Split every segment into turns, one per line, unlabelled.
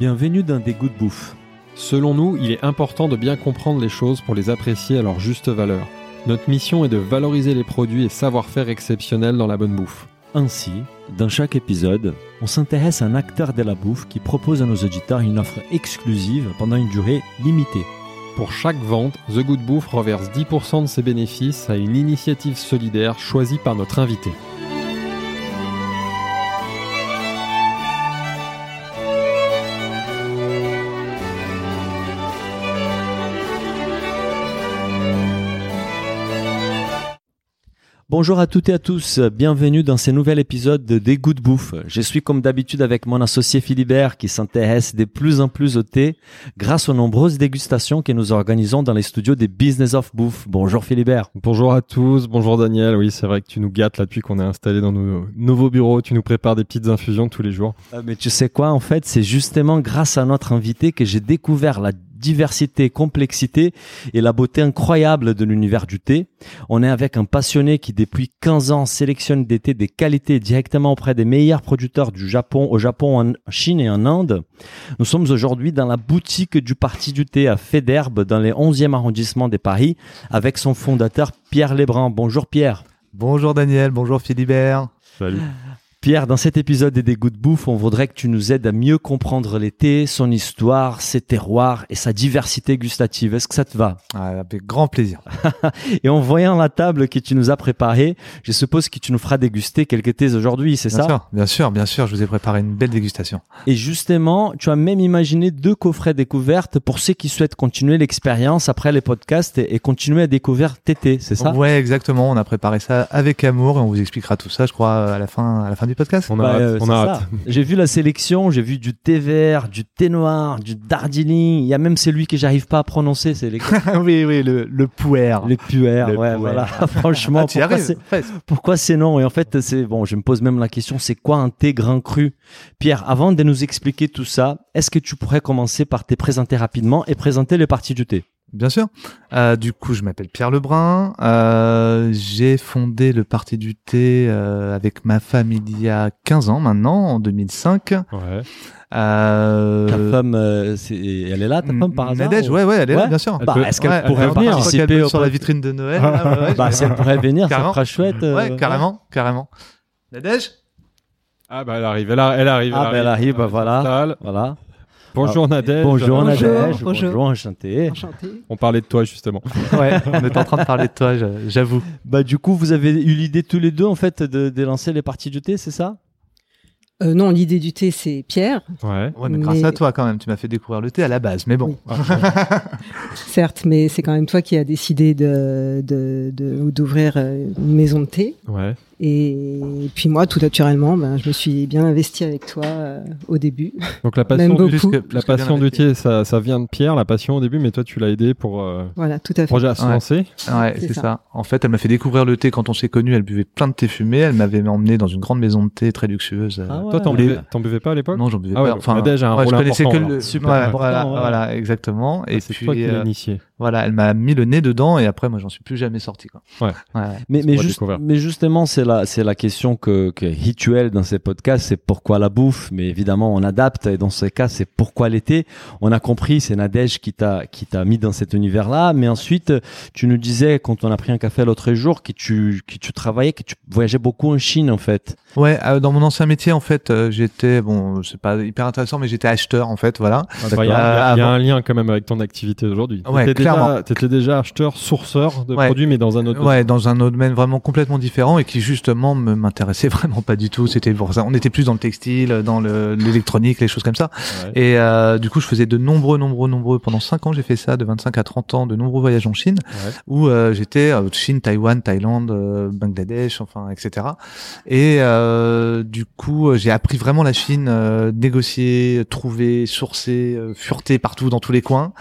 Bienvenue dans Des Goûts de Bouffe.
Selon nous, il est important de bien comprendre les choses pour les apprécier à leur juste valeur. Notre mission est de valoriser les produits et savoir-faire exceptionnels dans la bonne bouffe.
Ainsi, dans chaque épisode, on s'intéresse à un acteur de la bouffe qui propose à nos auditeurs une offre exclusive pendant une durée limitée.
Pour chaque vente, The Good Bouffe reverse 10% de ses bénéfices à une initiative solidaire choisie par notre invité.
Bonjour à toutes et à tous, bienvenue dans ce nouvel épisode de Des goûts de bouffe. Je suis comme d'habitude avec mon associé Philibert qui s'intéresse de plus en plus au thé grâce aux nombreuses dégustations que nous organisons dans les studios des Business of Bouffe. Bonjour Philibert.
Bonjour à tous, bonjour Daniel. Oui, c'est vrai que tu nous gâtes là depuis qu'on est installé dans nos nouveaux bureaux. Tu nous prépares des petites infusions tous les jours.
Ah, Mais tu sais quoi, en fait, c'est justement grâce à notre invité que j'ai découvert la diversité, complexité et la beauté incroyable de l'univers du thé. On est avec un passionné qui depuis 15 ans sélectionne des thés des qualités directement auprès des meilleurs producteurs du Japon, au Japon, en Chine et en Inde. Nous sommes aujourd'hui dans la boutique du Parti du thé à Fédherbe dans les 11e arrondissement de Paris avec son fondateur Pierre Lebrun. Bonjour Pierre.
Bonjour Daniel, bonjour Philibert.
Salut.
Ah. Pierre, dans cet épisode des dégoûts de bouffe, on voudrait que tu nous aides à mieux comprendre l'été, son histoire, ses terroirs et sa diversité gustative. Est-ce que ça te va
Ah, avec grand plaisir.
Et en voyant la table que tu nous as préparée, je suppose que tu nous feras déguster quelques thés aujourd'hui, c'est
Bien
ça Ah,
sûr, bien sûr, bien sûr, je vous ai préparé une belle dégustation.
Et justement, tu as même imaginé deux coffrets découvertes pour ceux qui souhaitent continuer l'expérience après les podcasts et, et continuer à découvrir TT, c'est ça
ouais, exactement, on a préparé ça avec amour et on vous expliquera tout ça, je crois, à la fin, à la fin du podcast.
On a
Bah,
hâte,
euh,
on
c'est
a
ça.
hâte.
J'ai vu la sélection, j'ai vu du thé vert, du thé noir, du darjeeling. Il y a même celui que j'arrive pas à prononcer, c'est les
oui, oui, le, le puer.
Les puères,
Le
ouais,
puer.
voilà. Franchement,
Ah, tu y
pourquoi,
arrives,
c'est,
presque.
pourquoi c'est non Et en fait, c'est bon. Je me pose même la question c'est quoi un thé grain cru Pierre, avant de nous expliquer tout ça, est-ce que tu pourrais commencer par te présenter rapidement et présenter les parties du thé
Bien sûr. Euh, du coup, je m'appelle Pierre Lebrun. Euh, j'ai fondé le Parti du Thé euh, avec ma femme il y a 15 ans maintenant, en 2005.
Ouais.
Euh,
Ta femme, euh, c'est- elle est là, ta femme par hasard
Nadège,
ou-
ouais, ouais, elle est là,
Ouais.
bien sûr.
Bah,
peut-
est-ce qu'elle
Ouais, elle
pourrait
va venir. Je crois qu'elle
participer
bosse
au
sur la
pod-
vitrine de Noël. là, ouais, ouais,
Bah,
je-
si elle pourrait venir, ça
Carrément.
serait chouette. euh,
Ouais, carrément, carrément. Nadège
Ah bah elle arrive, elle arrive, elle arrive.
Ah, bah, elle arrive, bah, voilà.
Installe.
Voilà.
Bonjour Nadège.
Bonjour,
Euh,
Nadège.
Bonjour, bonjour.
Bonjour, enchanté.
Enchanté.
On parlait de toi justement.
Ouais, on est en train de parler de toi, je- j'avoue.
Bah, du coup, vous avez eu l'idée tous les deux, en fait, de, de lancer les parties du thé, c'est ça
Euh, non, l'idée du thé, c'est Pierre,
Ouais.
Ouais, mais grâce
Mais-
à toi quand même, tu m'as fait découvrir le thé à la base, mais bon.
certes, mais c'est quand même toi qui as décidé de, de, de- d'ouvrir euh, une maison de thé.
Ouais.
Et puis moi, tout naturellement, ben, je me suis bien investie avec toi euh, au début.
Donc la
Même
passion,
beaucoup.
Plus que-
la
plus que
passion
bien
du thé, ça, ça vient de Pierre, la passion au début, mais toi tu l'as aidé pour euh,
Voilà, tout à fait.
projet à se
Ouais.
lancer.
Ouais,
C'est
c'est ça.
ça.
En fait, elle m'a fait découvrir le thé quand on s'est connus. Elle buvait plein de thé fumé. Elle m'avait emmené dans une grande maison de thé très luxueuse. euh,
Ah ouais.
Toi t'en
Ouais.
buvais, t'en buvais pas à l'époque
Non, j'en buvais
Ah ouais,
pas. Enfin,
Nadège a un
ouais, je
rôle
connaissais que
important,
le.
là.
Super
ouais,
important,
voilà,
ouais.
voilà, exactement. Et
Ah, c'est toi qui
puis,
l'as
euh,
initié.
voilà, elle m'a mis le nez dedans et après, moi, j'en suis plus jamais sorti. Quoi.
Ouais.
ouais.
Mais,
qu'on
mais,
va
juste-
découvrir.
mais justement, c'est la, c'est la question que, que est rituelle dans ces podcasts, c'est pourquoi la bouffe, mais évidemment on adapte, et dans ce cas, c'est pourquoi l'été. On a compris, c'est Nadège qui t'a, qui t'a mis dans cet univers-là, mais ensuite, tu nous disais, quand on a pris un café l'autre jour, que tu, que tu travaillais, que tu voyageais beaucoup en Chine, en fait.
Ouais, euh, dans mon ancien métier, en fait, euh, j'étais, bon, c'est pas hyper intéressant, mais j'étais acheteur, en fait, voilà.
Enfin, Il Bah, y a, il y
Euh,
a- il y a
avant-
un lien quand même avec ton activité d'aujourd'hui.
Ouais,
t'étais, déjà,
clairement.
t'étais déjà acheteur, sourceur de
Ouais.
produits, mais dans un autre.
Ouais, dans un autre domaine vraiment complètement différent et qui justement me m'intéressait vraiment pas du tout. C'était pour ça. On était plus dans le textile, dans le- l'électronique, les choses comme ça.
Ouais.
Et euh, du coup, je faisais de nombreux, nombreux, nombreux. Pendant 5 ans, j'ai fait ça, de 25 à 30 ans, de nombreux voyages en Chine,
Ouais.
où euh, j'étais euh, Chine, Taïwan, Thaïlande, euh, Bangladesh, enfin, etc. Et euh, du coup, euh, j'ai appris vraiment la Chine, euh, négocier, euh, trouver, sourcer, euh, fureter partout dans tous les coins.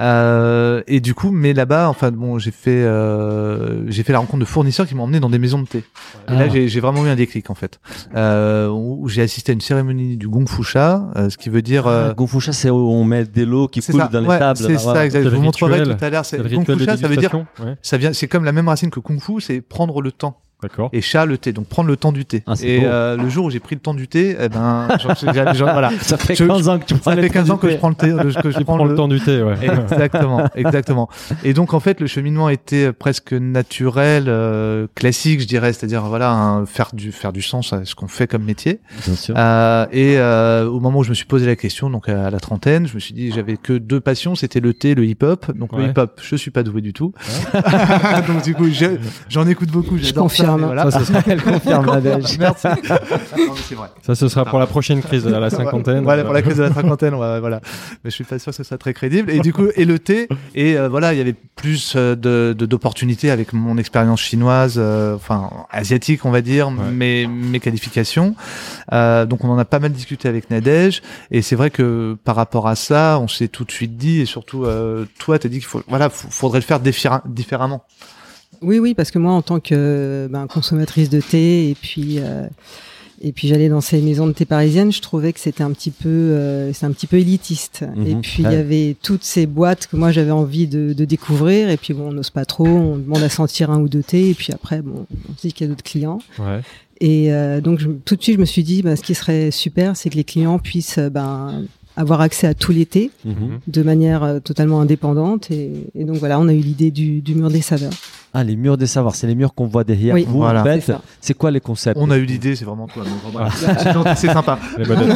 Euh, et du coup, mais là-bas, enfin, bon, j'ai fait, euh, j'ai fait la rencontre de fournisseurs qui m'ont emmené dans des maisons de thé. Et
Ah.
là, j'ai j'ai vraiment eu un déclic en fait, euh, où où j'ai assisté à une cérémonie du Gong Fu Sha, euh, ce qui veut dire euh,
Ah, Gonfoucha, c'est où on met des lots qui
c'est
coulent
ça,
dans les
ouais,
tables.
C'est
là,
ça,
voilà.
exact.
C'est
Je
le
vous montrerai
rituel.
tout à l'heure.
C'est
c'est-
le
Kung
rituel
Fu
de
Sha, ça veut dire,
dégustation. Ouais.
ça vient, c'est comme la même racine que Kung Fu, c'est prendre le temps.
D'accord.
et chat le thé. Donc prendre le temps du thé.
Ah, c'est
et
beau.
euh, le jour où j'ai pris le temps du thé, eh ben, genre, j'ai- j'ai- genre, voilà.
Ça fait
Je-
15 ans que tu prends
Ça
les
fait 15 ans que
traducteurs.
je prends le thé, euh, que je
Tu prends
prends
le temps du thé, ouais.
Exactement, exactement. Et donc en fait, le cheminement était presque naturel, euh, classique, je dirais, c'est-à-dire voilà, un- faire du faire du sens à ce qu'on fait comme métier.
Bien sûr.
Euh, et euh, au moment où je me suis posé la question, donc à la trentaine, je me suis dit j'avais que deux passions, c'était le thé, le hip-hop. Donc
Ouais.
le hip-hop, je suis pas doué du tout. donc du coup, je- j'en écoute beaucoup.
Je
j'adore
confirme.
Ça, et voilà.
Ça, ce sera,
Elle confirme la
Merci. Non, mais c'est vrai.
ça, ce sera pour la prochaine crise, à la cinquantaine.
Voilà, pour la crise de la cinquantaine, ouais, voilà. Mais je suis pas sûr que ce soit très crédible. Et du coup, et le thé, et euh, voilà, il y avait plus euh, de de- d'opportunités avec mon expérience chinoise, euh, enfin asiatique, on va dire, mes, mes qualifications. Euh, donc on en a pas mal discuté avec Nadège, et c'est vrai que par rapport à ça, on s'est tout de suite dit, et surtout euh, toi, t'as dit qu'il faut, voilà, f- faudrait le faire défira- différemment.
Oui, oui, parce que moi, en tant que ben, consommatrice de thé, et puis euh, et puis j'allais dans ces maisons de thé parisiennes, je trouvais que c'était un petit peu euh, c'est un petit peu élitiste.
Mhm.
Et puis il y
Ouais.
avait toutes ces boîtes que moi j'avais envie de, de découvrir. Et puis bon, on n'ose pas trop, on demande à sentir un ou deux thés, et puis après, bon, on se dit qu'il y a d'autres clients.
Ouais.
Et euh, donc je- tout de suite, je me suis dit, ben, ce qui serait super, c'est que les clients puissent euh, ben, avoir accès à tout l'été
Mhm.
de manière euh, totalement indépendante. Et, et donc voilà, on a eu l'idée du, du mur des saveurs.
Ah, les murs des savoirs, c'est les murs qu'on voit derrière
Oui.
vous,
Voilà.
en
C'est
fait.
ça.
C'est quoi les concepts
On a eu l'idée, c'est vraiment toi. donc voilà. C'est sympa.
Les bonnes-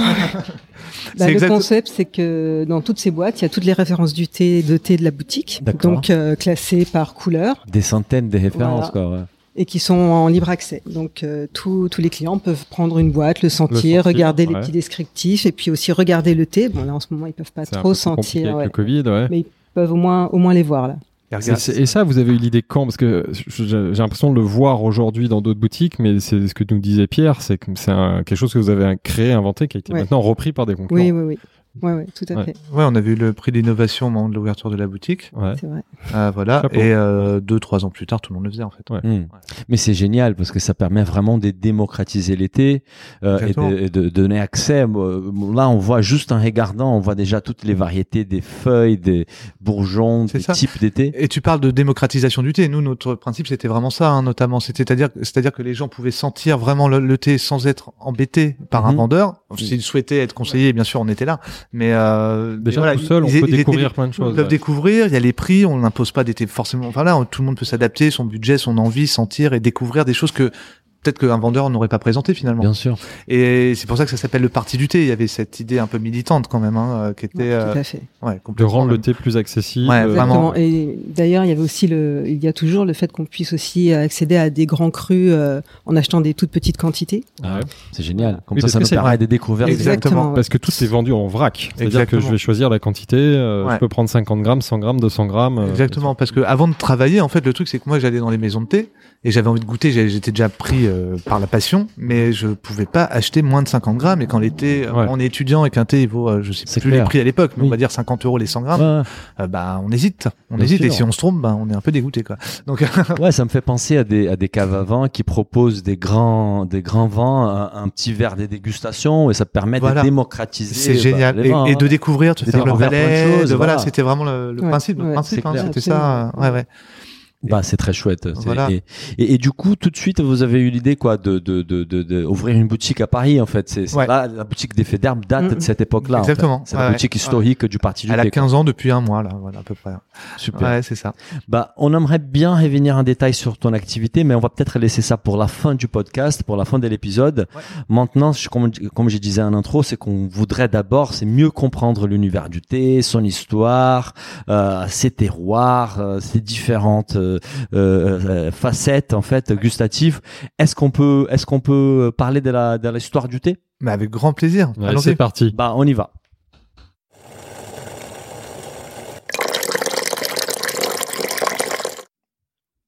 Bah,
C'est
le
exact-
concept, c'est que dans toutes ces boîtes, il y a toutes les références du thé, de thé de la boutique,
D'accord.
donc euh, classées par couleur
Des centaines de références,
Voilà.
quoi. ouais.
et qui sont en libre accès. Donc euh, tous- tous les clients peuvent prendre une boîte, le sentir,
sentir,
regarder
ouais.
les petits descriptifs et puis aussi regarder le thé. Bon là en ce moment ils peuvent pas
C'est un
trop
peu plus compliqué
sentir,
Avec
ouais.
le Covid, ouais.
Mais ils peuvent au moins au moins les voir là.
Et
C'est-
regarde,
c'est- et ça, vous avez eu l'idée quand Parce que je- j'ai j'ai l'impression de le voir aujourd'hui dans d'autres boutiques, mais c'est ce que nous disait Pierre, c'est que c'est un- quelque chose que vous avez créé, inventé, qui a été
Ouais.
maintenant repris par des concurrents.
Oui oui oui. Ouais, ouais, tout à
Ouais.
fait,
Ouais, on a vu le prix d'innovation au moment de l'ouverture de la boutique.
Ouais.
c'est vrai.
Ah, voilà.
Chapeau.
Et euh, deux, trois ans plus tard, tout le monde le faisait en fait.
Ouais.
Hmm. Mais c'est génial parce que ça permet vraiment de démocratiser l'été euh, et,
Exactement.
de, et de donner accès. Moi, Là, on voit juste en regardant, on voit déjà toutes les variétés des feuilles, des bourgeons,
C'est
des
ça.
types d'été.
Et tu parles de démocratisation du thé. Nous, notre principe, c'était vraiment ça, hein, notamment. C'était- C'est-à-dire, c'est-à-dire que les gens pouvaient sentir vraiment le, le thé sans être embêtés par un
Mhm.
vendeur. S'ils souhaitaient être conseillés, bien sûr, on était là. Mais euh, mais
Déjà
voilà,
tout seul, on
ils- ils
peut
étaient-
découvrir plein de
Ils
choses.
peuvent
ouais.
découvrir, il y a les prix, on n'impose pas des thés forcément. Enfin là, tout le monde peut s'adapter, son budget, son envie, sentir et découvrir des choses que peut-être qu'un vendeur n'aurait pas présenté finalement.
Bien sûr.
Et c'est pour ça que ça s'appelle le parti du thé. Il y avait cette idée un peu militante quand même, hein, euh, qui était
Ouais,
euh,
tout à fait.
ouais,
De
complètement
rendre
même.
le thé plus accessible.
Ouais,
euh,
vraiment.
Exactement. Et d'ailleurs, il y avait aussi le, il y a toujours le fait qu'on puisse aussi accéder à des grands crus euh, en achetant des toutes petites quantités.
Ah ouais.
C'est génial. Comme
Oui,
ça,
parce
ça
que
nous
c'est-
permet des découvertes.
Exact. Exactement.
ouais.
Parce que tout est vendu en vrac. C'est-à-dire que
Exactement.
je vais choisir la quantité. euh,
Ouais.
Je peux prendre 50 grammes, 100 grammes, 200 grammes. euh,
Exactement, parce que avant de travailler, en fait, le truc c'est que moi j'allais dans les maisons de thé et j'avais envie de goûter. j'ai- J'étais déjà pris euh, par la passion, mais je pouvais pas acheter moins de 50 grammes. Et quand les thés, euh,
Ouais.
on est étudiant et qu'un thé il vaut, euh, je sais
C'est
plus
clair.
les prix à l'époque, mais
Oui.
on va dire 50 euros les 100 grammes,
Ouais,
euh, bah on hésite, on
Bien
hésite. Et
sûr.
si on se trompe, bah on est un peu dégoûté quoi. Donc
Ouais, ça me fait penser à des, à des caves à vin qui proposent des grands, des grands vins, un, un petit verre de dégustation et ça permet
Voilà.
de démocratiser.
c'est
bah,
génial
les
et,
vins,
et de
hein.
découvrir, de
De
faire le
découvrir plein de
valet.
choses,
de- voilà,
voilà.
c'était vraiment le, le
Ouais,
principe. Le
ouais,
c'est
principe, hein,
clair.
c'était ça. euh, Ouais, ouais.
Bah, c'est très chouette. C'est-
Voilà.
Et, et, et du coup, tout de suite, vous avez eu l'idée quoi de, de, de, de, de ouvrir une boutique à Paris en fait. C'est c'est
Ouais.
là la boutique des faits d'armes date
Mm,
de cette époque-là. en fait.
Exactement.
C'est
Ouais,
la
ouais.
boutique historique du parti du
Elle a
thé, quoi.
15 ans depuis un mois là, voilà à peu près.
Super.
Ouais, c'est ça.
Bah, on aimerait bien revenir en détail sur ton activité, mais on va peut-être laisser ça pour la fin du podcast, pour la fin de l'épisode.
Ouais.
Maintenant, je- comme, comme je disais en intro, c'est qu'on voudrait d'abord, c'est mieux comprendre l'univers du thé, son histoire, euh, ses terroirs, euh, ses différentes euh, euh, euh, facettes en fait gustatives. Est-ce qu'on peut, est-ce qu'on peut parler de la de l'histoire du thé
Mais avec grand plaisir.
Ouais,
Allons-y.
c'est parti.
Bah, on y va.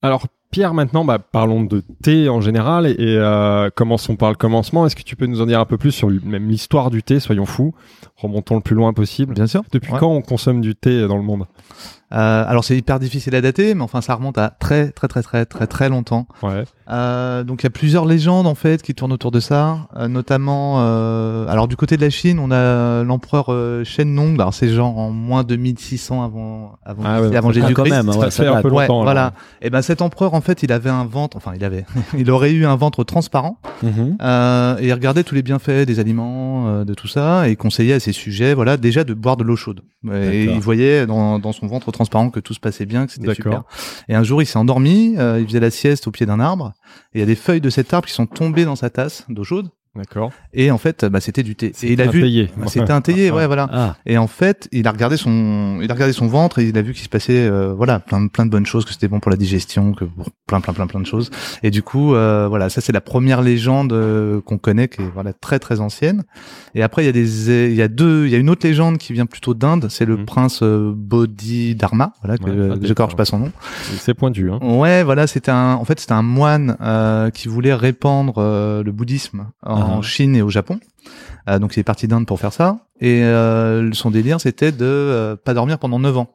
Alors, Pierre, maintenant, bah, parlons de thé en général et, et, euh, commençons par le commencement. Est-ce que tu peux nous en dire un peu plus sur l- même l'histoire du thé Soyons fous, remontons le plus loin possible.
Bien sûr.
Depuis
Ouais.
quand on consomme du thé dans le monde
Euh, alors c'est hyper difficile à dater, mais enfin ça remonte à très très très très très très longtemps.
Ouais.
Euh, donc il y a plusieurs légendes en fait qui tournent autour de ça, euh, notamment euh, alors du côté de la Chine on a euh, l'empereur euh, Shennong, alors c'est genre en moins 2600 avant avant,
Ah ouais, donc
avant
ça
Ah,
Jésus-Christ.
quand même, hein, ouais,
ça, fait
date.
un peu
Ah Ouais,
longtemps. alors.
voilà. Et ben cet empereur en fait, il avait un ventre, enfin, il avait, il aurait eu un ventre transparent.
Mhm.
Euh, et il regardait tous les bienfaits des aliments, euh, de tout ça, et il conseillait à ses sujets, voilà, déjà de boire de l'eau chaude. Et
D'accord.
il voyait dans, dans son ventre transparent que tout se passait bien, que c'était super.
D'accord.
Et un jour, il s'est endormi, euh, il faisait la sieste au pied d'un arbre, et il y a des feuilles de cet arbre qui sont tombées dans sa tasse d'eau chaude,
D'accord.
et en fait, bah, c'était du thé. Et il a
Un
vu, Ah,
payé.
c'était un théier, ouais, voilà.
Ah,
Et en fait, il a regardé son, il a regardé son ventre et il a vu qu'il se passait, euh, voilà, plein de plein de bonnes choses, que c'était bon pour la digestion, que bon, plein plein plein plein de choses. Et du coup, euh, voilà, ça c'est la première légende euh, qu'on connaît, qui est voilà très très ancienne. Et après, il y a des, euh, il y a deux, il y a une autre légende qui vient plutôt d'Inde, c'est le
Mhm.
prince euh, Bodhidharma, voilà, que
Ouais,
euh,
pas de-
j'écorche pas son nom.
C'est pointu. Hein.
Ouais, voilà, c'était un, en fait, c'était un moine euh, qui voulait répandre euh, le bouddhisme en
Ah.
Chine et au Japon. Euh, donc, il est parti d'Inde pour faire ça. Et euh, son délire, c'était de euh, pas dormir pendant 9 ans.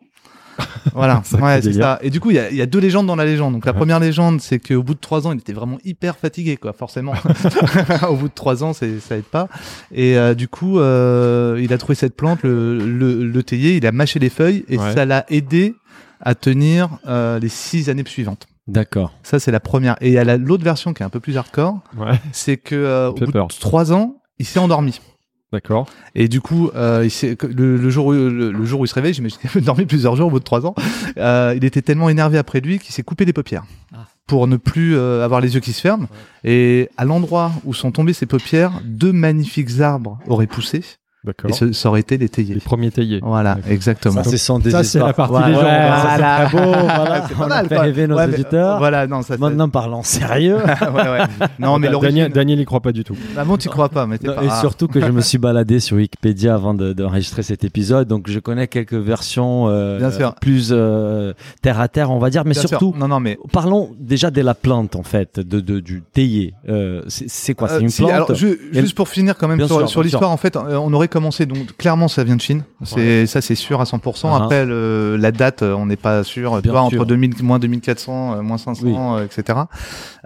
Voilà,
Sacré
ouais, c'est
délire.
ça. Et du coup, il y a, il y a deux légendes dans la légende. Donc, la
Ouais.
première légende, c'est qu'au bout de 3 ans, il était vraiment hyper fatigué, quoi, forcément. au bout de 3 ans, c'est, ça aide pas. Et euh, du coup, euh, il a trouvé cette plante, le, le, le théier, il a mâché les feuilles et
Ouais.
ça l'a aidé à tenir euh, les 6 années suivantes.
d'accord.
Ça, c'est la première. Et il y a la- l'autre version qui est un peu plus hardcore,
Ouais.
c'est que euh, au
Fait
bout
peur.
de trois ans, il s'est endormi.
D'accord.
Et du coup, euh, il s'est- le, le jour où, le, le jour où il se réveille, j'imagine qu'il avait dormi plusieurs jours au bout de trois ans, euh, il était tellement énervé après lui qu'il s'est coupé les paupières
Ah.
pour ne plus euh, avoir les yeux qui se ferment. Et à l'endroit où sont tombées ses paupières, deux magnifiques arbres auraient poussé
D'accord.
et ce, ça aurait été des théiers.
Les premiers taillés.
Voilà,
D'accord.
Ça,
exactement.
c'est sans
Ça, c'est la
désespoir.
partie
Voilà.
légende.
Ouais,
Ça, c'est
voilà.
très beau.
Voilà,
C'est
on
pas
a
mal,
fait
quoi.
rêver nos
Ouais, mais-
auditeurs.
Voilà, non, ça c'est-
Maintenant, parlons sérieux.
ouais, ouais. Non, Oh, mais l'origine.
Bah, Daniel, Daniel, il croit pas du tout.
Ah bon, tu crois pas, mais t'es
Non,
pas.
et
ah.
surtout que je me suis baladé sur Wikipédia avant de- d'enregistrer cet épisode, donc je connais quelques versions euh,
Bien sûr.
plus euh, terre à terre, on va dire, mais
Bien sûr.
surtout.
Non, non, mais.
Parlons déjà de la plante en fait, de, de- du théier. Euh, c'est c'est quoi C'est
Euh,
une
si,
plante
alors, ju-
Et-
juste pour finir quand même
Bien
sur,
sûr,
sur
bien
l'histoire, en fait, euh, on aurait commencé donc clairement ça vient de Chine, c'est ça c'est sûr à 100%.
Ah.
Après le- la date, euh, on n'est pas sûr, tu
Bien
vois,
sûr.
entre 2000, moins 2400, euh, moins 500, euh, etc.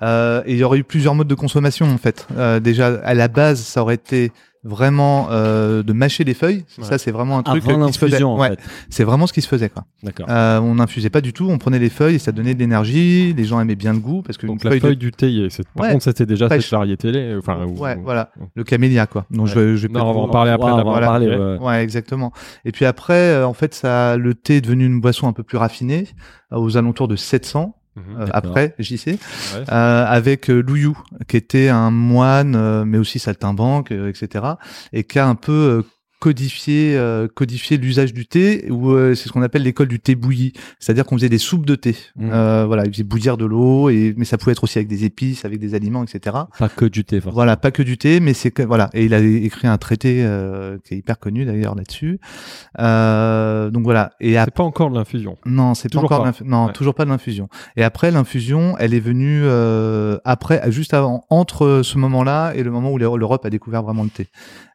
Euh, et il y aurait eu plusieurs modes de consommation en fait. Euh, déjà à la base, ça aurait été vraiment euh, de mâcher les feuilles.
Ouais.
Ça c'est vraiment un truc
avant
euh, qui se faisait.
l'infusion en
Ouais,
fait.
c'est vraiment ce qui se faisait quoi.
D'accord.
Euh, on n'infusait pas du tout, on prenait les feuilles et ça donnait de l'énergie. Les gens aimaient bien le goût parce que
Donc la
une feuille de
feuille du théier. c'est- Par
Ouais.
contre, c'était déjà
Pêche.
cette variété. là, Enfin, ou-
ouais,
ou-
voilà, le camélia quoi. Donc je vais, je vais
Non,
peut-être
on va
vous-
en parler après.
Ouais, on va
d'abord.
en parler.
Ok.
ouais.
Ouais, exactement. Et puis après, euh, en fait, ça, le thé est devenu une boisson un peu plus raffinée, euh, aux alentours de 700
Mhm.
euh,
D'accord.
après JC,
Ouais.
euh, avec euh, Louyou, qui était un moine, euh, mais aussi saltimbanque, euh, etc., et qui a un peu euh, codifié, euh, codifié l'usage du thé, ou euh, c'est ce qu'on appelle l'école du thé bouilli, c'est-à-dire qu'on faisait des soupes de thé.
Mhm.
Euh, voilà, il faisait bouillir de l'eau, et mais ça pouvait être aussi avec des épices, avec des aliments, etc.
Pas que du thé, forcément.
Voilà, pas que du thé, mais c'est que voilà. Et il a écrit un traité euh, qui est hyper connu d'ailleurs là-dessus. Euh, donc voilà. Et
C'est
après,
pas encore de l'infusion.
non, c'est pas
toujours
encore
pas.
de l'inf- non,
Ouais.
toujours pas de l'infusion. Et après l'infusion, elle est venue euh, après, juste avant, entre ce moment-là et le moment où l'Euro- l'Europe a découvert vraiment le thé.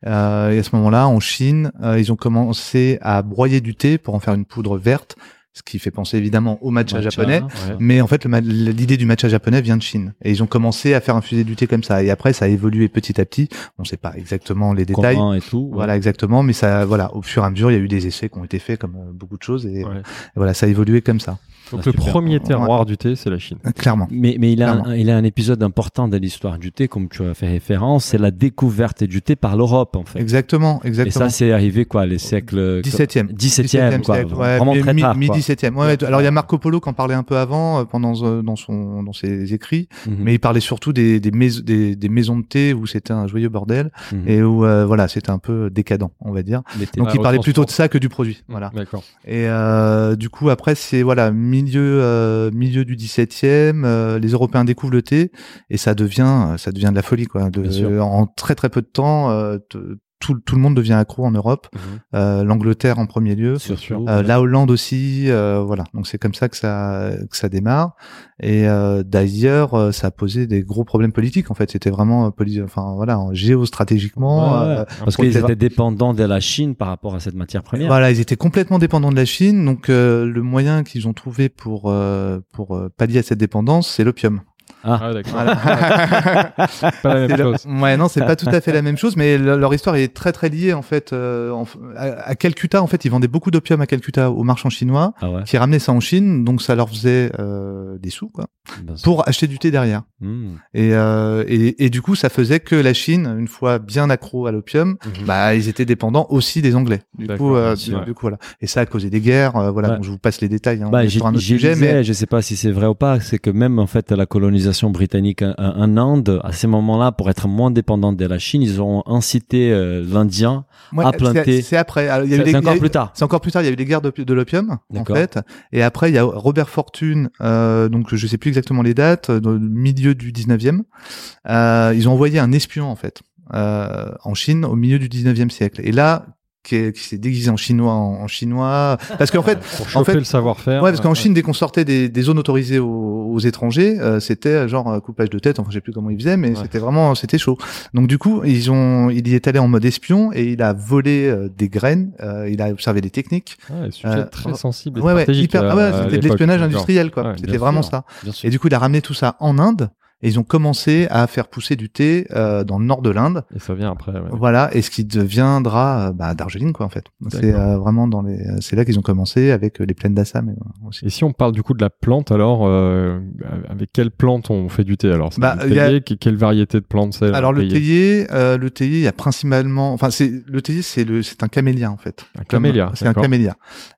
Euh, et à ce moment-là, en Chine, euh, ils ont commencé à broyer du thé pour en faire une poudre verte, ce qui fait penser évidemment au matcha
Matcha.
japonais.
Ouais.
Mais en fait, le ma- l'idée du matcha japonais vient de Chine. Et ils ont commencé à faire infuser du thé comme ça. Et après, ça a évolué petit à petit. On ne sait pas exactement les détails.
Comment et tout. ouais.
Voilà, exactement. Mais ça, voilà, au fur et à mesure, il y a eu des essais qui ont été faits comme euh, beaucoup de choses. Et,
Ouais.
et voilà, ça a évolué comme ça.
Donc
Ah,
le
super.
premier terroir du thé, c'est la Chine.
Clairement.
Mais, mais il, a
Clairement.
un, il a un épisode important de l'histoire du thé, comme tu as fait référence, c'est la découverte du thé par l'Europe, en fait.
Exactement,
Et
exactement.
ça, c'est arrivé, quoi, les siècles.
17e.
17e, quoi.
siècle, ouais,
vraiment
mi-
très
mi-
tard. quoi.
Mi-17e. Ouais, ouais, alors, il y a Marco Polo qui en parlait un peu avant, euh, pendant, euh, dans, son, dans ses écrits.
Mhm.
Mais il parlait surtout des, des, mais- des, des maisons de thé où c'était un joyeux bordel.
Mhm.
Et où, euh, voilà, c'était un peu décadent, on va dire.
Les thés.
Donc
Ah,
il
au
parlait
transport.
plutôt de ça que du produit. Voilà.
D'accord.
Et euh, du coup après c'est voilà milieu euh, milieu du 17e, euh, les Européens découvrent le thé et ça devient ça devient de la folie quoi. De-
Bien sûr.
en très très peu de temps, euh, t- tout tout le monde devient accro en Europe,
Mmh
Mhm.
euh, l'Angleterre en premier lieu.
Surtout.
Euh, la Hollande aussi, euh, voilà. Donc c'est comme ça que ça que ça démarre. Et euh, d'ailleurs, euh, ça a posé des gros problèmes politiques. En fait, c'était vraiment euh, poli- enfin voilà, en- géostratégiquement.
Ouais, ouais.
euh,
Parce
pour
qu'ils
le-
étaient dépendants de la Chine par rapport à cette matière première.
Voilà, ils étaient complètement dépendants de la Chine. Donc euh, le moyen qu'ils ont trouvé pour euh, pour euh, pallier à cette dépendance, c'est l'opium.
Ah.
Ah, d'accord.
Voilà.
Pas la même
C'est le-
chose.
Ouais, non, c'est pas tout à fait la même chose, mais le- leur histoire est très très liée en fait. euh, en f- à, à Calcutta, en fait, ils vendaient beaucoup d'opium à Calcutta aux marchands chinois,
Ah ouais.
qui ramenaient ça en Chine, donc ça leur faisait euh, des sous quoi,
bien sûr.
pour acheter du thé derrière.
Hmm.
Et, euh, et, et du coup, ça faisait que la Chine, une fois bien accro à l'opium,
Mhm.
bah ils étaient dépendants aussi des Anglais. Du
D'accord,
coup,
bien
euh, du,
sûr.
du coup voilà. Et ça a causé des guerres. euh, voilà,
Ouais.
donc je vous passe les détails hein, on
Bah,
est
j'ai
sur un autre
j'ai
sujet,
lisais,
mais
je sais pas si c'est vrai ou pas, c'est que même en fait la colonisation britannique en, en Inde, à ces moments-là, pour être moins dépendante de la Chine, ils ont incité euh, l'Indien.
Ouais,
à
c'est-
planter.
C'est après. Alors, il y a eu
C'est
des-
c'est
il y a
encore
eu-
plus tard.
C'est encore plus tard, il y a eu les guerres de, de l'opium, en
D'accord.
fait. Et après, il y a Robert Fortune, euh, donc je sais plus exactement les dates, euh, dans le milieu du 19e. Euh, ils ont envoyé un espion, en fait, euh, en Chine au milieu du 19e siècle. Et là, qui est- qui s'est déguisé en chinois, en, en chinois. Parce qu'en fait,
Pour choper
fait-
le savoir-faire. euh,
ouais, parce qu'en Chine, dès qu'on sortait des, des zones autorisées aux, aux étrangers, euh, c'était genre euh, coupage de tête. Enfin, je sais plus comment ils faisaient, mais
Ouais.
c'était vraiment, c'était chaud. Donc du coup, ils ont, il y est allé en mode espion et il a volé euh, des graines. euh, il a observé des techniques.
Ouais, sujet
Euh,
très sensible et
Ouais, ouais,
stratégique,
hyper.
euh,
Ah ouais,
à
c'était de
l'époque,
l'espionnage
d'accord.
industriel, quoi.
Ouais,
c'était
bien
vraiment
sûr.
ça.
Bien sûr.
Et du coup, il a ramené tout ça en Inde. Et ils ont commencé à faire pousser du thé euh, dans le nord de l'Inde,
Et ça vient après. ouais.
voilà, et ce qui deviendra euh, bah, Darjeeling quoi en fait. C'est
D'accord.
euh, vraiment dans les, euh, c'est là qu'ils ont commencé avec euh, les plaines d'Assam et, euh, aussi.
Et si on parle du coup de la plante, alors euh, avec quelle plante on fait du thé alors C'est
Bah,
du
il y a-
théier, que- Quelle variété de plantes c'est
Alors le
théier
théier, euh, le théier, il y a principalement, enfin c'est le théier, c'est le, c'est un camélia en fait.
Un
Comme-
camélia.
C'est un
d'accord.
camélia.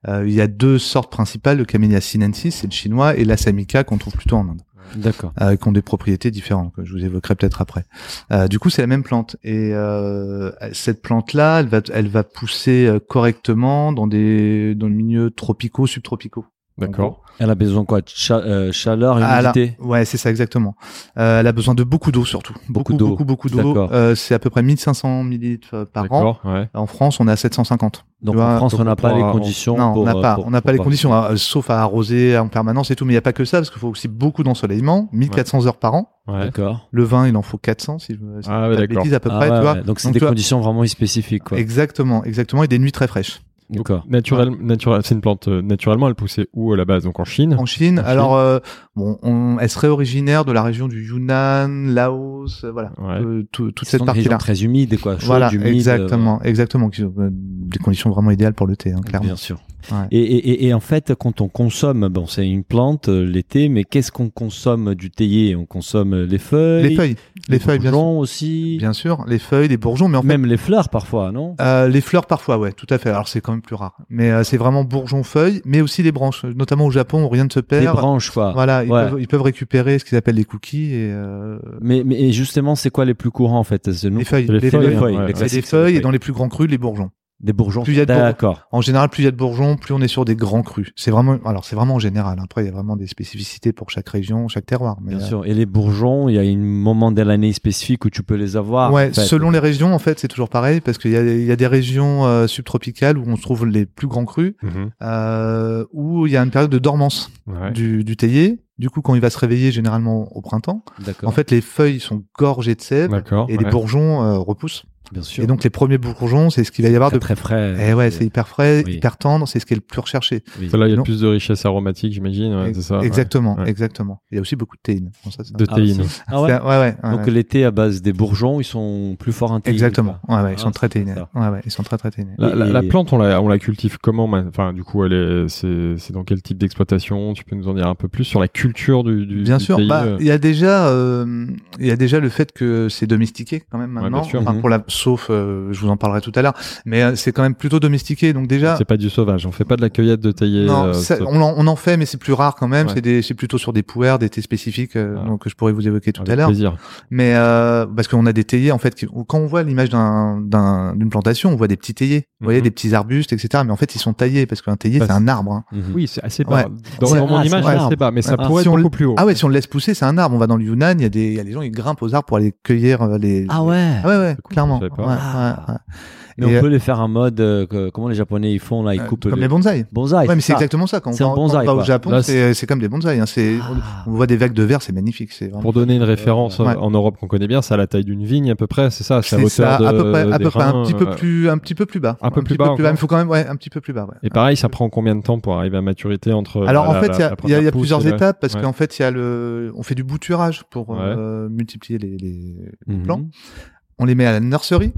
Euh, il y a deux sortes principales, le camélia sinensis, c'est le chinois, et l'assamica qu'on trouve plutôt en Inde.
D'accord.
euh, qui ont des propriétés différentes que je vous évoquerai peut-être après. Euh, du coup, c'est la même plante et euh, cette plante-là, elle va, elle va pousser euh, correctement dans des dans le milieu tropicaux, subtropicaux.
D'accord.
Elle a besoin quoi de cha- euh, Chaleur,
Ah, là.
humidité.
Ouais, c'est ça exactement. Euh, elle a besoin de beaucoup d'eau surtout,
Beaucoup
beaucoup,
d'eau.
beaucoup, beaucoup d'eau.
D'accord.
Euh, c'est à peu près 1500 millilitres euh, par an.
D'accord. Ouais.
En France, on est à 750.
Donc
Tu vois,
en France, on n'a pas
pourra-
les conditions.
non,
pour,
on n'a
euh,
pas,
pour-
on n'a pas
pour
les
voir.
conditions, euh, sauf à arroser en permanence et tout. Mais il n'y a pas que ça parce qu'il faut aussi beaucoup d'ensoleillement, 1400 heures par an.
Ouais.
D'accord.
Le vin, il en faut 400, si je me si je
Ah ouais,
dis pas de
d'accord.
bêtises, à peu
Ah
près,
ouais,
tu vois.
ouais. Donc c'est
Donc,
des
tu vois-
conditions vraiment spécifiques. Quoi.
Exactement, exactement. Et des nuits très fraîches.
D'accord.
Naturel, naturel, c'est une plante euh, naturellement, elle poussait où à la base Donc en Chine.
En Chine,
En Chine.
alors, euh, bon, on, elle serait originaire de la région du Yunnan, Laos, euh, voilà.
Ouais.
Euh, tout- toute
Ce sont
cette
des régions
partie-là.
très humides, quoi. Chaudes,
Voilà,
humides,
exactement, exactement. qui sont, euh, Des conditions vraiment idéales pour le thé, hein,
euh,
clairement.
Bien sûr.
Ouais.
Et, et- et- et en fait, quand on consomme, bon, c'est une plante euh, l'été, mais qu'est-ce qu'on consomme du théier On consomme euh, les feuilles,
Les feuilles, les feuilles, bien sûr.
bourgeons aussi,
Bien sûr, les feuilles, les bourgeons, mais en fait,
même les fleurs parfois, non
euh, les fleurs parfois, ouais, tout à fait. Alors c'est quand même plus rare, mais euh, c'est vraiment bourgeons, feuilles, mais aussi les branches, notamment au Japon où rien ne se
Les
perd.
branches, quoi.
Voilà, ils,
Ouais.
peuvent, ils peuvent récupérer ce qu'ils appellent les cookies et euh,
Mais, mais et justement, c'est quoi les plus courants en fait C'est nous-
les feuilles.
c'est les
les
feuilles,
feuilles.
les feuilles, les
ouais. C'est
C'est des
classiques, c'est les
feuilles et
feuilles.
dans les plus grands crus, les bourgeons.
Des bourgeons.
Plus il y a de bourgeons.
D'accord.
En général, plus il y a de bourgeons, plus on est sur des grands crus. C'est vraiment, alors c'est vraiment en général. Après, il y a vraiment des spécificités pour chaque région, chaque terroir. Mais
Bien
euh,
sûr. Et les bourgeons, il y a un moment de l'année spécifique où tu peux les avoir.
ouais,
en fait.
selon les régions, en fait, c'est toujours pareil parce qu'il y a, il y a des régions euh, subtropicales où on se trouve les plus grands crus,
Mhm.
euh, où il y a une période de dormance
Ouais.
du, du théier. Du coup, quand il va se réveiller, généralement au printemps,
D'accord.
en fait, les feuilles sont gorgées de sève
D'accord.
et les
ouais.
bourgeons euh, repoussent.
bien sûr.
Et donc, les premiers bourgeons, c'est ce qu'il va y avoir
très,
de
très frais.
Eh ouais, c'est hyper frais,
oui.
hyper tendre, c'est ce qui est le plus recherché.
Oui.
Là, il y a
Non.
plus de richesse aromatique, j'imagine. ouais, c'est ça. ouais.
exactement,
Ouais.
exactement. Il y a aussi beaucoup de théine. Bon, ça, c'est un-
De
Ah,
théine.
c'est- ah ouais.
C'est un- ouais, ouais, ouais,
Donc
ouais.
l'été à base des bourgeons, ils sont plus forts en théine,
exactement.
quoi.
Ouais, ouais, ils
Ah,
sont très
c'est
téinés.
ça.
Ouais, ouais, ils sont très très téinés.
La, la-
Et-
la plante, on la, on la cultive comment ma- Enfin, du coup, elle est, c'est, c'est dans quel type d'exploitation Tu peux nous en dire un peu plus sur la culture du, du
Bien
du
sûr,
théier,
bah,
euh,
il y a déjà, euh, il y a déjà le fait que c'est domestiqué quand même
Ouais,
maintenant.
bien sûr.
Enfin,
Mhm.
pour la, sauf, euh, je vous en parlerai tout à l'heure, mais euh, c'est quand même plutôt domestiqué. Donc déjà,
c'est pas du sauvage. On fait pas de la cueillette de théier.
non,
euh,
ça-
ça-
on, en, on en fait, mais c'est plus rare quand même.
Ouais.
C'est des- C'est plutôt sur des pouères, des thés spécifiques, euh,
Ah.
donc que je pourrais vous évoquer tout
avec
à l'heure.
plaisir.
Mais euh, parce qu'on a des théiers en fait, qui- quand on voit l'image d'un- d'un- d'une plantation, on voit des petits théiers, vous voyez
Mhm.
des petits arbustes, etc. Mais en fait, ils sont taillés parce qu'un théier
Bah,
c'est un arbre. hein.
Mhm.
Oui, c'est assez
Ouais.
bas. Dans,
C'est-
dans mon
ah, c'est un
image, c'est assez
arbre.
bas, mais ça
Ouais.
pourrait
Si
être
on le-
beaucoup plus haut.
Ah ouais, si on le laisse pousser, c'est un arbre. On va dans le Yunnan, il y a des, il y a des gens qui grimpent aux arbres pour aller cueillir euh, les.
Ah ouais.
Ah ouais, ouais,
C'est cool,
clairement.
je savais pas.
Ouais, ouais,
Ah.
ouais.
Mais
Et,
on
euh,
peut les faire en mode, euh, que- comment les Japonais ils font là, ils
euh,
coupent
comme
le-
les bonsaïs.
bonsaï.
ouais, mais c'est
ça.
exactement ça. Quand on
Ah, C'est
va,
un
quand on
bonsaï,
va au
quoi.
Japon,
Là,
c'est c'est comme des bonsaïs. Hein. C'est
Ah.
on voit des vagues de verre, c'est magnifique. C'est vraiment.
Pour donner une référence
Ouais.
euh, en Europe qu'on connaît bien, c'est à la taille d'une vigne à peu près, c'est ça, c'est à
C'est ça,
hauteur de,
à peu près, à
des
peu près,
reins,
un petit peu
euh,
plus, un petit peu plus bas.
Un peu plus
petit
bas
Il
encore.
faut quand même, ouais, un petit peu plus bas. ouais.
Et pareil, ça prend combien de temps pour arriver à maturité entre euh,
Alors
la-
en fait,
la-
il y a-
la
il y a, il y
première
a
pousse
plusieurs
et la-
étapes parce
ouais.
qu'en fait, il y a le, on fait du bouturage pour
Ouais.
euh, multiplier les, les- les
Mhm.
plants. On les met à la nurserie.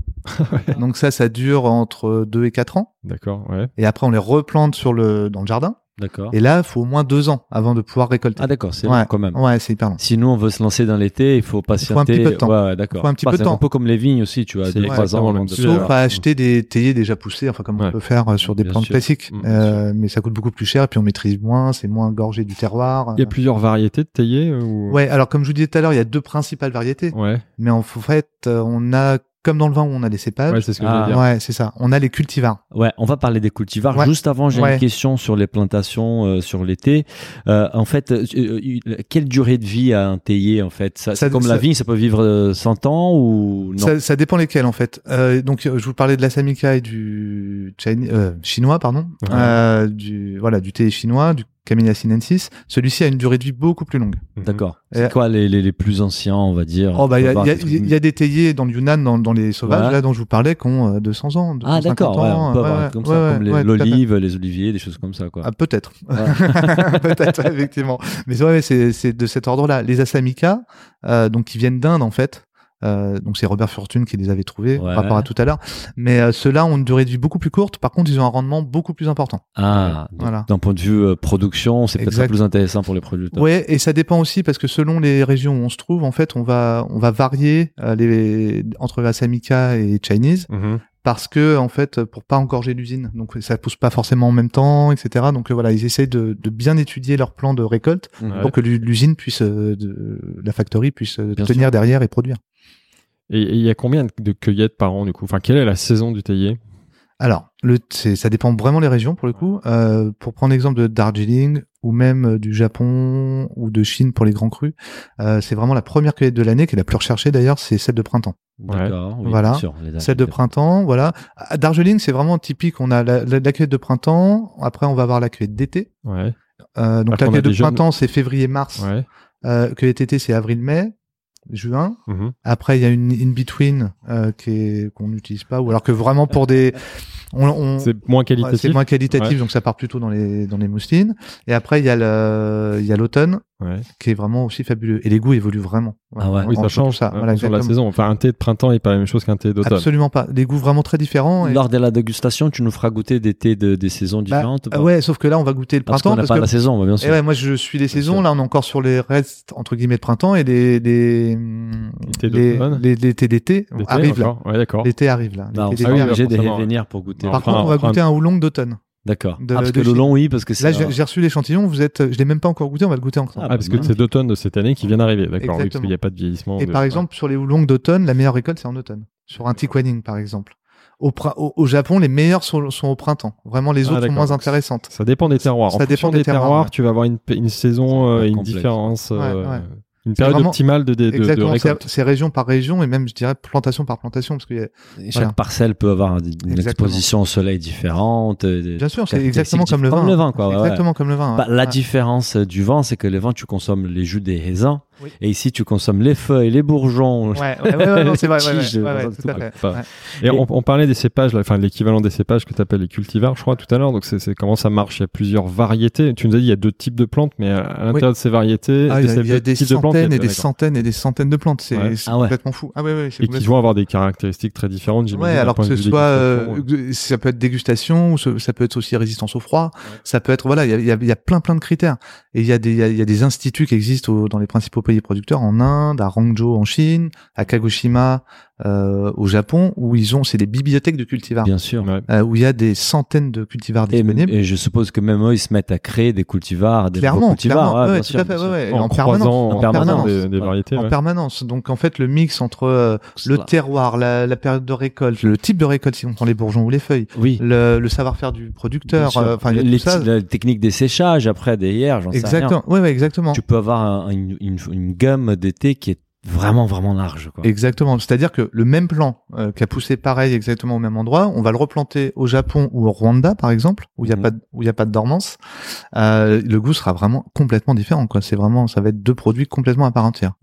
Donc ça, ça dure entre 2 et 4 ans.
D'accord, ouais.
Et après, on les replante sur le, dans le jardin.
D'accord.
Et là, il faut au moins 2 ans avant de pouvoir récolter.
Ah d'accord, c'est
Ouais.
long quand même.
ouais, c'est hyper long.
Si nous on veut se lancer dans l'été, il faut patienter.
peu de temps.
Ouais, ouais, d'accord.
Faut un petit
Bah,
peu de
c'est
temps.
un peu comme les vignes aussi, tu vois,
C'est
deux, trois ans.
exactement le même
avant de-
sujet,
Sauf
Voilà.
à acheter des théiers déjà poussés, enfin comme
Ouais.
on peut faire euh, sur des
Bien
plantes
sûr.
classiques,
Mm,
Euh, mais ça coûte beaucoup plus cher et puis on maîtrise moins, c'est moins gorgé du terroir.
Il y a plusieurs variétés de théiers euh,
Mm.
ou...
Ouais, alors comme je vous disais tout à l'heure, il y a deux principales variétés,
Ouais,
mais en fait, euh, on a comme dans le vin où on a des cépages.
ouais, c'est ce que je
Ah.
veux dire.
Ouais, c'est ça. On a les cultivars.
Ouais, on va parler des cultivars.
Ouais.
Juste avant, j'ai
Ouais.
une question sur les plantations euh, sur l'été. Euh, en fait, euh, euh, quelle durée de vie a un théier en fait ça,
Ça-
c'est Comme
ça-
la vigne, ça peut vivre euh, 100 ans ou non
Ça, ça dépend lesquels en fait. Euh, donc euh, je vous parlais de la samika et du Chine- euh, chinois, pardon,
Ouais.
Euh, du voilà du thé chinois, du Camellia sinensis. Celui-ci a une durée de vie beaucoup plus longue.
Mhm.
D'accord.
Euh,
C'est quoi les, les, les plus anciens, on va dire
Oh bah il y, a-
Faut
il y a-
pas-
il y a des théiers dans le Yunnan, dans, dans les sauvages
Ouais.
là dont je vous parlais, qui ont euh, 200 ans, 250
Ah d'accord, ouais,
ans.
on peut
Ouais,
avoir
ouais,
comme
ouais,
ça, comme les-
ouais, ouais, tout à fait.
l'olive, les oliviers, des choses comme ça quoi.
Ah, peut-être, peut-être effectivement. Mais ouais, ouais, c'est c'est de cet ordre-là. Les Asamica, euh, donc qui viennent d'Inde en fait. Euh, donc c'est Robert Fortune qui les avait trouvés
Ouais.
par rapport à tout à l'heure. Mais euh, ceux-là ont une durée de vie beaucoup plus courte. Par contre, ils ont un rendement beaucoup plus important.
Ah, donc,
Voilà.
d'un point de vue euh, production, c'est peut-être
Exact.
plus intéressant pour les producteurs.
Ouais, et ça dépend aussi parce que selon les régions où on se trouve, en fait, on va on va varier euh, les entre Asamica et Chinese.
Mhm.
parce que en fait pour pas engorger l'usine donc ça pousse pas forcément en même temps etc donc euh, voilà ils essaient de, de bien étudier leur plan de récolte
Mhm.
Ouais.
pour que l'u- l'usine puisse euh, de, la factory puisse euh,
Bien
tenir derrière et produire
Et et il y a combien de cueillettes par an du coup Enfin, quelle est la saison du théier
alors le c'est- ça dépend vraiment les régions pour le coup Euh, pour prendre l'exemple de Darjeeling ou même euh, du Japon ou de Chine pour les grands crus euh, c'est vraiment la première cueillette de l'année qui est la plus recherchée d'ailleurs c'est celle de printemps
D'accord. oui,
Voilà.
bien sûr, les
Celle de
agriculteurs.
printemps, voilà. À Darjeeling, c'est vraiment typique. On a la, la- la cueillette de printemps. Après, on va avoir la cueillette d'été.
Ouais,
Euh,
Après, on
donc la
Ah, a
cueillette de
des jeunes-
printemps, c'est février-mars.
ouais.
Euh, que été c'est avril-mai, juin.
Mhm.
Après, il y a une in-between euh, qui est- qu'on n'utilise pas. Ou alors que vraiment pour des... On, on- ouais,
C'est moins
C'est
qualitatif.
moins qualitatif,
Ouais.
donc ça part plutôt dans les, dans les mousselines. Et après, il y a le- il y a l'automne,
Ouais.
qui est vraiment aussi fabuleux. Et les goûts évoluent vraiment.
Ah ouais.
Oui,
On
ça
change
change
ça.
en
Voilà,
fonction de la
exactement.
saison. Enfin, un thé de printemps n'est pas la même chose qu'un thé d'automne.
Absolument pas. Des goûts vraiment très différents. Et...
Lors de la dégustation, tu nous feras goûter des thés de, des saisons différentes.
Ah
bah,
ouais, sauf que là, on va goûter le
parce qu'on
printemps.
n'a
parce
pas
que-
la saison, bah, bien
Et
sûr.
ouais, moi je suis les saisons.
sûr.
Là, on est encore sur les restes entre guillemets de printemps et les les hum,
L'été
les
d'automne.
les- l'été d'été
D'été,
arrive là.
encore Ouais, d'accord.
L'été arrive là.
Bah, on
L'été
sera
Ah oui,
d'été
bah,
obligé de
forcément,
revenir pour goûter.
ouais.
Par
Enfin,
contre, on va
enfin,
goûter un houlong d'automne.
D'accord.
de-
Ah, parce
de
que le
Chine.
long, oui, parce que c'est.
Là, j'ai j'ai reçu l'échantillon. Vous êtes, je l'ai même pas encore goûté. On va le goûter encore.
Ah,
Ah,
bah,
parce que
non.
c'est d'automne de cette année qui vient d'arriver, d'accord, oui, parce
Hein? Exactement.
qu'il n'y a pas de vieillissement.
et
de-
par
ouais.
exemple, sur les houlongs d'automne, la meilleure récolte c'est en automne. Sur un Tikwaning, par exemple. Au, prin- au, au Japon, les meilleures sont, sont au printemps. Vraiment, les
Ah,
autres sont
d'accord.
moins intéressantes.
Ça dépend des terroirs.
Ça
en fonction
dépend des
des terroirs,
terroirs, ouais.
tu vas avoir une, p- une saison,
C'est
euh,
pas
une
complexe.
différence, euh,
Ouais, ouais.
une période
vraiment-
optimale de, de, de, de
Exactement. C'est
récolte.
c'est région par région et même, je dirais, plantation par plantation, parce qu'il y a
Chaque
Voilà.
parcelle peut avoir une
Exactement.
exposition au soleil différente. euh, des
Bien sûr, c'est
caractéristiques
exactement comme le
différentes.
vin. hein.
Comme le vin, quoi. ouais, ouais.
exactement comme le vin.
Bah,
ouais.
la
Ouais.
différence euh, du vin, c'est que le vin, tu consommes les jus des raisins.
Oui.
Et ici, tu consommes les feuilles, les bourgeons.
Ouais, ouais, ouais, ouais, non, c'est vrai, ouais,
Tige,
ouais, ouais,
euh,
ouais, tout à fait.
Enfin,
Ouais.
Et on, on parlait des cépages, là, enfin de l'équivalent des cépages que tu appelles les cultivars, je crois, tout à l'heure. Donc c'est c'est comment ça marche Il y a plusieurs variétés. Tu nous as dit il y a deux types de plantes, mais à, à l'intérieur de ces variétés,
Ah, il y a,
ces
il y a
deux
des
types de plantes, il y a-
centaines et des
d'accord.
centaines et des centaines de plantes. C'est
Ouais.
c'est
Ah ouais.
complètement fou. Ah ouais, ouais, c'est
et qui
complètement-
vont avoir des caractéristiques très différentes, j'imagine.
Ouais,
d'un
alors que
point de
ce
vue
soit,
dégustation, ouais.
euh, ça peut être dégustation, ou ce- ça peut être aussi résistance au froid, ça peut être voilà, il y a- il y a, il y a plein plein de critères. Et il y a des il y a, il y a des instituts qui existent au- dans les principaux pays producteurs en Inde, à Hangzhou en Chine, à Kagoshima euh, au Japon, où ils ont c'est des bibliothèques de cultivars
Bien sûr.
Ouais.
euh, où il y a des centaines de cultivars
Et,
disponibles.
et je suppose que même eux, ils se mettent à créer des cultivars, des beaux
clairement,
cultivars.
clairement,
ouais,
ouais,
bien
tout
sûr,
à fait,
bien sûr.
ouais, ouais,
en,
en
croisant,
permanence,
en
en
croisant
permanence.
des, des
Ouais.
variétés.
en
ouais.
permanence. Donc en fait, le mix entre euh, le
Cela.
terroir, la, la période de récolte, le type de récolte si on prend les bourgeons ou les feuilles,
Oui.
le, le savoir-faire du
bien
producteur,
sûr.
euh, enfin il y a
les,
tout ça.
la technique des séchages après derrière, j'en sais rien.
Exactement. Ouais, ouais, exactement.
Tu peux avoir un- une, une, une gamme d'été qui est vraiment vraiment large. Quoi.
Exactement. C'est-à-dire que le même plan euh, qui a poussé pareil exactement au même endroit, on va le replanter au Japon ou au Rwanda par exemple, où il y a
Mhm.
pas de- où il y a pas de dormance. Euh, le goût sera vraiment complètement différent. quoi. C'est vraiment, ça va être deux produits complètement à part entière.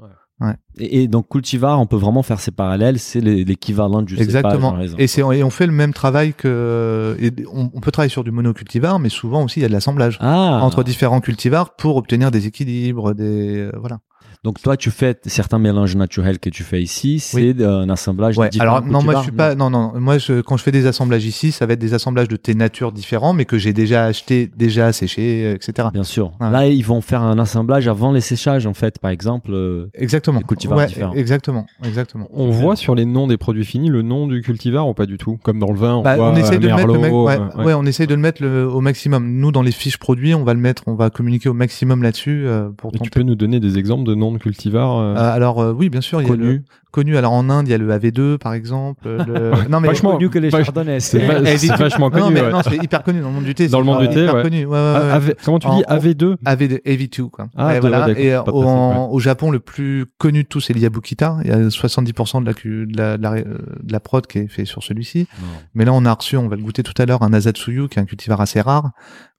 Et, et donc cultivar, on peut vraiment faire ces parallèles. C'est l'é- l'équivalent du
Exactement.
cépage, par exemple.
et c'est et on fait le même travail que et on, on peut travailler sur du monocultivar, mais souvent aussi il y a de l'assemblage
Ah.
entre différents cultivars pour obtenir des équilibres, des euh, voilà.
Donc toi, tu fais certains mélanges naturels que tu fais ici, c'est euh, un assemblage
Ouais,
de différents
alors non, moi
cultivars,
je suis pas. Non, non, moi je, quand je fais des assemblages ici, ça va être des assemblages de thé nature différents, mais que j'ai déjà acheté, déjà séché, euh, etc.
Bien sûr.
Ouais.
Là, ils vont faire un assemblage avant les séchages, en fait, par exemple. euh,
Exactement.
Des cultivars
Ouais,
différents.
Exactement, exactement.
On voit sur les noms des produits finis le nom du cultivar ou pas du tout Comme dans le vin, on
Bah,
voit
on essaye de le mettre, le
Merlot,
mec- ouais,
euh, ouais.
ouais, on essaye de le mettre le- au maximum. Nous, dans les fiches produits, on va le mettre, on va communiquer au maximum là-dessus euh, pour
Et tu
tenter.
peux nous donner des exemples de noms de cultivars euh,
Euh, alors euh, oui, bien sûr, il y a le
connus
connu. Alors en Inde, il y a le AV2 par exemple. le- Non mais
Vachement
Mieux que les
Bah, je-
chardonnays.
C'est
c'est-
va-
Eh,
c'est
dis-
vachement
non,
connu.
mais
ouais.
non, c'est hyper connu dans le monde du thé.
Dans
c'est
le monde du
hyper
thé, ouais.
connu. Ouais, ouais,
Ah,
ouais.
AV comment tu
En-
dis
en-
AV2
AV2, AV2 quoi.
Ah,
Ouais,
d'accord,
voilà.
d'accord,
Et euh,
pas
au,
passé,
en- au Japon, le plus connu de tous, c'est l'Iyabukita. Il y a 70% de la, cu- de, la, de la ré- euh, de la prod qui est fait sur celui-ci.
Non.
Mais là, on a reçu, on va le goûter tout à l'heure, un Azatsuyu, qui est un cultivar assez rare,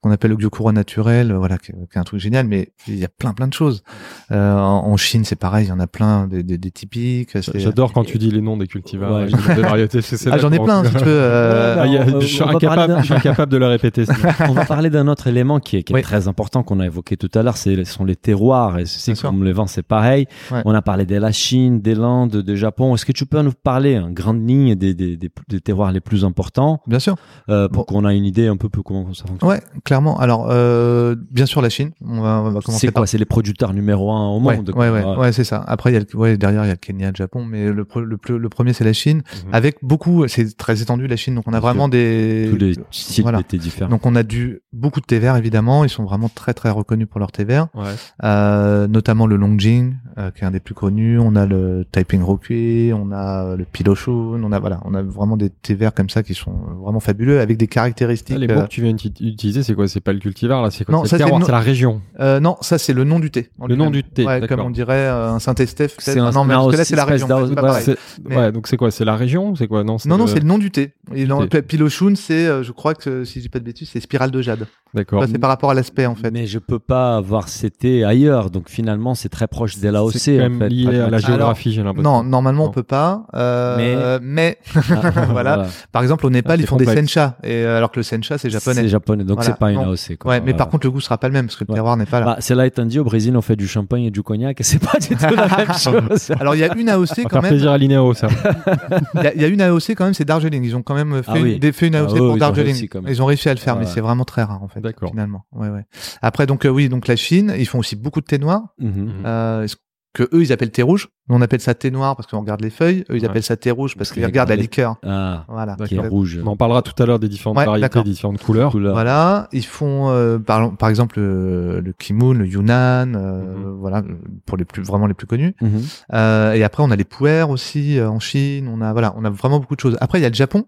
qu'on appelle le Gyokuro naturel, euh, voilà, qui, est- qui est un truc génial. Mais il y a plein, plein de choses. Euh, en, en Chine, c'est pareil, il y en a plein, des, des, des typiques. c'est-
J'adore quand tu dis les noms des cultivars.
Ouais.
les noms des variétés, c'est- c'est
Ah,
là
j'en ai
qu'on-
plein, si tu veux. euh,
Ah, il y a-
Euh, on-
je, suis
on va
incapable,
parler d'un-
je suis incapable de la répéter. sinon.
On va parler d'un autre élément qui est, qui est
Oui.
très important qu'on a évoqué tout à l'heure, c'est ce sont les terroirs. Et c'est
Bien sûr.
comme le vent, c'est pareil.
Ouais.
On a parlé de la Chine, des Landes, du Japon. Est-ce que tu peux nous parler en grande ligne des, des, des- des terroirs les plus importants
Bien sûr.
euh, pour
Bon.
qu'on ait une idée un peu plus comment ça fonctionne
Ouais, clairement. Alors, euh, bien sûr, la Chine. On va, on va commencer
C'est
par
quoi C'est les producteurs numéro un au
Ouais,
monde.
ouais,
quoi.
ouais, ouais, c'est ça. Après, il y a le, ouais, derrière, il y a le Kenya, le Japon, mais le, pre- le, plus- le premier, c'est la Chine.
Mhm.
Avec beaucoup, c'est très étendu, la Chine. Donc, on a
Bien
vraiment des.
Tous les sites
Voilà.
étaient différents.
Donc, on a du, beaucoup de thé vert, évidemment. Ils sont vraiment très, très reconnus pour leur thé vert.
Ouais.
Euh, notamment le Longjing, euh, qui est un des plus connus. On a le Taiping Rokui, on a le Pilochun. On a, voilà, on a vraiment des thés verts comme ça qui sont vraiment fabuleux avec des
Ah,
caractéristiques.
les mots que tu viens d'uti- d'utiliser, c'est quoi C'est pas le cultivar, là, c'est quoi
Non,
C'est
ça,
le
c'est
terroir,
le nom-
c'est la région.
euh, euh, non, ça, c'est le nom du thé. en
Le nom
lui-même.
du thé,
Ouais,
d'accord.
comme on dirait euh, un Saint-Estèphe.
C'est
peut-être.
un-
non, mais
un
parce que là,
aussi
c'est la
espèce
région.
d'au-
c'est pas pareil.
C'est-
Mais-
ouais, donc c'est quoi C'est la région C'est quoi Non,
Non, non,
le-
c'est le nom du thé. Et
Euh, Du
en-
thé.
Pilochun, c'est, euh, je crois que si je dis pas de bêtises, c'est spirale de jade.
D'accord.
Ça, c'est par rapport à l'aspect en fait.
Mais je peux pas avoir c'était ailleurs, donc finalement c'est très proche de l'AOC.
C'est quand
en
même
fait,
lié à la
pragmatiquement.
géographie, j'ai l'impression.
Non, normalement
Non.
on peut pas. euh, mais...
Ah,
Voilà. par exemple, au Népal,
Ah,
ils
c'est
font des
complexe.
sencha, et euh, alors que le sencha c'est japonais.
C'est japonais, donc
Voilà.
c'est pas une
Non.
AOC. Quoi.
Ouais, mais par
Voilà.
contre, le goût sera pas le même parce que le
Ouais.
terroir n'est pas là.
Bah, cela étant dit, au Brésil, on fait du champagne et du cognac, et c'est pas du tout la même chose.
Alors il y a une AOC
Ça va
quand
faire
même.
plaisir à l'INEO, ça.
Il y, a- il y a une AOC quand même, c'est Darjeeling. Ils ont quand même fait,
Ah oui.
une, des- fait une
Ah
AOC
oui, ils
pour
ont
Darjeeling.
réussi quand même.
Ils ont réussi à le faire,
Ah
mais
ouais.
c'est vraiment très rare en fait.
D'accord.
Finalement. Ouais, ouais. Après, donc euh, oui, donc la Chine, ils font aussi beaucoup de thé noir.
Mhm.
euh, ce que eux ils appellent thé rouge. Nous on appelle ça thé noir parce qu'on regarde les feuilles. Eux ils
Ouais.
appellent ça thé rouge
Parce
parce
qu'ils
qu'ils regardent la
regardent les-
liqueur.
Ah,
Voilà.
qui est
D'accord.
rouge.
On en parlera tout à l'heure des différentes
Ouais,
variétés,
d'accord.
différentes couleurs.
Couleur.
Voilà, ils font euh, par, par exemple euh, le Kimoun, le Yunnan, euh,
Mhm.
voilà pour les plus vraiment les plus connus.
Mhm.
Euh, et après on a les pu'er aussi euh, en Chine. On a voilà, on a vraiment beaucoup de choses. Après il y a le Japon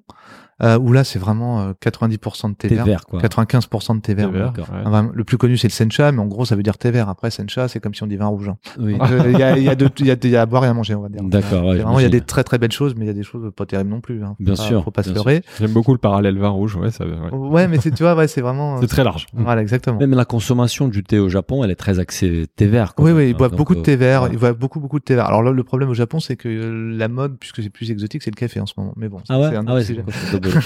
euh, où là c'est vraiment euh, 90% de thé
Thé
vert,
vert, quoi.
95% de thé vert.
Thé vert,
d'accord.
ouais.
Ah, vraiment, le plus connu c'est le sencha, mais en gros ça veut dire thé vert. Après sencha c'est comme si on dit vin rouge. hein.
Oui.
Donc, euh, Il y, a, il y, a de- il y a de- il y a à boire et à manger on va dire.
D'accord, ouais,
C'est vraiment, il y a
j'imagine.
des très très belles choses, mais il y a des choses pas terribles non plus. Hein. Faut
Bien
pas-
sûr,
Faut pas se
bien
leurrer.
J'aime beaucoup le parallèle vin rouge, ouais, ça, ouais.
Ouais, mais c'est, tu vois, ouais, c'est vraiment. euh,
C'est très large.
Voilà, exactement.
Même la consommation du thé au Japon, elle est très axée thé vert. quoi.
Oui, oui, ils
Euh,
boivent
donc,
beaucoup de
euh,
thé vert.
voilà.
Ils boivent beaucoup, beaucoup de thé vert. Alors là, le problème au Japon, c'est que euh, la mode, puisque c'est plus exotique, c'est le café en ce moment. Mais bon,
Ah ouais,
c'est un
ah
autre
ouais, c'est
sujet.
beaucoup.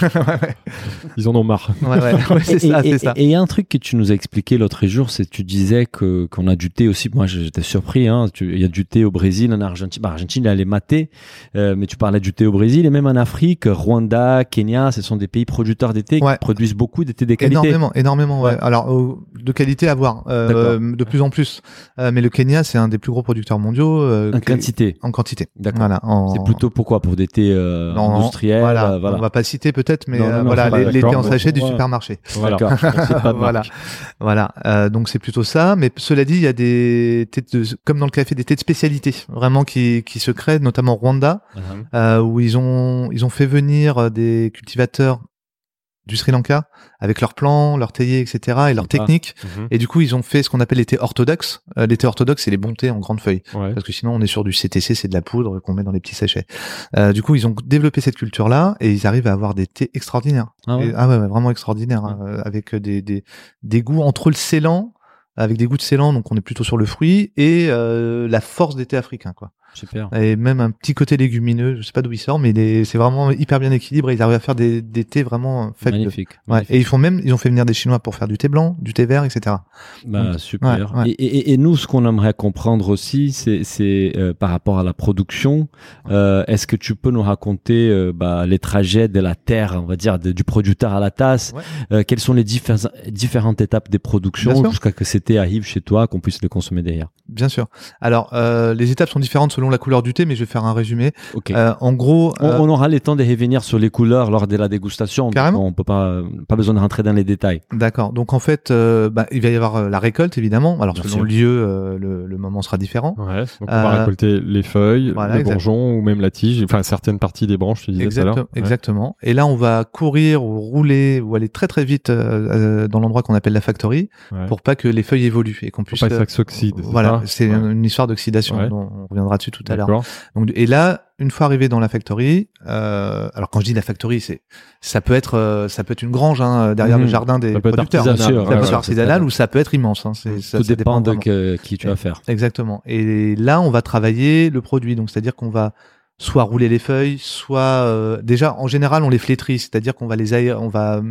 Ils en ont marre.
Ouais, ouais, ouais, c'est
Et-
ça,
et-
c'est ça.
Et il y a un truc que tu nous as expliqué l'autre jour, c'est que tu disais que qu'on a du thé aussi. Moi, j'étais surpris. hein. Tu- Il y a du thé au Brésil, en Argentine. Bah, Argentine, il y a les matés, euh, mais tu parlais du thé au Brésil et même en Afrique, Rwanda, Kenya, ce sont des pays producteurs de thé
Ouais.
qui produisent beaucoup de thé de qualité.
Énormément, énormément. Ouais.
Ouais.
Alors euh, de qualité à voir, euh,
D'accord.
de plus en plus. Euh, mais le Kenya, c'est un des plus gros producteurs mondiaux euh,
En
qui-
quantité,
en quantité.
d'accord.
Voilà. en-
C'est plutôt pourquoi pour des thés euh,
Non,
industriels,
Voilà,
euh, voilà.
On va pas citer peut-être, mais
Non, non,
euh,
non,
voilà,
c'est
les,
pas
les thés en
d'accord.
sachet du
Ouais.
supermarché.
Voilà.
D'accord.
C'est pas de marque.
voilà. Voilà. Euh, donc c'est plutôt ça. Mais cela dit, il y a des thés de, comme dans le café, des thés de spécialité, vraiment qui, qui se créent, notamment au Rwanda,
Mhm.
euh, où ils ont ils ont fait venir euh, des cultivateurs du Sri Lanka avec leurs plans, leurs théiers, etc. et leurs
Ah.
techniques. Et du coup, ils ont fait ce qu'on appelle les thés orthodoxes. Euh, les thés orthodoxes, c'est les bons thés en grande feuille.
Ouais.
Parce que sinon, on est sur du CTC, c'est de la poudre qu'on met dans les petits sachets. Euh, du coup, ils ont développé cette culture-là et ils arrivent à avoir des thés extraordinaires.
Ah ouais.
Et- ouais, ouais, vraiment extraordinaires. hein, euh, avec des, des, des goûts entre le célan, avec des goûts de célan, donc on est plutôt sur le fruit, et euh, la force des thés africains. quoi.
Super.
Et même un petit côté légumineux, je sais pas d'où il sort, mais il est- c'est vraiment hyper bien équilibré. Ils arrivent à faire des, des thés vraiment fabuleux.
Magnifique.
Ouais, et ils font même, ils ont fait venir des Chinois pour faire du thé blanc, du thé vert, etc.
Bah,
Donc,
super.
ouais, ouais.
Et, et- et nous, ce qu'on aimerait comprendre aussi, c'est c'est, euh, par rapport à la production. euh, Est-ce que tu peux nous raconter euh, bah, les trajets de la terre, on va dire, de- du producteur à la tasse
Ouais.
euh, Quelles sont les diffé- différentes étapes des
Bien
productions
sûr.
jusqu'à que c'était à Yves chez toi, qu'on puisse le consommer derrière
Bien sûr. Alors, euh, les étapes sont différentes selon la couleur du thé, mais je vais faire un résumé.
Ok.
Euh, en gros,
on,
euh,
on aura les temps de revenir sur les couleurs lors de la dégustation.
Carrément.
On peut pas, euh, pas besoin de rentrer dans les détails.
d'accord. Donc en fait, euh, bah, il va y avoir euh, la récolte évidemment. Alors
Bien
selon
sûr.
le lieu, euh, le, le moment sera différent.
Ouais, donc on
Euh,
va récolter les feuilles,
voilà,
les
exact.
bourgeons ou même la tige, enfin certaines parties des branches, tu disais
Exacte-
tout à l'heure. Ouais.
Exactement. Et là, on va courir ou rouler ou aller très très vite euh, euh, dans l'endroit qu'on appelle la factory
Ouais.
pour pas que les feuilles évoluent et qu'on
Pour
puisse.
pas que
euh,
ça s'oxyde. c'est
Voilà,
ça
c'est
Ouais.
une histoire d'oxydation
Ouais.
dont on reviendra dessus tout à l'heure.
D'accord.
Donc, et là, une fois arrivé dans la factory, euh, alors quand je dis la factory, c'est ça peut être euh, ça peut être une grange hein, derrière
Mhm.
le jardin des
Mmh. Ça peut être
producteurs, hein.
artisanal,
ça peut
ouais,
être
ouais,
artisanal ou ça peut être immense. Hein, c'est- ça,
Tout
ça
dépend, de
vraiment.
que- qui tu as affaire.
Exactement. Et là, on va travailler le produit, donc c'est-à-dire qu'on va soit rouler les feuilles, soit euh, déjà en général on les flétrit, c'est-à-dire qu'on va les aé- on va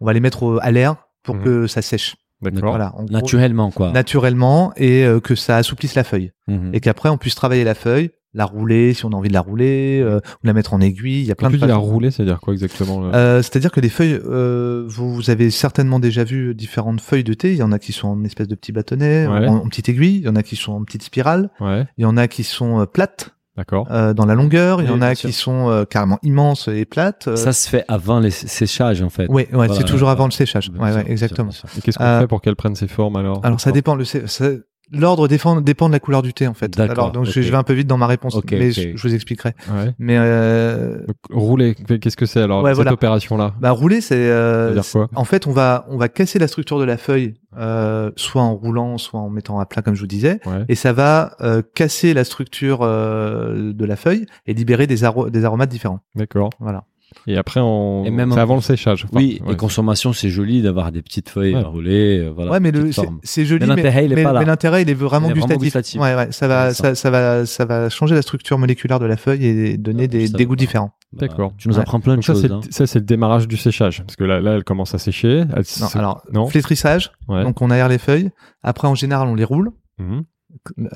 on va les mettre au- à l'air pour
Mhm.
que ça sèche.
D'accord.
Voilà, en gros,
Naturellement, quoi.
naturellement et euh, que ça assouplisse la feuille
Mhm.
Mmh.
et qu'après on puisse travailler la feuille, la rouler si on a envie de la rouler, euh, ou la mettre en aiguille. Il y a
Quand
plein
tu
de
dis la
façons.
rouler, ça veut dire quoi exactement là
Euh, C'est-à-dire que les feuilles, euh, vous, vous avez certainement déjà vu différentes feuilles de thé. Il y en a qui sont en espèce de petits bâtonnets,
Ouais.
en, en petite aiguille. Il y en a qui sont en petite spirale.
Ouais,
Il y en a qui sont euh, plates
d'accord.
euh, dans la longueur. Il y
Oui,
en
bien
a
sûr.
qui sont euh, carrément immenses et plates. euh,
Ça se fait avant les sé- séchages, en fait.
ouais, ouais,
Voilà,
c'est toujours
ouais,
avant
ouais.
le séchage.
Bien
Ouais,
sûr,
ouais,
bien sûr,
exactement.
bien sûr.
Et qu'est-ce qu'on
euh,
fait pour qu'elles prennent ces formes alors
Alors ça
D'accord.
dépend. Le sé- ça- L'ordre dépend, dépend de la couleur du thé en fait.
D'accord,
Alors donc je-
ok.
je vais un peu vite dans ma réponse,
Ok,
mais
ok.
je, je vous expliquerai.
Ouais.
Mais euh,
Donc, rouler, qu'est-ce que c'est alors
Ouais,
cette
voilà.
opération-là
Bah rouler, c'est. euh,
Ça veut dire
c'est-
quoi
en fait, on va on va casser la structure de la feuille, euh, soit en roulant, soit en mettant à plat, comme je vous disais,
Ouais.
et ça va euh, casser la structure euh, de la feuille et libérer des, aro- des aromates différents.
D'accord.
Voilà.
Et après, on...
Et même
c'est
en-
avant le séchage. enfin,
Oui,
ouais.
et consommation, c'est joli d'avoir des petites feuilles
Ouais.
à rouler. euh, Voilà,
ouais, mais le
petites
c'est
formes.
c'est joli,
Mais
mais
l'intérêt, il est
mais-
pas là.
mais l'intérêt, il est vraiment
Il est vraiment
gustatif.
gustatif.
Ouais, ouais, ça va
Ouais, ça. Ah,
ça. Ça, va ça va changer la structure moléculaire de la feuille et donner
Ouais,
des,
ça
des
va.
goûts différents.
Bah,
D'accord.
Tu nous
Ouais.
apprends plein de
Donc ça,
choses.
c'est
hein.
ça, c'est le démarrage du séchage. Parce que là, là elle commence à sécher. Elle
Non,
se-
alors
non
flétrissage,
Ouais.
donc on aère les feuilles. Après, en général, on les roule
Mhm.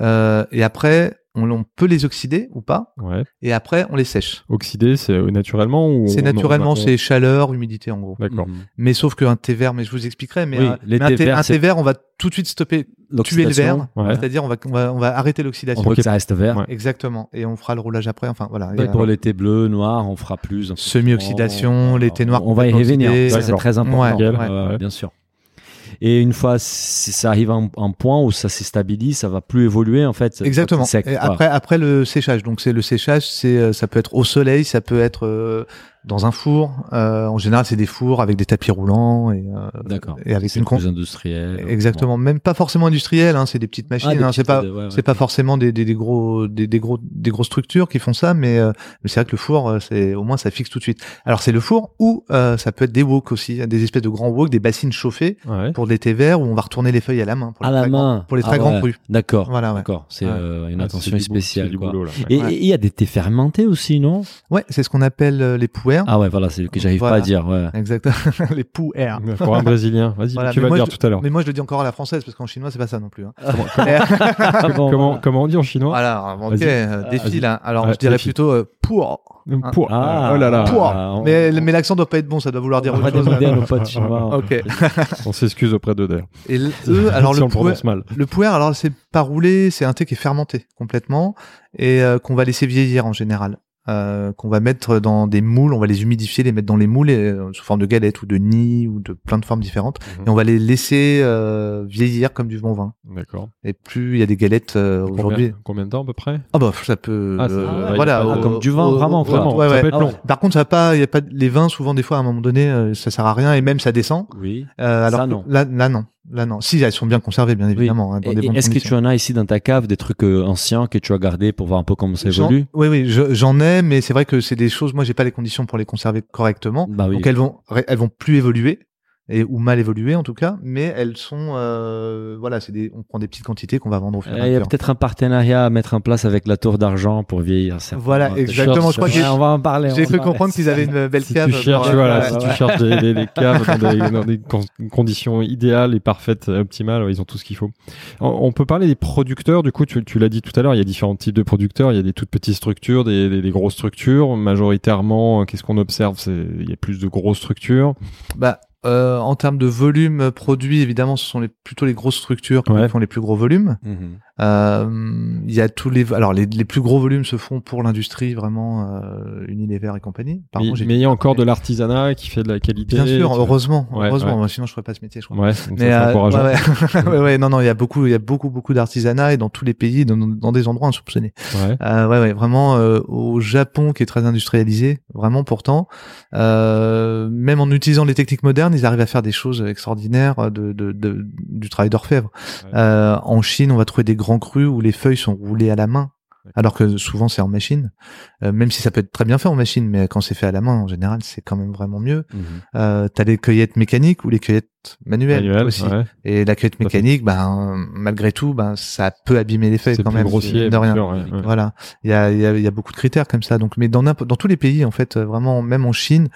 euh, et après, on, on peut les oxyder ou pas.
Ouais.
Et après, on les sèche.
Oxydé, c'est euh, naturellement
Oh,
ou on-
C'est
on-
naturellement,
on-
bah,
c'est chaleur, humidité en gros.
D'accord.
Mhm.
Mais sauf qu'un thé vert, mais je vous expliquerai, mais,
Oui,
euh,
les
mais un,
thés
thé,
verts,
un thé
c'est-
vert, on va tout de suite stopper, tuer le
L'oxydation,
vert,
Ouais.
c'est-à-dire on va, on va, on va arrêter
On
l'oxydation.
veut que ça reste vert.
Ouais.
Exactement, et on fera le roulage après, enfin voilà. Il y a-
Et pour les thés bleus, noirs, on fera plus. en fait.
Semi-oxydation,
On-
les thés noirs
On va y
complètement
revenir.
oxydés.
Ça, c'est
D'accord.
très important.
Ouais,
Euh,
ouais. Ouais.
Bien sûr. Et une fois, si ça arrive à un, un point où ça se stabilise, ça va plus évoluer, en fait.
Exactement.
C'est sec,
et
quoi.
après, après le séchage. Donc c'est le séchage, c'est euh, ça peut être au soleil, ça peut être euh, dans un four. Euh, en général, c'est des fours avec des tapis roulants et, euh,
D'accord.
et avec
C'est
une con-
plus industriel.
Exactement, même pas forcément industriel. Hein, c'est des petites machines.
Ah, des
hein, c'est
petites-
pas
ouais, ouais.
c'est pas forcément des, des, des gros des, des gros des grosses structures qui font ça, mais, euh, mais c'est vrai que le four, euh, c'est au moins ça fixe tout de suite. Alors c'est le four ou euh, ça peut être des wok aussi, hein, des espèces de grands wok, des bassines chauffées
Ouais.
pour des thés verts où on va retourner les feuilles à la main. Pour
À
les
la
très grands-
main.
pour les
Ah
très grands
ouais.
crus.
D'accord.
Voilà. Ouais.
D'accord. C'est
Ouais.
euh, une
Ah, c'est
attention
du boulot,
spéciale.
c'est du
quoi.
boulot, là.
Et
Ouais.
et il y a des thés fermentés aussi, non
Ouais, c'est ce qu'on appelle euh, les pouères.
Ah ouais, voilà, c'est ce que j'arrive
Voilà.
pas à dire. Ouais.
Exactement, les pouères.
Ouais. Ah, Pour un brésilien. Vas-y,
Voilà,
tu
mais
vas
moi,
dire
je-
tout à l'heure.
Mais moi, je le dis encore à la française parce qu'en chinois, c'est pas ça non plus. hein.
Bon,
Comment,
voilà.
comment on dit en chinois
Alors, ok,
Vas-y.
euh,
Ah,
défi là. Alors,
Ouais,
je dirais
défi.
plutôt euh, pour. Ah.
Pour-
Ah.
Oh là là.
Pour.
on-
Mais,
on-
mais l'accent doit pas être bon, ça doit vouloir dire
on va
autre chose. hein.
demander à nos potes chinois.
Ok.
On s'excuse auprès d'eux d'ailleurs.
Et l- eux, alors
si
le
on le
pouer,
prononce mal.
le pouer, alors c'est pas roulé, c'est un thé qui est fermenté complètement et euh, qu'on va laisser vieillir en général. euh, qu'on va mettre dans des moules, on va les humidifier, les mettre dans les moules et, euh, sous forme de galettes ou de nids ou de plein de formes différentes,
Mhm.
et on va les laisser euh, vieillir comme du bon vin.
D'accord.
Et plus il y a des galettes euh,
Combien-
aujourd'hui,
Combien de temps à peu près
ah bah ça peut,
Ah, ça-
euh,
ah ouais,
voilà,
y a pas de-
euh,
comme du vin,
euh,
vraiment,
euh,
quoi.
Vraiment,
ouais,
ça
ouais.
peut être
Ah
long.
ouais.
Par contre, ça va pas, il y a pas de- les vins souvent des fois à un moment donné, euh, ça sert à rien et même ça descend.
Oui.
Euh, alors
Ça,
que
non.
Là, là non, là non. Si elles sont bien conservées, bien évidemment, hein, dans
Et-
des
et
bonnes
Est-ce que
conditions.
tu en as ici dans ta cave des trucs euh, anciens que tu as gardés pour voir un peu comment ça
J'en-
évolue
Oui, oui, je- j'en ai, mais c'est vrai que c'est des choses. Moi, j'ai pas les conditions pour les conserver correctement,
Bah oui.
donc elles vont, elles vont plus évoluer et ou mal évoluer en tout cas. Mais elles sont, euh, voilà, c'est des, on prend des petites quantités qu'on va vendre au fur
Eh,
et
Il
à
y a
mesure.
peut-être un partenariat à mettre en place avec la Tour d'Argent pour vieillir. hein. certainement.
Voilà,
Peut-être.
exactement, je crois que j'ai-
Ouais, on va en parler. on
J'ai
va
cru
en parler.
comprendre qu'ils avaient une belle
Si
cave.
tu cherches,
pour-
voilà,
ouais,
si
ouais.
tu cherches des, des- des caves dans des, dans des con- conditions idéales et parfaites, euh, optimales, ouais, ils ont tout ce qu'il faut. On, on peut parler des producteurs. Du coup, tu, tu l'as dit tout à l'heure, il y a différents types de producteurs. Il y a des toutes petites structures, des, des- des grosses structures. Majoritairement, euh, qu'est-ce qu'on observe C'est il y a plus de grosses structures.
Bah, euh, en termes de volume euh, produit, évidemment, ce sont les, plutôt les grosses structures qui
Ouais.
font les plus gros volumes.
Mhm.
Euh, il y a tous les alors les, les plus gros volumes se font pour l'industrie vraiment euh, Unilever et compagnie. Par
mais
contre, j'ai-
mais il y a encore de l'artisanat qui fait de la qualité.
bien sûr,
Tu-
heureusement,
Ouais,
heureusement,
ouais.
Moi, sinon je ferais pas ce métier, je crois.
Ouais, donc ça,
Mais
c'est
euh,
encourageant.
ouais, ouais. Ouais, ouais, non non, il y a beaucoup il y a beaucoup beaucoup d'artisanat et dans tous les pays dans, dans des endroits insoupçonnés.
Ouais.
Euh, ouais ouais, vraiment euh, au Japon qui est très industrialisé, vraiment pourtant euh, même en utilisant les techniques modernes, ils arrivent à faire des choses extraordinaires euh, de, de, de- du travail d'orfèvre.
Ouais.
Euh, en Chine, on va trouver des grands crus où les feuilles sont roulées à la main. Alors que souvent c'est en machine, Euh, même si ça peut être très bien fait en machine, mais quand c'est fait à la main, en général, c'est quand même vraiment mieux.
Mhm.
Euh, T'as les cueillettes mécaniques ou les cueillettes manuelles
Manuel,
aussi.
ouais.
Et la cueillette
Tout à fait.
mécanique, ben malgré tout, ben ça peut abîmer les feuilles
c'est
quand
plus
même.
grossier.
mine de rien.
bien sûr, ouais, ouais.
Voilà, il y a, il y, a, il y a beaucoup de critères comme ça. Donc, mais dans n'importe- dans tous les pays en fait, euh, vraiment, même en Chine,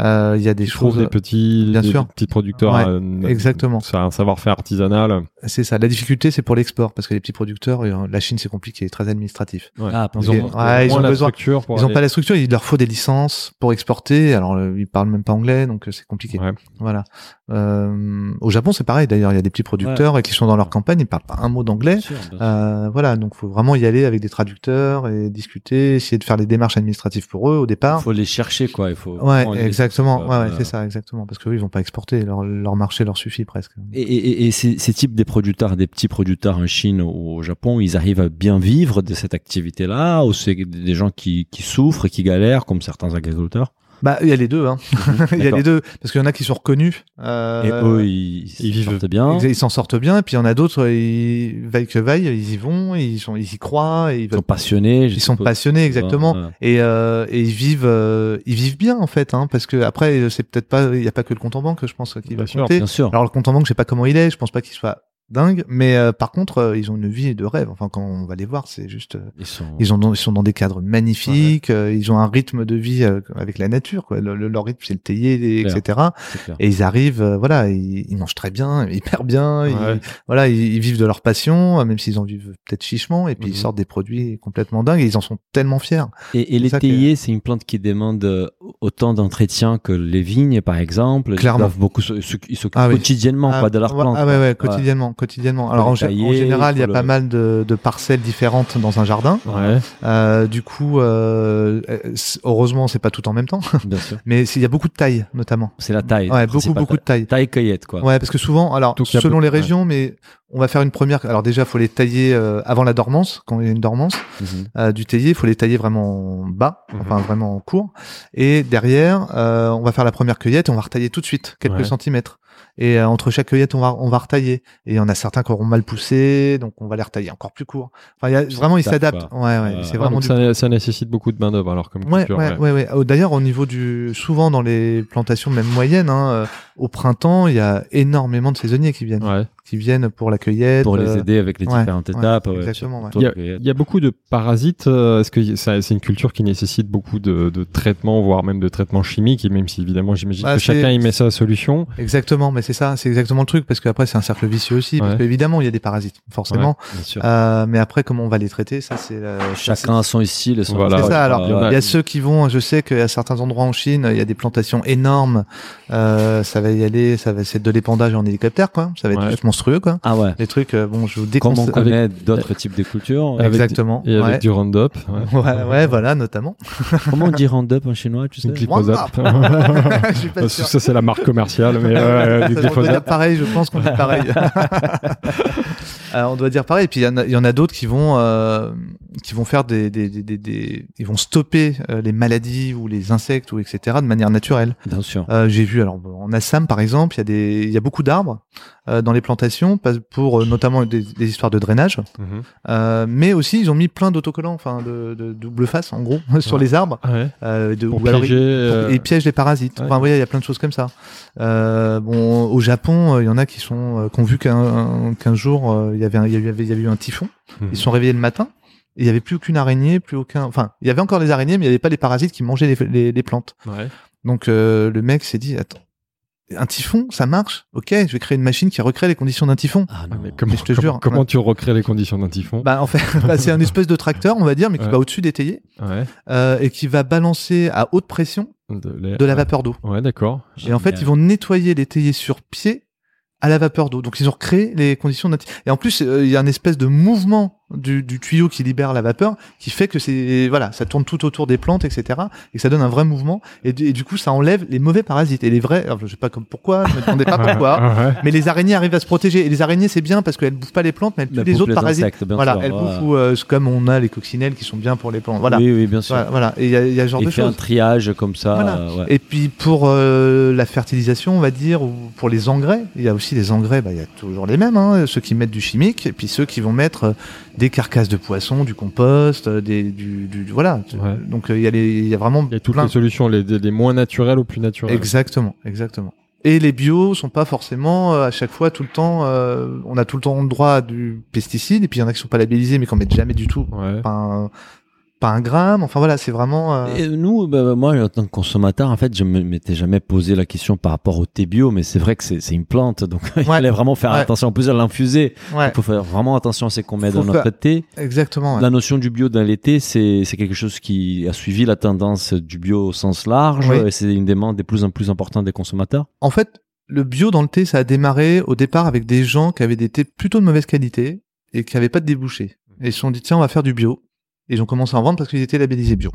euh, il y a des
Tu trouves
choses.
des petits,
Bien
des
sûr.
petits producteurs.
Ouais,
euh,
exactement.
C'est un savoir-faire artisanal.
C'est ça. La difficulté, c'est pour l'export parce que les petits producteurs, euh, la Chine, c'est compliqué, très administratif.
Ouais.
Ah,
Ils
ok.
ont,
Ouais, ils
moins
ont
la
besoin-
structure pour
Ils n'ont
aller-
pas la structure, il leur faut des licences pour exporter. Alors, euh, ils parlent même pas anglais, donc euh, c'est compliqué.
Ouais.
Voilà. Euh, au Japon, c'est pareil. D'ailleurs, il y a des petits producteurs et qui sont dans leur campagne, ils parlent pas un mot d'anglais.
Bien sûr, bien sûr.
Euh, voilà, donc faut vraiment y aller avec des traducteurs et discuter, essayer de faire les démarches administratives pour eux au
Il
départ.
faut les chercher, quoi. Il faut
Hein Ouais,
vraiment les-
exactement.
euh,
ouais, ouais,
voilà.
c'est ça, exactement. Parce que eux, ils vont pas exporter. Leur, leur marché leur suffit presque.
Et, et- et- et ces, ces types des producteurs, des petits producteurs en Chine ou au Japon, ils arrivent à bien vivre de cette activité-là ou c'est des gens qui, qui souffrent, et qui galèrent comme certains agriculteurs
Bah, il y a les deux. Hein. il
Mhm,
y a
D'accord.
les deux. Parce qu'il y en a qui sont reconnus. euh,
Et eux, ils,
ils
ils
vivent-
sortent bien.
Ils ils s'en sortent bien, et puis il y en a d'autres, ils, vaille que vaille, ils y vont, ils, sont, ils y croient, et ils,
Ils
veulent-
sont passionnés. je
ils sont
suppose.
passionnés, exactement,
Ouais.
et, euh, et ils vivent, euh, ils vivent bien en fait, hein, parce que après, c'est peut-être pas, il y a pas que le compte en banque, je pense, qui
Bien
va
sûr.
compter.
Bien sûr.
Alors le compte en banque, je sais pas comment il est, je pense pas qu'il soit dingue, mais euh, par contre, euh, ils ont une vie de rêve. Enfin, quand on va les voir, c'est juste, euh,
ils sont...
ils ont, dans- ils sont dans des cadres magnifiques, euh, ils ont un rythme de vie euh, avec la nature, quoi. Le- le- leur rythme, c'est le théier,
Clair.
etc.
c'est clair.
Et ils arrivent, euh, voilà, ils, ils mangent très bien, hyper bien,
Ouais.
ils, voilà, ils, ils vivent de leur passion, euh, même s'ils en vivent peut-être chichement, et puis
Mhm.
ils sortent des produits complètement dingues, et ils en sont tellement fiers.
Et, et les
ça que-
théiers, c'est une plante qui demande euh, autant d'entretien que les vignes, par exemple.
Clairement.
Ils doivent beaucoup, se- se- ils s'occupent
Ah oui.
quotidiennement
Ah,
quoi, de leurs
ouais,
plantes.
ah ouais,
quoi.
ouais, quotidiennement, quotidiennement. Alors
les
en, gé- en
tailler,
général, il y a
faut
pas
le-
mal de, de parcelles différentes dans un jardin.
Ouais.
Euh, du coup, euh, euh, c- heureusement, c'est pas tout en même temps,
Bien sûr.
mais c'est- il y a beaucoup de tailles, notamment.
C'est la taille.
Ouais, beaucoup, beaucoup de tailles.
Taille cueillette, quoi.
Ouais, parce que souvent, alors
Donc, il y a
selon
beaucoup-
les
ouais.
régions, mais on va faire une première. Alors déjà, faut les tailler euh, avant la dormance, quand il y a une dormance.
Mhm.
euh, du théier, il faut les tailler vraiment bas,
Mhm.
enfin vraiment court. Et derrière, euh, on va faire la première cueillette et on va retailler tout de suite, quelques
Ouais.
centimètres. Et euh, entre chaque cueillette, on va, on va retailler. Et il y en a certains qui auront mal poussé, donc on va les retailler encore plus court. Enfin, il y a, vraiment, ils
Tape,
s'adaptent. Ouais, ouais,
Euh,
c'est
ouais,
vraiment
donc
du...
ça, ça nécessite beaucoup de main d'œuvre alors comme
Ouais,
culture,
ouais,
ouais.
ouais, ouais. Oh, D'ailleurs, au niveau du, souvent dans les plantations même moyennes, hein, euh, au printemps, il y a énormément de saisonniers qui viennent,
Ouais.
qui viennent pour la cueillette.
Pour
euh,
les aider avec les
ouais,
différentes
ouais,
étapes. ouais,
exactement,
surtout toi,
ouais.
y a-
cueillette.
Il y a beaucoup de parasites. euh, Est-ce que y- ça- c'est une culture qui nécessite beaucoup de, de traitements, voire même de traitements chimiques Et même si évidemment, j'imagine
Bah,
que
c'est-
chacun y met sa solution.
Exactement, mais c'est ça, c'est exactement le truc, parce qu'après c'est un cercle vicieux aussi, parce
Ouais.
qu'évidemment il y a des parasites, forcément,
Bien sûr.
Euh, mais après comment on va les traiter, ça c'est la-
Chacun a son style et son
Voilà.
approche,
C'est ça.
quoi.
Alors,
il y en
il y a ceux qui vont. Je sais qu'à certains endroits en Chine, il y a des plantations énormes. Euh, ça va y aller, ça va c'est de l'épandage en hélicoptère quoi, ça va être
Ouais.
juste monstrueux quoi.
Ah ouais.
Les trucs euh, bon, je vous
Comme on
déconseille
connaît d'autres types de cultures.
avec-
exactement.
Et
ouais.
avec du Roundup. Ouais.
Ouais, ouais, voilà, notamment.
Comment on dit round-up en chinois, tu sais
Glyphosate.
je suis pas sûr.
ça, c'est la marque commerciale, mais euh, du
Ça, on doit dire
glyphosate.
pareil, je pense qu'on dit pareil. Euh, on doit dire pareil. Et puis il y en a, il y en a d'autres qui vont euh, qui vont faire des, des, des, des- des- ils vont stopper euh, les maladies ou les insectes ou etc. de manière naturelle.
Bien sûr.
Euh, J'ai vu alors en Assam par exemple, il y a des il y a beaucoup d'arbres euh, dans les plantations pas- pour euh, notamment des, des histoires de drainage,
Mhm.
Euh, mais aussi ils ont mis plein d'autocollants, enfin de, de double face en gros sur
Ouais.
les arbres
Ouais.
euh, de,
Pour
ou alors,
piéger. euh,
et piège les parasites.
ouais.
Enfin, vous voyez, il y a plein de choses comme ça. Euh, bon, au Japon, euh, il y en a qui sont, euh, qui ont vu qu'un un- qu'un jour, euh, il y avait, un- il y avait, il y avait eu un typhon.
Mhm.
Ils se sont réveillés le matin. et Il y avait plus aucune araignée, plus aucun. Enfin, il y avait encore les araignées, mais il n'y avait pas les parasites qui mangeaient les, les- les plantes.
ouais.
Donc euh, le mec s'est dit, attends, un typhon, ça marche Ok, je vais créer une machine qui recrée les conditions d'un typhon.
Ah
Ah,
non.
mais comment,
Mais je te
comment-
jure,
comment
ouais.
tu recrées les conditions d'un typhon
Bah en fait, bah, c'est un espèce de tracteur, on va dire, mais qui
Ouais.
va au-dessus d'étayer
ouais.
euh, et qui va balancer à haute pression
de,
de la vapeur d'eau.
Ouais, d'accord.
Et en fait,
Génial.
ils vont nettoyer les théiers sur pied à la vapeur d'eau. Donc, ils ont recréé les conditions nati- Et en plus, euh, il y a une espèce de mouvement du, du tuyau qui libère la vapeur, qui fait que c'est voilà, ça tourne tout autour des plantes, etc. Et que ça donne un vrai mouvement. Et, du- et du coup, ça enlève les mauvais parasites et les vrais. alors, je sais pas comme pourquoi, je me demandais pas pourquoi.
Ah, ouais.
Mais les araignées arrivent à se protéger. Et les araignées, c'est bien parce qu'elles bouffent pas les plantes, mais elles tuent
Elle
les
bouffe
autres parasites.
Bah, insectes, bien
Voilà,
sûr,
elles
voilà.
bouffent ou, euh, comme on a les coccinelles qui sont bien pour les plantes. Voilà,
Oui, oui, bien sûr.
voilà. voilà. Et il y a, il y a ce genre
Il
de
fait un
choses.
triage comme ça.
Voilà.
euh, ouais.
Et puis pour euh, la fertilisation, on va dire, ou pour les engrais, il y a aussi des engrais, bah, il y a toujours les mêmes, hein, ceux qui mettent du chimique, et puis ceux qui vont mettre euh, des carcasses de poissons, du compost, euh, des, du, du- du- voilà.
Ouais.
Donc euh, il y a les- il y, a vraiment
Il y a toutes
plein.
les solutions, les, des- des moins naturelles aux plus naturelles.
Exactement, exactement. Et les bio sont pas forcément euh, à chaque fois tout le temps. euh, on a tout le temps droit à du pesticide, et puis il y en a qui sont pas labellisés, mais qu'on met jamais du tout,
Ouais.
pas un, pas un gramme. Enfin voilà, c'est vraiment. euh,
Et nous, bah, bah, moi, en tant que consommateur, en fait, je me m'étais jamais posé la question par rapport au thé bio, mais c'est vrai que c'est c'est une plante, donc il
Ouais.
fallait vraiment faire
Ouais.
attention. En plus, à l'infuser,
ouais,
il faut faire vraiment attention à ce qu'on met
Faut
dans notre
faire-
thé.
exactement. ouais.
La notion du bio dans l'été, c'est c'est quelque chose qui a suivi la tendance du bio au sens large.
Oui.
et C'est une demande de plus en plus importante des consommateurs.
En fait, le bio dans le thé, ça a démarré au départ avec des gens qui avaient des thés plutôt de mauvaise qualité et qui n'avaient pas de débouchés.
Mhm.
Et ils se sont dit, tiens, on va faire du bio. Et ils ont commencé à en vendre parce qu'ils étaient labellisés bio.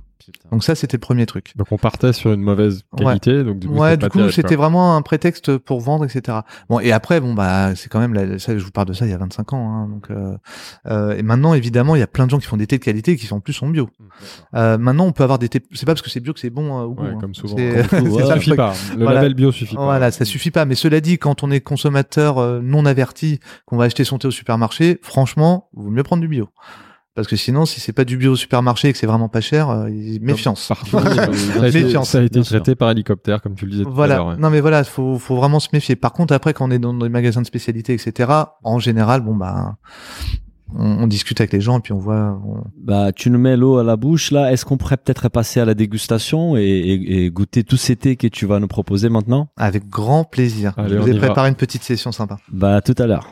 Donc ça, c'était le premier truc.
Donc on partait sur une mauvaise
Ouais.
qualité. Donc du coup,
ouais,
c'était
du
pas
coup,
terrible,
c'était vraiment un prétexte pour vendre, etc. Bon, et après, bon, bah, c'est quand même, la- ça, je vous parle de ça il y a 25 ans, hein, donc, euh, euh, et maintenant, évidemment, il y a plein de gens qui font des thés de qualité et qui sont en plus sont bio.
quoi.
Euh, maintenant, on peut avoir des thés, c'est pas parce que c'est bio que c'est bon, euh, au goût,
Ouais,
hein.
comme souvent.
C'est-
Comme tout,
Ça
ouais.
ça, le
suffit
truc.
pas. Le
Voilà.
label bio suffit pas.
Voilà, ça suffit pas. Mais cela dit, quand on est consommateur euh, non averti, qu'on va acheter son thé au supermarché, franchement, vaut mieux prendre du bio. Parce que sinon, si c'est pas du bio au supermarché et que c'est vraiment pas cher, euh, il- méfiance.
Partout, ça a été,
Méfiance.
ça a été
Bien sûr.
traité par hélicoptère, comme tu le disais tout à
Voilà.
l'heure. ouais.
Non, mais voilà, faut, faut vraiment se méfier. Par contre, après, quand on est dans des magasins de spécialité, etc., en général, bon, bah, on, on discute avec les gens et puis on voit. on-
Bah, tu nous mets l'eau à la bouche là. Est-ce qu'on pourrait peut-être passer à la dégustation et, et- et goûter tous ces thés que tu vas nous proposer maintenant
Avec grand plaisir.
Allez,
Je
on
vous ai
y va.
préparé une petite session sympa.
Bah, à tout à l'heure.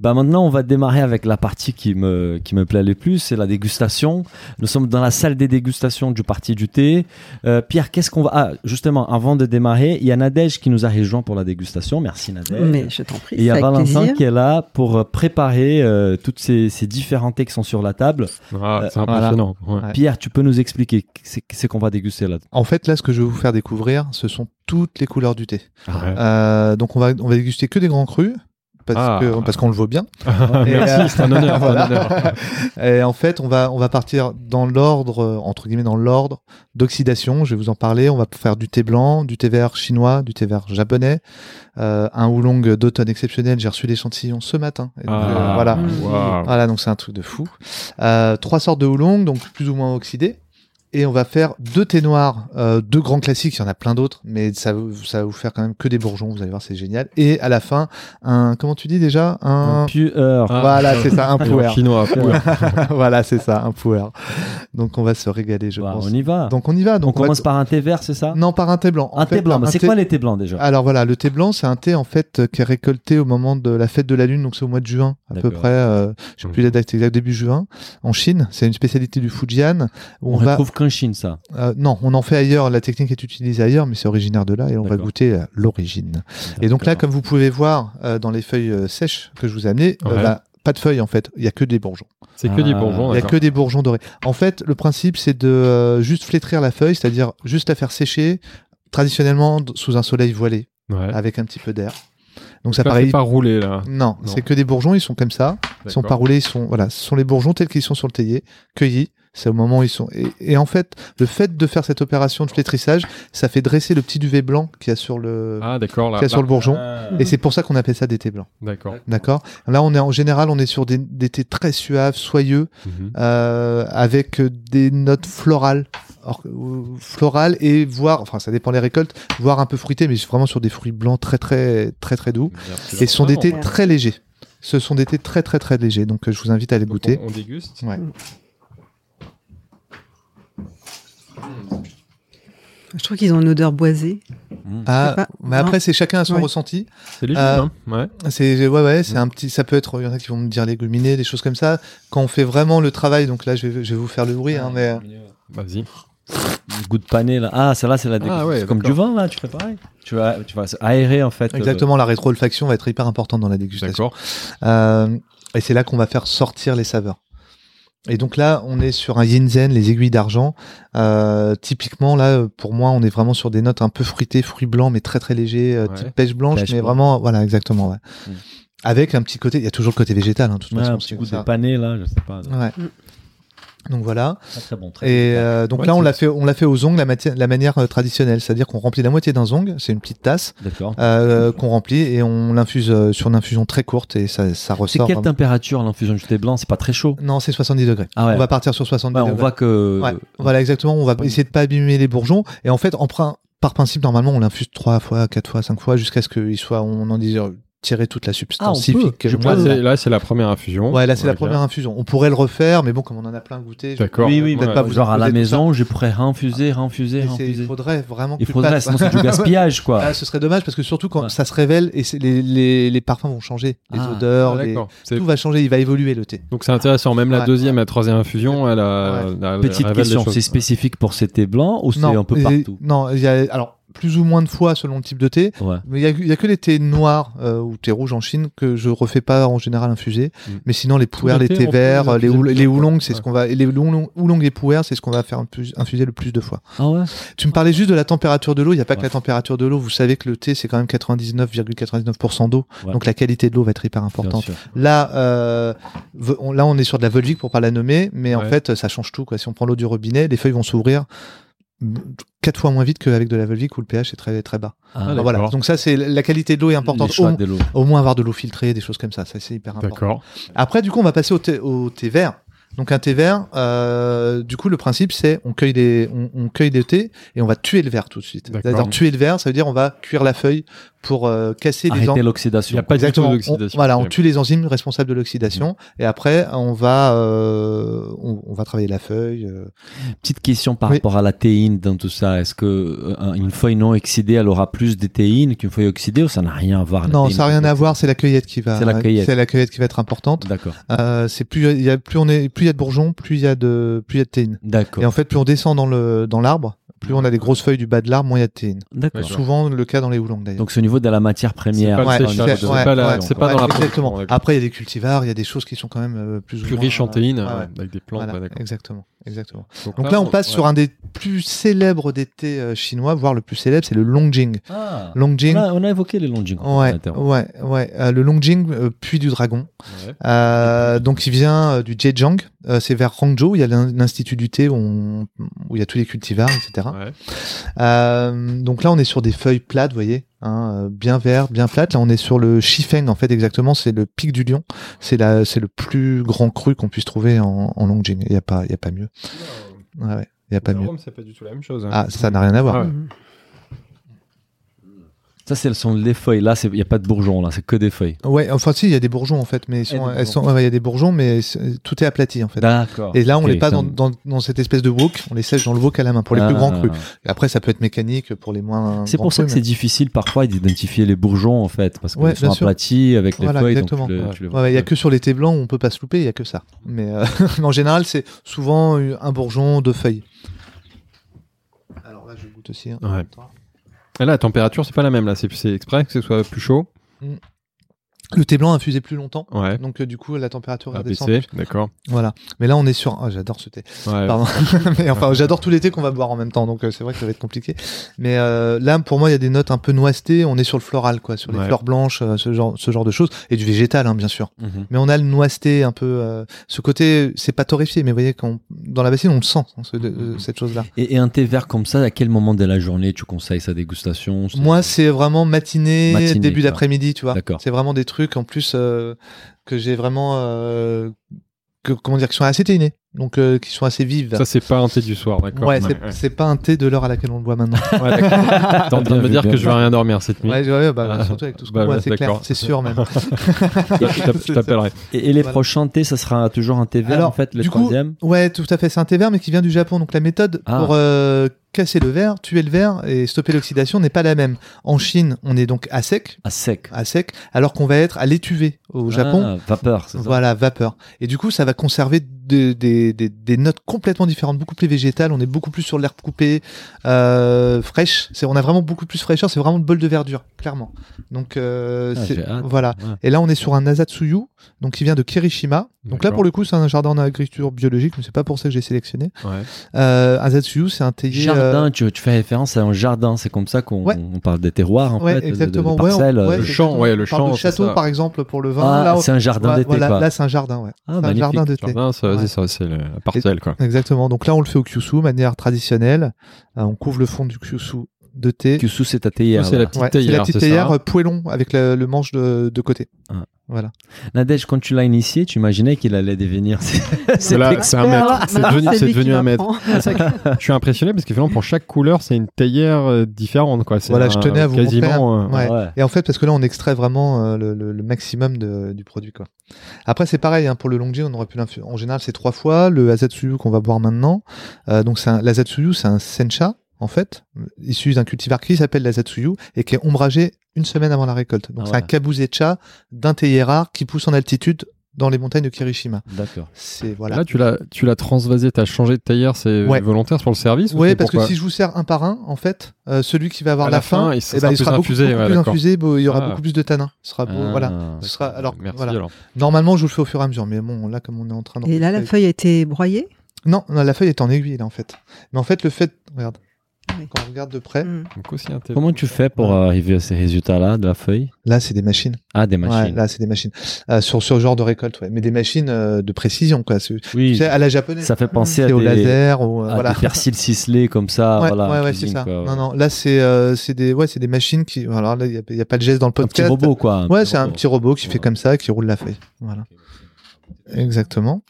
Bah maintenant, on va démarrer avec la partie qui me, qui me plaît le plus, c'est la dégustation. Nous sommes dans la salle des dégustations du parti du thé. Euh, Pierre, qu'est-ce qu'on va... Ah, justement, avant de démarrer, il y a Nadège qui nous a rejoint pour la dégustation. Merci Nadège.
Mais je t'en prie,
Et il y
c'est
a
avec
Valentin
plaisir.
qui est là pour préparer euh, toutes ces, ces différents thés qui sont sur la table.
Ah, c'est
Euh,
impressionnant. ouais.
Ouais.
Pierre, tu peux nous expliquer c'est c'est qu'on va déguster là
En fait, là, ce que je vais vous faire découvrir, ce sont toutes les couleurs du thé.
Ah, Ouais.
Euh, donc, on va, on va déguster que des grands crus. Parce
Ah.
que- parce qu'on le voit bien. Et, euh,
Merci, c'est un honneur.
voilà.
un honneur.
Et en fait, on va, on va partir dans l'ordre, euh, entre guillemets, dans l'ordre d'oxydation. Je vais vous en parler. On va faire du thé blanc, du thé vert chinois, du thé vert japonais, euh, un oolong d'automne exceptionnel. J'ai reçu l'échantillon ce matin. Et donc,
Ah,
euh, voilà.
waouh.
Ah.
Voilà, donc c'est un truc de fou. Euh, trois sortes de oolong, donc plus ou moins oxydés. et on va faire deux thés noirs, euh, deux grands classiques, il y en a plein d'autres, mais ça, va vous- ça va vous faire quand même que des bourgeons, vous allez voir, c'est génial. Et à la fin, un, comment tu dis déjà Un...
Pueur.
Ah,
voilà, c'est ça, un
Et en
puer.
chinois. puer.
voilà, c'est ça, un puer. Donc on va se régaler, je
Bah,
pense.
on y va.
Donc on y va.
on
Donc va
commence par un thé vert, c'est ça
Non, par un thé blanc. En
Un
fait,
thé blanc.
un
Mais C'est
thé- Ah,
quoi les thés blancs déjà
alors voilà, le thé blanc, c'est un thé en fait euh, qui est récolté au moment de la fête de la lune, donc c'est au mois de juin à peu
D'accord.
près. Euh, je sais plus la date exacte, début juin, en Chine. C'est une spécialité du Fujian. Où
On,
on, va,
retrouve qu'en Chine, ça.
euh, non, on en fait ailleurs. La technique est utilisée ailleurs, mais c'est originaire de là et on va
D'accord.
goûter euh, l'origine. Et donc là, comme vous pouvez voir euh, dans les feuilles euh, sèches que je vous ai amenées, euh,
Ouais.
bah, pas de feuilles en fait. Il y a que des bourgeons.
C'est que des
Ah.
bourgeons.
Il y a
d'accord.
que des bourgeons dorés. En fait, le principe, c'est de euh, juste flétrir la feuille, c'est-à-dire juste la faire sécher, traditionnellement d- sous un soleil voilé
Ouais.
avec un petit peu d'air. Donc ça
Ça
Ah, paraît.
fait pas rouler là. Non.
Non, c'est que des bourgeons, ils sont comme ça, ils sont pas
D'accord.
roulés, ils sont voilà, ce sont les bourgeons tels qu'ils sont sur le théier, cueillis. C'est au moment où ils sont. Et, et en fait, le fait de faire cette opération de flétrissage, ça fait dresser le petit duvet blanc qu'il y a sur le.
Ah d'accord là.
qu'il y a sur
là.
le bourgeon.
Mmh.
Ah,
Et c'est pour ça qu'on appelle ça des thés blancs.
D'accord.
D'accord. Là, on est en général, on est sur des, des thés très suaves, soyeux,
Mhm.
euh, avec des notes florales, or- ou- florales et voire, enfin ça dépend des récoltes, voire un peu fruitées, mais vraiment sur des fruits blancs très très très très doux. Et ce sont des thés
ouais.
très légers. Ce sont des thés très très très légers, donc euh, je vous invite à les
Donc,
goûter.
On, on déguste.
Je trouve qu'ils ont une odeur boisée.
Ah,
sais pas.
mais après c'est chacun à son
Ouais.
ressenti.
C'est léger.
Euh,
hein ouais.
C'est ouais ouais, c'est un petit, ça peut être, il y en a qui vont me dire léguminés, des choses comme ça. Quand on fait vraiment le travail, donc là je vais, je vais vous faire le bruit, hein, mais
Bah, Vas-y.
Le Goût de pané, là. Ah, celle-là, c'est la
Ah ouais,
C'est comme du vin,
d'accord.
là. Tu fais pareil. Tu vas, tu vas aérer, en fait. euh,
exactement la rétro-olfaction va être hyper importante dans la dégustation.
D'accord.
Euh, et c'est là qu'on va faire sortir les saveurs. Et donc là, on est sur un yinzen, les aiguilles d'argent. Euh, typiquement, là, euh, pour moi, on est vraiment sur des notes un peu fruitées, fruits blancs, mais très très légers, euh,
Ouais.
type pêche blanche,
Pêche
mais
blanche.
vraiment, voilà, exactement. Ouais.
Mm.
Avec un petit côté, il y a toujours le côté végétal, hein, de toute
ouais,
façon.
un petit
c'est
goût de
ça.
pané, là. Je sais pas.
Ouais.
Mm.
Donc voilà.
Très, très bon. Très
Et
bon.
euh, donc
Ouais,
là, on
c'est-
l'a fait, on l'a fait aux ongles, la, mati- la manière euh, traditionnelle, c'est-à-dire qu'on remplit la moitié d'un zongle, c'est une petite tasse
D'accord. Mm.
euh, qu'on remplit et on l'infuse euh, sur une infusion très courte et ça, ça
C'est
ressort.
quelle
vraiment.
température l'infusion du thé blanc C'est pas très chaud.
Non, c'est 70 degrés.
Ah ouais.
On va partir sur 70
Ouais, on
degrés.
voit que. euh,
Ouais, voilà, exactement. On va essayer de pas abîmer les bourgeons. Et en fait, en prin- par principe, normalement, on l'infuse trois fois, quatre fois, cinq fois, jusqu'à ce qu'il soit, on en dise, euh, tirer toute la
Ah, on
substance
peut.
civique.
Je
Ouais,
Là,
pense-
c'est- là, c'est la première infusion.
Ouais, là, c'est
On
la
va
première
dire.
infusion. On pourrait le refaire, mais bon, comme on en a plein goûté, je-
D'accord.
Oui, oui,
peut-être
Ouais.
pas vous
Genre à la
imposer tout
maison, je pourrais réinfuser, réinfuser,
mais c'est-
réinfuser.
il faudrait vraiment que
Il
tu
faudrait,
passes.
sinon c'est du gaspillage, quoi.
Ah, ce serait dommage parce que surtout quand
Ouais.
ça se révèle et c'est- les, les, les parfums vont changer, les
Ah,
odeurs,
Ah,
les-
d'accord. C'est-
tout va changer, il va évoluer le thé.
Donc c'est intéressant. Même la
Ouais.
deuxième, la troisième infusion, elle a. elle a- elle
Petite
révèle
question,
des choses.
c'est spécifique pour ces thés blancs ou c'est un peu
et-
partout
Non, il y a, alors plus ou moins de fois selon le type de thé,
Ouais.
Mais il n'y a, que les thés noirs euh, ou thés rouges en Chine que je refais pas en général infusés.
Mm.
Mais sinon, les
les
pouères, les
thés,
thés
on peut les
verts, les,
infuser
houl-
plusieurs
les
fois.
oolongs, c'est ce
Ouais.
qu'on va, et les oolongs, oolongs et pouères, c'est ce qu'on va faire infu- infuser le plus de fois.
Ah ouais
Tu me parlais juste de la température de l'eau. Il n'y a pas que
Ouais.
la température de l'eau. Vous savez que le thé, c'est quand même 99,99% d'eau.
Ouais.
Donc la qualité de l'eau va être hyper
Bien
importante.
sûr.
Là, euh, ve- on, là, on est sur de la Volvic pour pas la nommer, mais en
Ouais.
fait, ça change tout. Quoi. Si on prend l'eau du robinet, les feuilles vont s'ouvrir mm, quatre fois moins vite qu'avec de la Volvic où le pH est très très bas.
Ah,
Alors voilà. Donc ça, c'est la qualité de l'eau est importante.
les
Au,
choix des lots.
au moins avoir de l'eau filtrée, des choses comme ça. Ça c'est hyper important.
D'accord.
Après, du coup, on va passer au thé, au thé vert. Donc un thé vert, euh, du coup, le principe c'est on cueille les, on, on cueille des thés et on va tuer le verre tout de suite.
D'accord.
C'est-à-dire tuer le verre, ça veut dire on va cuire la feuille pour euh, casser les
Arrêter
enzymes.
Il n'y
l'oxydation.
a pas du tout
Exactement. On-
d'oxydation.
voilà, on tue les enzymes responsables de l'oxydation et après on va, euh, on, on va travailler la feuille. euh,
Petite question par
Oui.
rapport à la théine dans tout ça. Est-ce que euh, une feuille non oxydée, elle aura plus de théine qu'une feuille oxydée ou ça n'a rien à voir Ah, la
Non,
théine
ça n'a rien à voir, c'est la cueillette qui va,
C'est la cueillette.
c'est la cueillette qui va être importante.
D'accord.
Euh, c'est plus il y a plus on est plus il y a de bourgeons, plus il y a de plus il y a de théine.
D'accord.
Et en fait, plus on descend dans le dans l'arbre, plus on a des grosses feuilles du bas de l'arbre, moins il y a de théine.
D'accord.
D'accord.
Souvent le cas dans les houlangs d'ailleurs.
Donc c'est au niveau de la matière première.
C'est pas
c'est
le
au
séchage,
niveau
c'est
de-
ouais. pas la- c'est pas dans la production,
exactement.
d'accord.
Après, il y a des cultivars, il y a des choses qui sont quand même euh, plus ou
Plus
moins,
riche en
euh,
théine,
ouais,
ouais,
ouais.
avec des plantes.
Voilà,
ouais, d'accord.
exactement, exactement. Donc là, on passe
ouais.
sur un des plus célèbres des thés euh, chinois, voire le plus célèbre, c'est le Longjing.
Ah.
Longjing,
On a, on a évoqué les longjing.
ouais, ouais, ouais, euh, le Longjing, euh, puits du dragon.
Ouais.
Euh, donc il vient euh, du Zhejiang, euh, c'est vers Hangzhou, il y a l'in- l'institut du thé où, on- où il y a tous les cultivars, etc.
Ouais.
Euh, donc là on est sur des feuilles plates, vous voyez, hein, euh, bien vertes, bien plates. Là on est sur le Shifeng en fait exactement, c'est le pic du lion, c'est la, c'est le plus grand cru qu'on puisse trouver en, en Longjing. Il y a pas, il y a pas mieux. Ouais, ouais. Il n'y a pas
Le
mieux.
rhum, c'est pas du tout la même chose. hein.
Ah, ça n'a rien à voir.
Ah ouais.
Mhm.
Ça, ce sont les feuilles. Là, c'est- il n'y a pas de bourgeon, là, c'est que des feuilles.
Ouais, enfin si, il y a des bourgeons en fait, mais ils sont-
Et des
elles
bourgeons.
sont, ouais, il y a des bourgeons, mais c'est- tout est aplati en fait.
D'accord.
Et là, on
Ok,
les passe
ça
dans,
me-
dans, dans cette espèce de wok, on les sèche dans le wok à la main pour les plus
Ah.
grands crus. Et après, ça peut être mécanique pour les moins.
C'est
grands
pour ça que
crus,
c'est difficile parfois d'identifier les bourgeons, en fait, parce qu'ils
Ouais,
sont
bien sûr.
aplatis avec les
Voilà,
feuilles. donc
exactement.
tu le-
Ouais.
tu le
mais-
vois.
Ouais, il y a que sur les thés blancs où on peut pas se louper, il y a que ça. Mais euh, mais en général, c'est souvent euh, un bourgeon, deux feuilles. Alors là, je goûte aussi. hein, en
Ouais.
même temps.
Et là, la température, c'est pas la même. Là, c'est c'est exprès que ce soit plus chaud.
Le thé blanc infusé plus longtemps,
Ouais.
donc euh, du coup, la température
Ah,
redescend.
baissé, d'accord.
Voilà. Mais là, on est sur. Ah, j'adore ce thé.
Ouais.
Pardon. mais enfin, j'adore tous les thés qu'on va boire en même temps, donc euh, c'est vrai que ça va être compliqué. Mais euh, là, pour moi, il y a des notes un peu noisetées. On est sur le floral, quoi, sur les
Ouais.
fleurs blanches, euh, ce genre, ce genre de choses, et du végétal, hein, bien sûr.
Mhm.
Mais on a le noiseté un peu. euh, ce côté, c'est pas torréfié, mais vous voyez, quand dans la bassine, on le sent hein, ce- de- euh, cette chose-là.
Et, et un thé vert comme ça, à quel moment de la journée tu conseilles sa dégustation c'est-
Moi, c'est vraiment matinée,
Matinée,
début
quoi.
d'après-midi, tu vois.
D'accord.
C'est vraiment des trucs en plus euh, que j'ai vraiment, euh, que, comment dire, qui sont assez ténés, donc euh, qui sont assez vives.
Ça, c'est pas un thé du soir,
ouais,
d'accord.
c'est c'est pas un thé de l'heure à laquelle on le boit maintenant.
Ouais, d'accord. T'es en train de
Bien
me
vu,
dire
bien
que je vais
vu.
rien dormir cette nuit.
Ouais, ouais, bah,
Ah,
surtout avec tout ce qu'on
bah,
voit,
bah,
c'est clair,
d'accord.
c'est sûr même.
Je t'appellerai.
Et, et les
Voilà.
prochains thés, ça sera toujours un thé vert,
Alors,
en fait, le
du coup-
troisième
ouais, tout à fait, c'est un thé vert mais qui vient du Japon. Donc la méthode
Ah.
pour euh, casser le verre, tuer le verre et stopper l'oxydation n'est pas la même. En Chine, on est donc à sec,
à sec.
à sec, alors qu'on va être à l'étuvée au Japon.
Ah, vapeur, c'est ça
Voilà, vapeur. Et du coup, ça va conserver des, des, des, des notes complètement différentes, beaucoup plus végétales. On est beaucoup plus sur l'herbe coupée, euh, fraîche. C'est, on a vraiment beaucoup plus de fraîcheur. C'est vraiment le bol de verdure, clairement. Donc, euh,
Ah,
c'est-
j'ai hâte.
voilà.
Ouais.
Et là, on est sur un Asatsuyu, donc qui vient de Kirishima. Donc là,
D'accord.
pour le coup, c'est un jardin en agriculture biologique, mais c'est pas pour ça que j'ai sélectionné.
Ouais.
Euh, Asatsuyu, c'est un théier.
Jardin,
euh,
tu, tu fais référence à un jardin, c'est comme ça qu'on
Ouais.
on parle des terroirs, en
Ouais,
fait, de- de-
exactement.
de
Ouais, on-
parcelles,
ouais,
euh,
Le
c'est
champ,
exactement.
ouais, le
On parle
champ,
de
c'est
château,
ça.
par exemple, pour le vin.
Ah,
là, on-
c'est un jardin
ouais,
d'été,
voilà,
quoi.
là, c'est un jardin, ouais.
ah,
un
magnifique.
jardin de thé.
Jardin, ça,
Ouais.
c'est ça, c'est la parcelle, quoi.
Exactement. Donc là, on le fait au Kyushu, manière traditionnelle. Euh, on couvre le fond du Kyushu de thé.
Que sous cet athéière.
Ça, c'est la
là.
petite
Ouais, c'est
théière,
la petite
c'est ça,
théière
hein
euh, poêlon avec le, le manche de, de côté.
Ah.
Voilà.
Nadège, quand tu l'as initié, tu imaginais qu'il allait devenir. c'est
Voilà, c'est un
Expert,
maître.
là.
C'est
Maintenant,
devenu- c'est
lui qui
devenu un maître.
m'apprend.
Ah,
Je suis impressionné parce que vraiment, pour chaque couleur, c'est une théière euh, différente, quoi. C'est
Voilà, je
un-
tenais à vous
quasiment. euh,
Ouais.
Ah
Et en fait, parce que là, on extrait vraiment euh, le, le- le maximum de- du produit. Quoi. Après, c'est pareil, hein, pour le longjé, on aurait pu l'infu- En général, c'est trois fois. Le Azatsuyu qu'on va boire maintenant, euh, donc c'est un- l'Azatsuyu, c'est un sencha, en fait, issu d'un cultivar qui s'appelle l'Azatsuyu et qui est ombragé une semaine avant la récolte. Donc
Ah
c'est un
ouais.
kabuzecha d'un théier rare qui pousse en altitude dans les montagnes de Kirishima.
D'accord.
C'est voilà.
Là, tu l'as, tu l'as transvasé, t'as changé de tailleur, c'est
Ouais.
volontaire c'est pour le service ou
Oui,
c'est
parce que
pourquoi
si je vous sers un par un, en fait, euh, celui qui va avoir
À
la,
la fin, il sera
eh ben,
plus
beaucoup,
infusé,
beaucoup
ouais,
plus
d'accord.
infusé, beau- il y aura
Ah.
beaucoup plus de tanins. Ce sera beau,
Ah.
voilà. Ce sera alors
Merci
voilà.
alors.
Normalement, je vous le fais au fur et à mesure, mais bon, là, comme on est en train de.
Et là, la feuille a été broyée.
Non, non, la feuille est en aiguille, là, en fait. Mais en fait, le fait. Regarde.
Oui.
Quand on regarde de près,
Mhm.
Donc aussi un thé-
Comment tu fais pour arriver à ces résultats-là de la feuille
là, c'est des machines.
Ah, des
Ouais,
machines.
là, c'est des machines. Euh, sur ce genre de récolte, ouais. Mais des machines euh, de précision, quoi. C'est- tu
oui,
sais, à la japonaise.
ça fait penser à
C'est
des,
au laser, au. euh,
à
voilà.
des persils ciselés comme ça.
Ouais,
voilà, en
ouais, ouais, c'est
cuisine,
ça.
quoi.
Non, non, là, c'est euh, c'est des, ouais, c'est des machines qui. Alors là, il n'y a, pas de geste dans le
Un petit
podcast.
robot, quoi. un
Ouais,
petit
c'est un
robot.
petit robot qui fait
Voilà.
comme ça, qui roule la feuille. Voilà.
bah,
Exactement.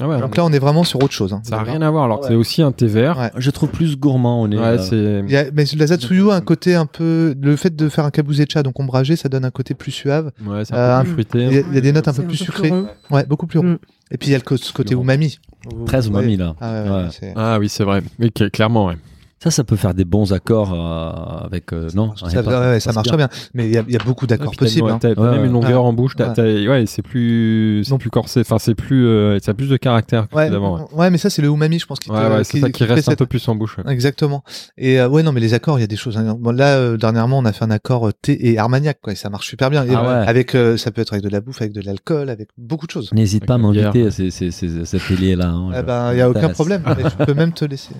Ah ouais,
Donc là, on est vraiment sur autre chose. hein.
ça n'a rien à voir. Alors que c'est aussi un thé vert.
Ouais.
Je trouve plus gourmand, on est.
Ouais,
euh,
c'est.
Il y a- mais la Zatsuyu a un côté un peu. Le fait de faire un kabuzecha, donc ombragé, ça donne un côté plus suave.
Ouais, c'est un peu plus
Il y
Euh,
fruité.
a, il y a des notes un peu
C'est
plus sucrées.
rond.
Ouais, beaucoup plus rond.
Mm.
Et puis il y a le co- ce côté
rond.
umami.
Très
Ouais.
umami, là.
Ah ouais, ouais,
Ouais.
c'est-
Ah oui, c'est vrai. Mais que- clairement, ouais.
Ça, ça peut faire des bons accords euh, avec. euh, non
Ça, ouais, ouais, ça marche bien. Mais il y a, il y a beaucoup d'accords
Ah, puis
possibles.
t'as-
hein.
T'as
Ouais,
même
ouais.
une longueur en bouche. t'as-
Ouais.
t'as- Ouais, c'est plus, c'est
Non.
plus corsé. Enfin, c'est plus, euh, ça a plus de caractère que
Ouais,
d'avant. Ouais,
ouais, mais ça, c'est le umami, je pense, qui,
ouais,
te-
ouais, c'est ça qui
fait
reste un
cette-
peu plus en bouche. ouais.
Exactement. Et euh, ouais, non, mais les accords, il y a des choses. hein. Bon, là, euh, dernièrement, on a fait un accord euh, thé et armagnac, quoi, et ça marche super bien. Et,
Ah ouais.
Avec, euh, ça peut être avec de la bouffe, avec de l'alcool, avec beaucoup de choses.
N'hésite pas à
Avec la
m'inviter à ces- ces- ces- cet atelier-là. hein,
Eh
je-
ben,
ça
il n'y a aucun
m'intéresse.
problème. Mais je peux même te laisser.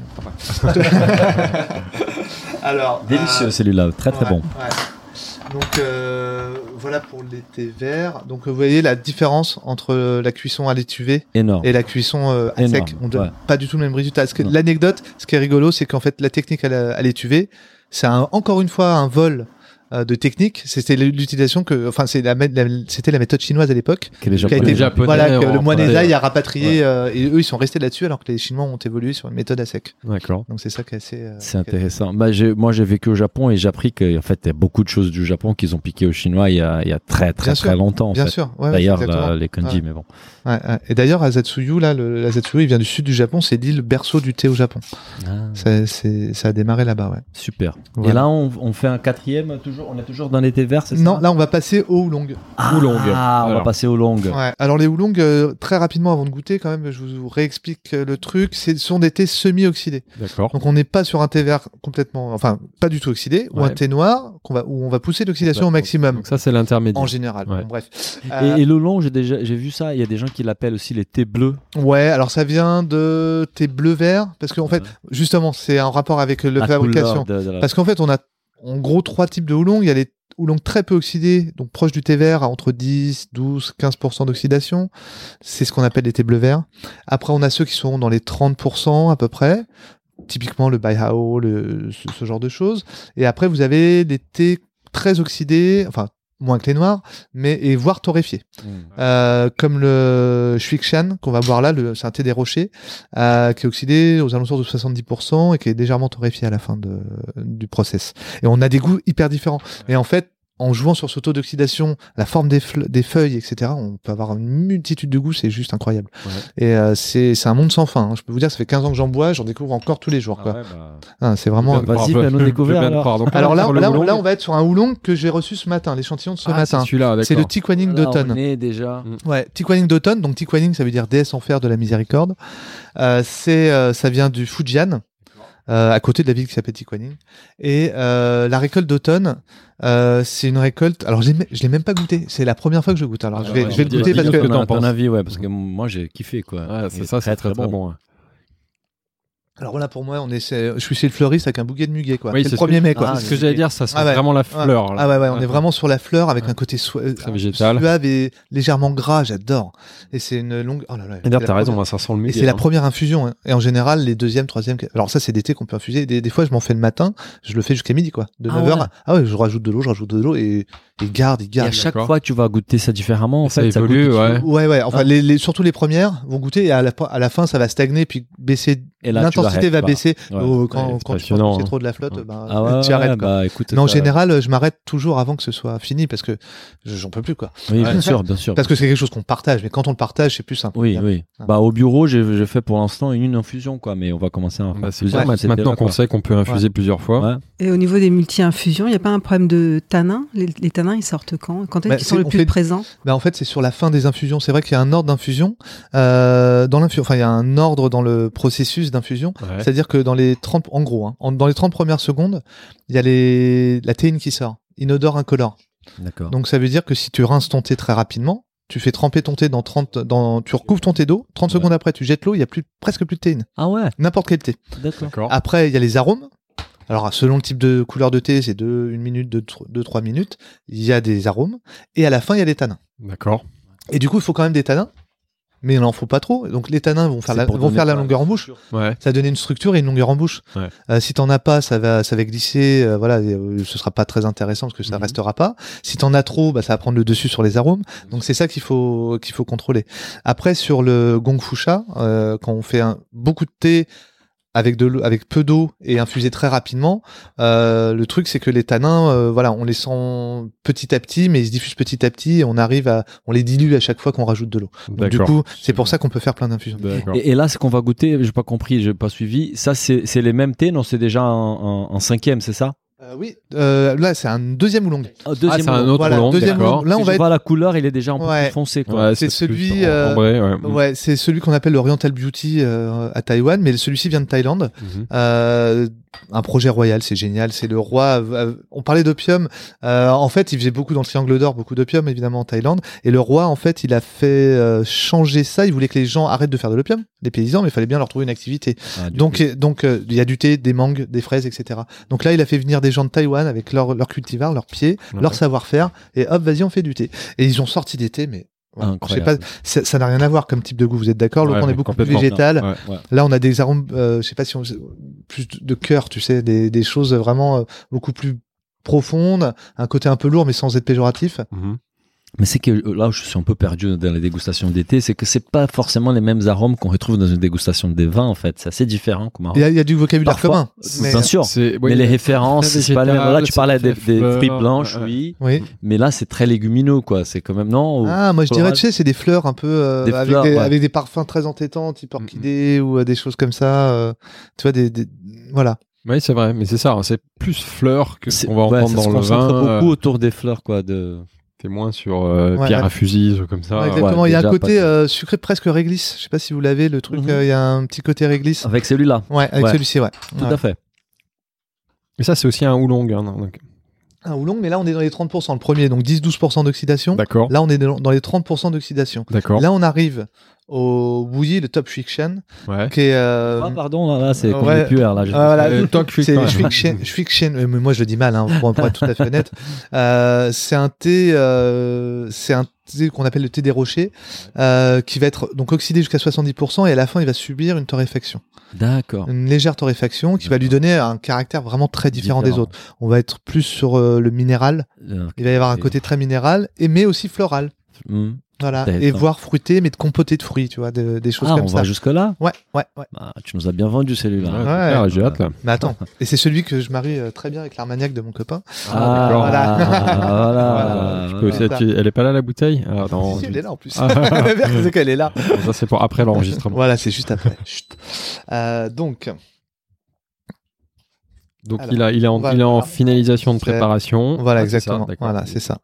Alors.
Délicieux celui-là, très très bon.
Donc euh, voilà pour les thés verts. Donc vous voyez la différence entre euh, la cuisson à l'étuvée
Énorme.
et la cuisson euh, à
Énorme,
sec. On donne
ouais.
pas du tout le même résultat. Parce que
Non.
L'anecdote, ce qui est rigolo, c'est qu'en fait la technique à la- à l'étuvée, c'est un- encore une fois un vol euh, de techniques. C'était l'utilisation que, enfin, c'est la, mé- la- c'était la méthode chinoise à l'époque.
Que les
qui a
Japonais-
été,
Les Japonais
voilà, que
ont
le
emprunté,
Moanezai
ouais.
a rapatrié, euh, et eux, ils sont restés là-dessus, alors que les Chinois ont évolué sur une méthode à sec.
D'accord.
Donc, c'est ça qui est assez, euh,
C'est intéressant. Bah, j'ai- moi, j'ai vécu au Japon et j'ai appris qu'en fait, il y a beaucoup de choses du Japon qu'ils ont piqué aux Chinois il y a, il y a très, très,
Bien
très
sûr.
longtemps. en
Bien
fait.
sûr. ouais, ouais,
D'ailleurs,
exactement.
la- les kanji,
Ouais.
mais bon.
Ouais, ouais. Et d'ailleurs, Azatsuyu, là, le, l'Azatsuyu, il vient du sud du Japon, c'est l'île berceau du thé au Japon.
Ah.
Ça, c'est, ça a démarré là-bas, ouais.
Super. Et
Voilà.
là, on, on fait un quatrième, toujours, on est toujours dans l'été vert, c'est ça
Non, là, on va passer au oolong.
ah,
Oolong.
Ah, on va
Alors.
passer au long. Ouais.
Ouais. Alors, les oolong, euh, très rapidement avant de goûter, quand même, je vous réexplique euh, le truc. C'est, ce sont des thés semi-oxydés.
D'accord.
Donc, on n'est pas sur un thé vert complètement, enfin, pas du tout oxydé, ou
Ouais.
un thé noir, qu'on va, où on va pousser l'oxydation au maximum.
Donc ça, c'est l'intermédiaire.
En général,
Ouais.
Bon, bref. Euh,
Et, et le long, j'ai déjà, j'ai vu ça. Il y a des gens qui l'appellent aussi les thés bleus.
Ouais, alors ça vient de thé bleu-vert, parce qu'en fait, justement, c'est un rapport avec euh, le
la
fabrication.
couleur de- de la-
Parce qu'en fait, on a en gros trois types de houblons. Il y a les houblons très peu oxydés, donc proches du thé vert, à entre 10, 12, 15% d'oxydation. C'est ce qu'on appelle les thés bleus verts. Après, on a ceux qui sont dans les 30% à peu près. Typiquement le Baihao, le, ce, ce genre de choses. Et après, vous avez des thés très oxydés, enfin, moins que les noirs, mais, et voire torréfiés.
Mm.
Euh, comme le Shuikshan qu'on va boire là, le- c'est un thé des rochers euh, qui est oxydé aux alentours de 70% et qui est légèrement torréfié à la fin de, du process. Et on a des goûts hyper différents. Et en fait, en jouant sur ce taux d'oxydation, la forme des, fle- des feuilles, etc., on peut avoir une multitude de goûts, c'est juste incroyable. Et euh, c'est c'est un monde sans fin. hein. Je peux vous dire, ça fait 15 ans que j'en bois, j'en découvre encore tous les
Ah
jours. quoi. Hein, c'est vraiment.
Vas-y, fais-nous découvrir, alors.
Alors là, là, là, on va être sur un houlong que j'ai reçu ce matin, l'échantillon de ce
Ah,
matin.
Celui-là,
C'est le
d'accord.
Tikwaning
Là,
d'automne.
on est déjà.
Ouais, Tikwaning d'automne. Donc Tikwaning, ça veut dire déesse en fer de la miséricorde. Euh, c'est, euh, ça vient du Fujian, euh, à côté de la ville qui s'appelle Tikwaning. Et euh, la récolte d'automne, euh, c'est une récolte. Alors j'ai- je l'ai même pas goûté. C'est la première fois que je goûte. Alors je
Ah
vais,
ouais,
je vais le
dis-
goûter
dis
parce
ce
que
t'en
ton, ton
penses.
avis, ouais, parce que moi, j'ai kiffé, quoi.
Ouais, c'est
Il
ça,
est
c'est très, très bon.
alors là pour moi, on est, c'est- je suis chez le fleuriste avec un bouquet de muguet quoi.
Oui,
c'est
c'est
le
ce que-
1er mai quoi.
Ah,
C'est ce que j'allais dire, ça sent
Ah ouais.
vraiment la fleur. là.
Ah ouais, ouais, on est vraiment sur la fleur avec un côté soi-
Très végétal.
suave et légèrement gras, j'adore. Et c'est une longue. Oh là là.
Et d'ailleurs,
la
t'as raison,
première-
hein, ça sent le
Et
muguet.
c'est la
hein.
première infusion. hein. Et en général, les deuxièmes, troisièmes. quat- Alors ça, c'est des thés qu'on peut infuser. Des, des fois, je m'en fais le matin, je le fais jusqu'à midi, quoi. De
Ah
9h.
ouais.
Ah ouais, je rajoute de l'eau, je rajoute de l'eau et, et garde, et
Et à
garde.
chaque
d'accord.
fois, tu vas goûter ça différemment. En
Ça
fait,
évolue,
goûte-
ouais.
Ouais, ouais. Enfin,
Ah.
les, les- surtout les premières vont goûter et à la, à la fin, ça va stagner puis baisser.
Et là, tu
L'intensité
l'arrêtes,
va
bah.
baisser.
Ouais.
Oh, quand
Ouais, c'est
quand tu
passionnant,
c'est
hein.
trop de la flotte,
Ouais.
bah,
Ah ouais,
tu arrêtes.
ouais,
quoi.
bah écoute.
Mais en
ça-
général, euh, je m'arrête toujours avant que ce soit fini parce que je- j'en peux plus, quoi.
Oui, bien sûr, bien sûr.
Parce que c'est quelque chose qu'on partage. Mais quand on le partage, c'est plus simple.
Oui, oui.
Ah.
Bah, au bureau, j'ai j'ai fait pour l'instant une infusion, quoi. Mais on va commencer à en faire
Bah, c'est
plusieurs.
bien,
mais c'était
Maintenant
là,
qu'on
quoi.
sait qu'on peut infuser plusieurs fois.
Ouais.
Et au niveau des multi-infusions, il n'y a pas un problème de tanins les, les tanins, ils sortent quand Quand est-ce
Bah,
qu'ils sont
c'est-
le
on
plus
fait-
présents
Bah en fait, c'est sur la fin des infusions. C'est vrai qu'il y a un ordre d'infusion. Euh, dans l'infusion, enfin, il y a un ordre dans le processus d'infusion.
Ouais.
C'est-à-dire que dans les 30, en gros, hein, en- dans les 30 premières secondes, il y a les, la théine qui sort, inodore, incolore.
D'accord.
Donc, ça veut dire que si tu rinces ton thé très rapidement, tu fais tremper ton thé dans 30, dans, tu recouvres ton thé d'eau, 30
Ouais.
secondes après, tu jettes l'eau, il y a plus, presque plus de théine.
Ah ouais,
N'importe quel thé.
d'accord.
D'accord.
Après, il y a les arômes. Alors, selon le type de couleur de thé, c'est 2, 1 minute, 2, 3 minutes. Il y a des arômes. Et à la fin, il y a les tanins.
D'accord.
Et du coup, il faut quand même des tanins, mais il n'en faut pas trop. Donc les tanins vont faire
C'est
la,
pour
vont
donner
faire la
pas-
longueur en bouche.
Ouais.
Ça va donner une structure et une longueur en bouche.
Ouais.
Euh, si t'en as pas, ça va, ça va glisser. euh, voilà, et, euh, ce sera pas très intéressant parce que ça
Mhm.
restera pas. Si t'en as trop, bah, ça va prendre le dessus sur les arômes. Donc c'est ça qu'il faut qu'il faut contrôler. Après sur le gong fusha, euh, quand on fait un, beaucoup de thé avec de l'eau- avec peu d'eau et infusé très rapidement, euh, le truc c'est que les tanins, euh, voilà, on les sent petit à petit, mais ils se diffusent petit à petit et on arrive à, on les dilue à chaque fois qu'on rajoute de l'eau. Donc, du
D'accord.
coup, c'est pour ça qu'on peut faire plein d'infusions.
D'accord.
Et, et là, ce qu'on va goûter, j'ai pas compris, j'ai pas suivi. Ça, c'est c'est les mêmes thés, non C'est déjà en, en- en cinquième, c'est ça
Euh, oui, euh, là c'est un deuxième oolong.
Ah,
Ah, c'est un
moment.
autre
Voilà,
long,
deuxième
d'accord.
oolong. Là on
Je
va être,
vois la couleur, il est déjà un peu
Ouais.
plus foncé, quoi.
Ouais,
c'est celui,
plus
euh,
ambré, ouais.
ouais, c'est celui qu'on appelle l'Oriental Beauty euh, à Taïwan, mais celui-ci vient de Thaïlande.
Mhm.
Euh, un projet royal, c'est génial. C'est le roi. euh, on parlait d'opium. Euh, en fait, il faisait beaucoup dans le Triangle d'Or, beaucoup d'opium évidemment en Thaïlande. Et le roi, en fait, il a fait euh, changer ça. Il voulait que les gens arrêtent de faire de l'opium, les paysans, mais il fallait bien leur trouver une activité.
Ah, du
Donc,
coup.
euh, donc, euh, il y a du thé, des mangues, des fraises, etc. Donc là, il a fait venir des gens de Taïwan avec leur, leur cultivar, leurs pieds,
Ouais.
leur savoir-faire, et hop, vas-y, on fait du thé. Et ils ont sorti des thés, mais voilà, je sais pas,
Incroyable.
ça ça n'a rien à voir comme type de goût. Vous êtes d'accord
Ouais,
L'autre, on est
ouais,
beaucoup plus
complètement.
végétal.
Ouais.
Ouais.
Là, on a des arômes, euh, je sais pas si on plus de cœur, tu sais, des, des choses vraiment euh, beaucoup plus profonde, un côté un peu lourd mais sans être péjoratif.
Mhm.
Mais c'est que euh, là où je suis un peu perdu dans les dégustations d'été, c'est que c'est pas forcément les mêmes arômes qu'on retrouve dans une dégustation des vins en fait. C'est assez différent comme
Il
arôme.
y, a- il y a du vocabulaire
Parfois,
commun. Mais,
Bien sûr.
C'est- ouais,
mais les
il y a-
références,
très
c'est pas les mêmes. Là,
végétal,
tu parlais
ça fait
des, des
fleurs,
fruits blanches,
ouais.
oui.
oui.
Mais là, c'est très légumineux, quoi. C'est quand même non. ou-
Ah, moi je dirais,
floral.
tu sais, c'est des fleurs un peu euh,
Des
avec,
fleurs,
des,
ouais. Mm,
avec des parfums très entêtants, type orchidée ou euh, des choses comme ça. euh, tu vois, des, des- voilà.
Oui, c'est vrai, mais c'est ça, hein, c'est plus fleur que ce
c'est-
qu'on va
ouais,
entendre
ça se
dans le
concentre
vin. euh,
beaucoup autour des fleurs, quoi. De...
T'es moins sur euh,
Ouais,
pierre
ouais.
à fusil, ce- comme ça.
Ouais,
ouais.
exactement. Il y a un
Ah, déjà,
côté
pas de-
euh, sucré presque réglisse. Je sais pas si vous l'avez, le truc. euh,
Mhm.
Il y a un petit côté réglisse.
Avec celui-là,
Ouais, avec
Ah. Ouais.
celui-ci, ouais.
tout
Ouais.
à fait.
Mais ça, c'est aussi un oolong. hein, donc-
Un oolong, mais là on est dans les 30%, le premier, donc 10-12% d'oxydation.
D'accord,
Là on est dans dans les 30% d'oxydation.
d'accord.
Là on arrive au bouilli, le top friction,
Ouais.
qui est... euh,
Ah, pardon, là, là, c'est comme
ouais.
les puères, là. j'ai-
Ah, voilà,
Euh,
le-
toc,
C'est
ouais.
Schwickchen, Schwickchen- euh, mais moi je le dis mal, hein, pour, pour être tout à fait honnête. Euh, c'est un thé, euh, c'est un thé qu'on appelle le thé des rochers, euh, qui va être donc oxydé jusqu'à 70% et à la fin il va subir une torréfaction,
D'accord.
une légère torréfaction qui va lui donner un caractère vraiment très différent, des autres. On va être plus sur euh, le minéral,
Euh,
il va y avoir un
Et-
côté très minéral et mais aussi floral,
hmm.
voilà, et
Intéressant.
voire fruité mais de compoté de fruits, tu vois, de- des choses
Ah, on
comme ça.
va jusque-là
Ouais, ouais, ouais.
Bah, Tu nous as bien vendu
Ouais,
celui-là.
c'est clair, J'ai hâte là.
Mais attends, et c'est celui que je marie euh, très bien avec l'armagnac de mon copain.
Ah,
d'accord.
voilà.
Voilà.
Je peux aussi
voilà.
être- Elle est pas là la bouteille Ah, non,
Si, si,
zut.
elle est là en plus.
Ah.
Ma mère disait qu'elle est là.
ça c'est pour après l'enregistrement.
Voilà, c'est juste après. Chut. Euh, donc,
Donc
Alors,
il a, il est
on
en,
va-
il est en finalisation de
C'est-
préparation.
voilà,
Ah, c'est ça,
exactement.
d'accord.
voilà, c'est ça.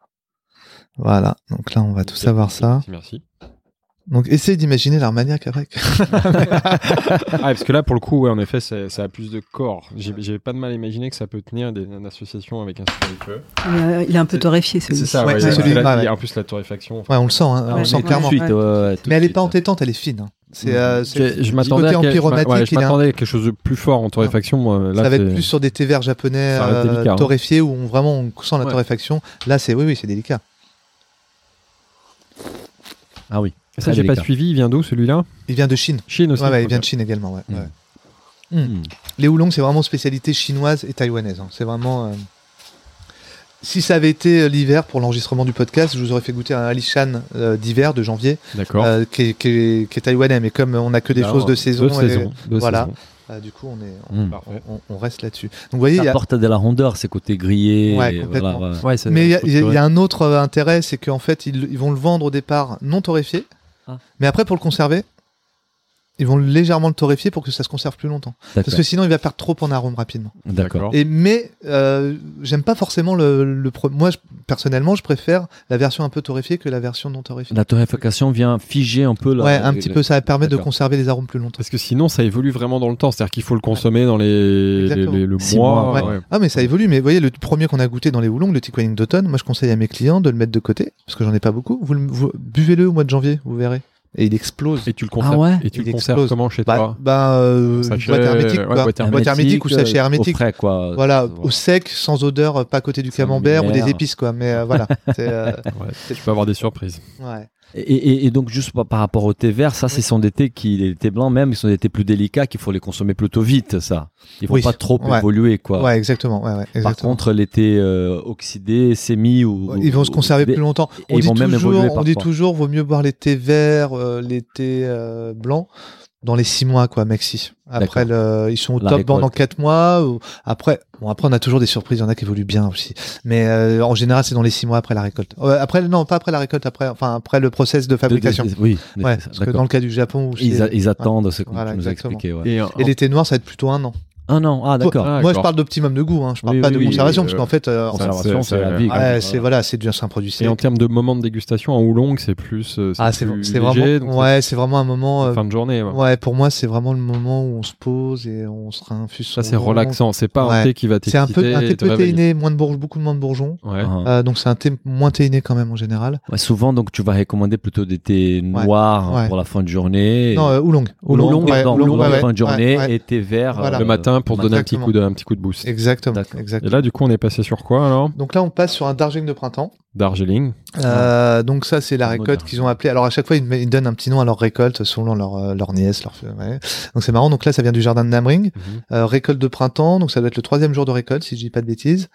Voilà, donc là, on va tous savoir ça.
Merci, Merci.
Donc, essayez d'imaginer l'armagnac après.
Ah, parce que là, pour le coup, ouais, en effet, c'est- ça a plus de corps. J'ai j'ai pas de mal à imaginer que ça peut tenir des, une association avec un feu.
Il est- euh, il est un peu torréfié celui-ci.
ouais,
il y
c'est
a-
celui-
là,
ouais,
il y
ouais.
a En plus, la torréfaction. enfin,
Ouais, on le sent, hein, on
Ouais,
le sent
ouais.
clairement.
Ah, Tout de suite, ouais, ouais, tout
Mais elle
de
est pas
suite.
entêtante, elle est fine. hein. C'est
Mhm.
euh, c'est-
Je, je
du
m'attendais
côté
à, quelque-
empyromatique,
ouais, je
il a un-
m'attendais à quelque chose de plus fort en torréfaction. moi, là,
ça va être
c'est-
plus sur des thés verts japonais
Ça va être
euh,
délicat, hein.
torréfiés où on, vraiment on sent la
Ouais.
torréfaction. Là, c'est oui, oui, c'est délicat.
Ah oui.
Ça, j'ai pas
délicat.
suivi. Il vient d'où celui-là
Il vient de Chine.
Chine aussi.
Ouais, ouais, il
ok.
vient de Chine également. ouais,
Hmm.
Mhm.
ouais. Les oolongs, c'est vraiment spécialité chinoise et taïwanaise. hein. C'est vraiment. euh, Si ça avait été euh, l'hiver pour l'enregistrement du podcast, je vous aurais fait goûter un Alishan euh, d'hiver de janvier,
D'accord.
euh, qui, est, qui est- qui est taïwanais. Mais comme on n'a que des
Alors,
choses de saison,
De
et-
saison. de
voilà.
saison.
euh, du coup, on, est,
Mmh.
Parfait.
on, on reste là-dessus. Donc, vous voyez, il y
Ça
a-
apporte de la rondeur, ces côtés grillés.
Ouais,
et
complètement.
voilà, ouais.
euh, Ouais, c'est-
mais il y a- il y, a- il y
structuré.
a un autre euh, intérêt, c'est qu'en fait, ils, ils vont le vendre au départ non torréfié,
Ah.
mais après, pour le conserver, ils vont légèrement le torréfier pour que ça se conserve plus longtemps. Parce
D'accord.
que sinon, il va perdre trop en arôme rapidement.
D'accord.
Et mais euh, j'aime pas forcément le, le pro- moi je- personnellement je préfère la version un peu torréfiée que la version non torréfiée.
La torréfaction vient figer un peu la.
ouais, un petit peu ça permet de
D'accord.
conserver les arômes plus longtemps.
Parce que sinon, ça évolue vraiment dans le temps. C'est-à-dire qu'il faut le consommer dans les, les,
Exactement.
les- le
Six
mois.
mois,
Ouais.
ouais.
Ah mais ça évolue mais vous voyez le premier qu'on a goûté dans les houlongs le Tiquaning d'automne, moi je conseille à mes clients de le mettre de côté parce que j'en ai pas beaucoup. Vous, le- vous- buvez-le au mois de janvier, vous verrez. Et il explose.
Et tu le conserves,
ouais
et tu
Il
le conserves
explose.
comment chez
Bah,
toi
bah euh,
Sachet,
boîte hermétique
ouais,
quoi.
boîte
Boîte hermétique ou sachet
euh,
hermétique.
Au frais, quoi.
Voilà, au sec, sans odeur, euh, pas à côté du
Sans
camembert ou des
lumière.
épices quoi, mais euh, voilà. C'est, euh,
Ouais, Tu peux avoir des surprises.
ouais.
Et, et- et donc, juste par, par rapport au thé vert, ça, ce sont des thés qui, les thés blancs même, ils sont des thés plus délicats qu'il faut les consommer plutôt vite, ça. Ils vont
Oui.
pas trop
Ouais.
évoluer, quoi.
Ouais, exactement. Ouais, ouais,
Par
exactement.
contre, les thés euh, oxydés, sémis ou.
Ils vont se conserver plus
longtemps.
longtemps.
et
On
ils
dit
vont même
toujours,
évoluer
on dit
parfois.
toujours, vaut mieux boire les thés verts, euh, les thés euh, blancs dans les six mois, quoi, maxi. Après, le- ils sont au
La
top
récolte.
pendant quatre mois. ou- Après, bon, après, on a toujours des surprises. Il y en a qui évoluent bien aussi. Mais euh, en général, c'est dans les six mois après la récolte. Euh, après, non, pas après la récolte. Après, enfin, après le process de fabrication.
Oui.
ouais, parce que
d'accord.
dans le cas du Japon, où
Ils,
c'est-
a- ils attendent ce que
Voilà,
tu nous as
exactement.
expliqué. Ouais.
Et,
et les thés noirs, ça va être plutôt un an.
Ah non, ah d'accord.
Ah,
Moi, je
d'accord.
parle d'optimum de goût. Hein. Je parle
Oui,
pas
oui,
de
oui,
conservation,
oui,
parce
euh,
qu'en fait, euh, en-
ça-
Conservation,
c'est-
c'est la
c'est-
vie.
ah,
quand même.
ouais, c'est voilà, c'est du- c'est un produit
et
sec.
en termes de moment de dégustation, en oolong, c'est plus. euh,
Ah, c'est
plus
c'est
léger, donc
vraiment,
c'est
ouais, c'est vraiment un moment. euh,
fin de journée. ouais.
Ouais, pour moi, c'est vraiment le moment où on se pose et on se réinfuse.
Ça,
son
c'est
nom.
relaxant. C'est pas un
Ouais.
thé qui va
C'est un peu,
t'exciter
un
et Hein.
thé
te
peu
réveiller.
théiné, moins de bourgeons, beaucoup de moins de bourgeons.
Ouais.
Ah.
Euh, donc c'est un thé moins théiné quand même en général.
Ouais, souvent, donc, tu vas recommander plutôt des thés noirs
Ouais.
pour la fin de journée.
Non, euh, oolong.
ou long,
ouais,
pardon,
oolong,
oolong pour
ouais,
la
ouais,
fin de journée
ouais, ouais.
et thé vert. euh,
Voilà.
Le matin matin pour
Bah,
donner un petit,
exactement.
coup de, un petit coup de boost.
Exactement.
D'accord.
Et
exactement.
là, du coup, on est passé sur quoi alors
Donc là, on passe sur un Darjeeling de printemps.
Darjeeling.
Ah.
Euh, donc ça, c'est la
En mode
récolte
argent.
qu'ils ont appelée. Alors à chaque fois, ils, me- ils donnent un petit nom à leur récolte selon leur, euh, leur nièce. Leur... ouais. Donc c'est marrant. Donc là, ça vient du jardin de Namring.
Mhm.
Euh, récolte de printemps, donc ça doit être le troisième jour de récolte, si je dis pas de bêtises.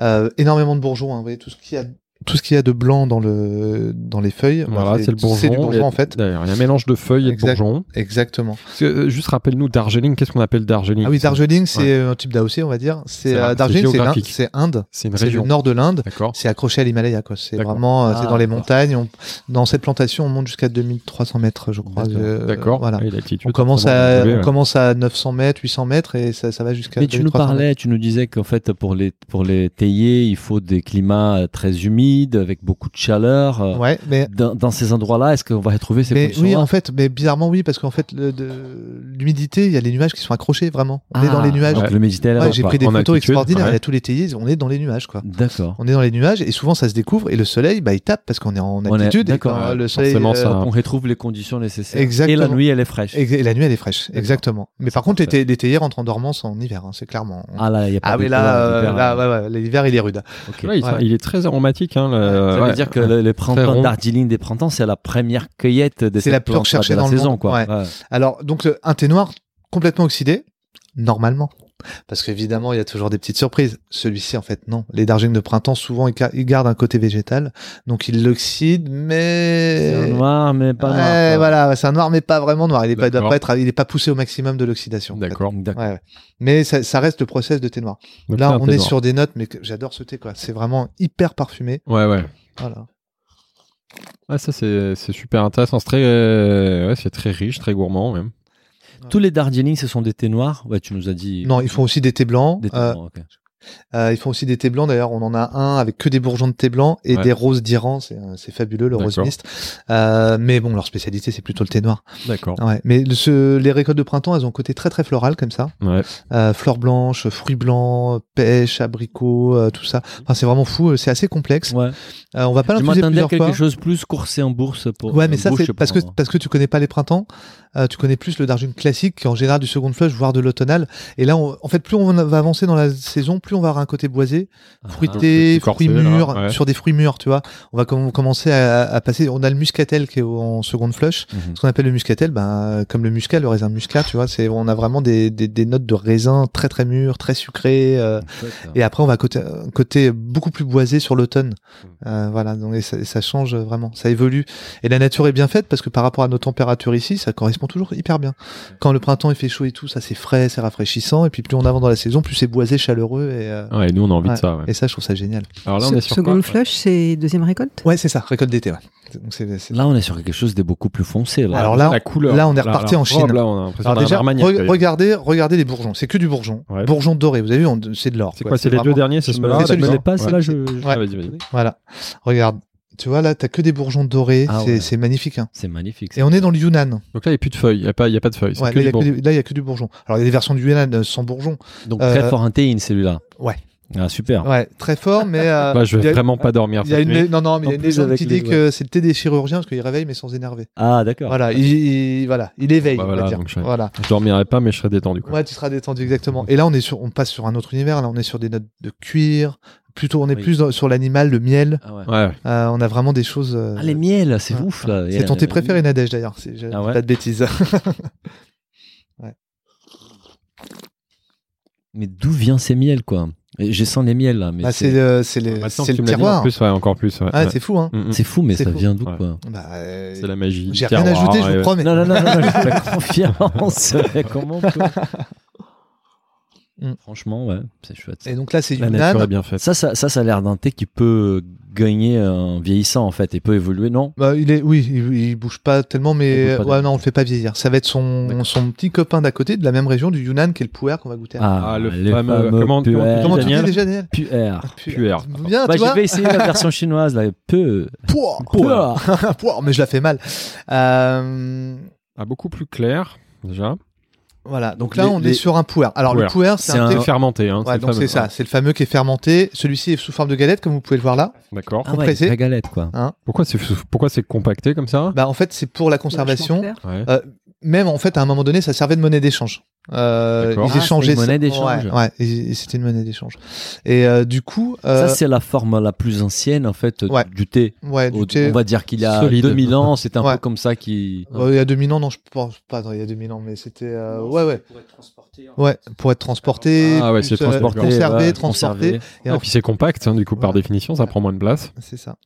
Euh, énormément de bourgeons, hein, vous voyez tout ce qu'il y a, tout ce qu'il y a de blanc dans le dans les feuilles.
Voilà, c'est le bourgeon.
C'est du
Et-
bourgeon en fait.
D'ailleurs, il y a un mélange de feuilles et de
Exact.
bourgeons.
Exactement.
Parce que, euh, juste rappelle-nous, Darjeeling, qu'est-ce qu'on appelle Darjeeling
Ah oui, Darjeeling, c'est
Ouais.
un type d'AOC, on va dire.
C'est
C'est
la-
euh,
c'est
Darjeeling, c'est l'Inde,
géographique.
c'est Inde,
C'est une
c'est le
région.
nord de l'inde.
D'accord.
C'est accroché à l'Himalaya, quoi. C'est
D'accord.
vraiment, euh,
Ah,
c'est dans les
d'accord.
montagnes. On- dans cette plantation, on monte jusqu'à 2300 mètres, je crois. Euh,
D'accord.
Voilà.
Et l'altitude,
On commence
c'est
à,
vraiment
on
ouais.
commence à 900 mètres, 800 mètres, et ça, ça va jusqu'à.
Mais tu nous
2300 mètres.
parlais, tu nous disais qu'en fait pour les pour les théiers, il faut des climats euh, très humides avec beaucoup de chaleur. euh,
Ouais, mais
Dans, dans ces endroits-là, est-ce qu'on va retrouver ces
Mais oui,
conditions-là
en fait, mais bizarrement oui, parce qu'en fait, le- de- l'humidité, il y a les nuages qui sont accrochés vraiment. On est dans les nuages.
Ah, Donc le Méditerranée.
Ouais, j'ai
quoi.
pris des
en altitude,
photos extraordinaires.
ouais.
Il y a tous les théiers, on est dans les nuages, quoi.
D'accord.
On est dans les nuages et souvent ça se découvre et le soleil, bah, il tape parce qu'on est en
On est-
altitude. et
d'accord,
quand
ouais,
le soleil,
forcément, ça-
On retrouve les conditions nécessaires.
Ah. Exactement.
Et la nuit, elle est fraîche.
ex- et la nuit, elle est fraîche. Exactement. Mais par contre, les, thé- les théiers rentrent en dormance en hiver, hein, c'est clairement.
Ah là, il y a pas
Ah
de
oui, là,
couleur,
euh,
l'hiver,
là,
hein.
ouais, ouais, l'hiver, il est rude.
Ok.
Ouais, il,
Ouais.
il est très aromatique. Hein, le-
Ça
ouais.
veut dire que le, le printemps
rond.
d'Ardiling des printemps, c'est la première cueillette de
C'est
cette
la plus
plante-là
recherchée
de la
dans le
saison,
monde,
quoi.
ouais. Alors, donc, euh, un thé noir complètement oxydé, normalement. Parce qu'évidemment, il y a toujours des petites surprises. Celui-ci, en fait, non. Les darjeelings de printemps, souvent, ils, ca- ils gardent un côté végétal. Donc, ils l'oxydent, mais...
C'est un noir, mais pas
Ouais,
noir. quoi.
voilà, c'est un noir, mais pas vraiment noir. Il est pas, il doit
D'accord.
pas être, il est pas poussé au maximum de l'oxydation. en fait.
D'accord.
D'accord.
Ouais, ouais. Mais ça, ça reste le process de thé noir.
Donc c'est
Là,
un
on
thé
est
noir.
sur des notes, mais que- j'adore ce thé, quoi. C'est vraiment hyper parfumé.
Ouais, ouais.
Voilà.
Ah, ça, c'est c'est super intéressant. C'est très, euh, ouais, c'est très riche, très gourmand, même.
Ah. Tous les Darjeeling, ce sont des thés noirs. Ouais, tu nous as dit.
Non, ils font aussi des thés blancs.
Des thés
Euh,
noirs, ok.
Euh, ils font aussi des thés blancs. D'ailleurs, on en a un avec que des bourgeons de thé blanc et
Ouais.
des roses d'Iran. C'est euh, c'est fabuleux, le rose
D'accord.
mist. Euh, mais bon, leur spécialité, c'est plutôt le thé noir.
D'accord.
Ouais. Mais le- ce- les récoltes de printemps, elles ont un côté très très floral comme ça.
Ouais.
Euh, fleurs blanches, fruits blancs, pêche, abricots, euh, tout ça. Enfin, c'est vraiment fou. euh, C'est assez complexe.
Ouais.
Euh, on va pas
Je
l'infuser
m'attendais à
plusieurs
quelque
fois.
chose plus coursé en bourse pour.
Ouais, mais
en
ça,
bouche
c'est
pour
parce que,
moi.
parce que tu connais pas les printemps, euh, tu connais plus le Darjeeling classique, qui est en général du second flush, voire de l'automnal. Et là, on- en fait, plus on va avancer dans la saison, plus on va avoir un côté boisé,
Ah,
fruité,
plus corsé,
fruits
là,
mûrs,
ouais.
sur des fruits mûrs, tu vois. On va com- commencer à, à passer, on a le muscatel qui est au- en seconde flush.
Mhm.
Ce qu'on appelle le muscatel, ben, euh, comme le muscat, le raisin muscat, tu vois, c'est, on a vraiment des, des, des notes de raisin très très mûres, très sucrées, euh,
en fait,
et après, on va côté, un côté beaucoup plus boisé sur l'automne. Euh, voilà, donc et ça, et ça change vraiment, ça évolue. Et la nature est bien faite parce que par rapport à nos températures ici, ça correspond toujours hyper bien. Quand le printemps il fait chaud et tout, ça c'est frais, c'est rafraîchissant. Et puis plus on avance dans la saison, plus c'est boisé, chaleureux. Et, euh,
Ouais, nous, on a envie de ça. ouais.
et ça, je trouve ça génial.
Alors là, on
Se-
est sur
seconde
quoi
flush, c'est deuxième récolte
Ouais, c'est ça, récolte d'été. Ouais. Donc, c'est- c'est-
Là, on est sur quelque chose de beaucoup plus foncé. Là.
Alors là,
La couleur.
là, on est reparti
la
en Chine.
robe, Là, on a l'impression
alors
d'un
déjà,
Armagnac,
re-
d'ailleurs.
regardez, regardez les bourgeons. C'est que du bourgeon.
Ouais.
Bourgeon doré. Vous avez vu, on- c'est de l'or.
C'est quoi C'est les
vraiment-
deux derniers, c'est
je me
celui-là
la- je me
celui-là.
les passe,
Ouais.
là, je.
Ouais.
Ah, vas-y, vas-y.
Voilà. Regarde. Tu vois là, t'as que des bourgeons dorés.
Ah
c'est
ouais.
c'est magnifique. hein.
C'est magnifique.
Et on est dans le Yunnan.
Donc là, il n'y a plus de feuilles. Il n'y a, pas- il y a pas de feuilles. c'est
Ouais,
que
là, il
du
y a que
bourgeon.
des- là, il y a que du bourgeon. Alors, il y a des versions du Yunnan euh, sans bourgeon.
Donc
Euh,
très fort en théine, celui-là.
ouais.
Ah, super.
Ouais, très fort, mais. euh,
Bah, je
il y
vais
a-
vraiment pas dormir.
Il y a
cette
une,
nuit.
non, non, mais il y
En
a une
plus,
légende
avec
qui
les-
dit que c'est le thé des chirurgiens parce qu'il réveille mais sans énerver.
Ah, d'accord.
Voilà, il, il- voilà, il éveille.
Bah
on va
voilà,
dire.
donc je-
voilà.
Je dormirai pas, mais je serai détendu. quoi.
Ouais, tu seras détendu exactement. Et là, on est sur, on passe sur un autre univers. Là, on est sur des notes de cuir. Plutôt, on est
Oui.
plus dans- sur l'animal, le miel.
Ah, ouais.
Ouais.
Euh, on a vraiment des choses. euh,
Ah, les miels, c'est
ouais.
ouf
Ah,
là.
C'est ton thé préféré, Nadège d'ailleurs. C'est- je-
Ah ouais
Pas de bêtises.
Mais d'où vient ces miels quoi Et J'ai sens les miels là, mais
Bah, c'est
c'est
euh, c'est les-
Maintenant
c'est
que tu
le
me l'as dit, En
terroir.
plus, ouais, encore plus. ouais.
Ah,
Ouais.
c'est fou, hein.
Mm, mm.
c'est fou, mais
c'est
ça
fou.
vient d'où
Ouais.
quoi
Bah, euh,
C'est la magie.
J'ai
du
rien
terroir,
ajouté, je
ouais.
vous promets.
Non, non, non, non, non, je fais confiance. Comment quoi.
Mm.
Franchement, ouais, c'est chouette. ça.
Et donc là, c'est
La nature est
Yunnan.
bien faite.
Ça, ça, ça, ça a l'air d'un thé qui peut gagner en vieillissant en fait et peut évoluer, non
Bah, il est, oui, il, il bouge pas tellement,
Il
mais
bouge pas
ouais, non, on le fait pas vieillir. Ça va être son,
D'accord.
son petit copain d'à côté, de la même région, du Yunnan, qui est le puer qu'on va goûter. après.
Ah,
Ah, le
les
fameux-
fameux
comment- comment tu
puer.
dis,
Comment tu dis
Daniel
déjà, Daniel
Puer.
Puer.
Bien,
Bah, je
tu vois Ah,
vais essayer la version chinoise là. Peu.
Pouah,
Puer.
pouah, mais je la fais mal. Euh,
Ah, beaucoup plus clair, déjà.
voilà, donc
Donc
là,
les-
on
les-
est sur un puer. Alors, le
Puer.
puer, c'est un
C'est
thé-
C'est fermenté, hein.
Ouais,
le
donc
fameux.
c'est ça, c'est le fameux qui est fermenté. Celui-ci est sous forme de galette, comme vous pouvez le voir là.
D'accord.
Ah ouais,
Compressé.
la galette quoi.
Pourquoi c'est pourquoi c'est compacté comme ça
Bah, en fait, c'est pour la conservation.
Vachement clair.
Ouais.
Euh, même en fait à un moment donné ça servait de monnaie d'échange euh,
D'accord.
ils
Ah,
échangeaient
c'était une monnaie
ça-
d'échange.
ouais, ouais, et- et c'était une monnaie d'échange et euh, du coup euh,
Ça, c'est la forme la plus ancienne, en fait, du-
Ouais.
du thé.
ouais du
Au-
thé-
On va dire qu'il y a
Solide.
2000 ans, c'était un
Ouais. Euh,
peu comme ça qui.
Ouais, il y a 2000 ans non je pense pas non, il y a 2000 ans mais c'était euh, ouais ouais ouais pour être transporté
Ah ouais,
plus,
c'est
euh,
transporté,
conservé
ouais,
transporté
conservé.
et
Et
en
puis c'est compact, hein, du coup, par
Ouais.
définition, ça prend moins de place.
C'est ça.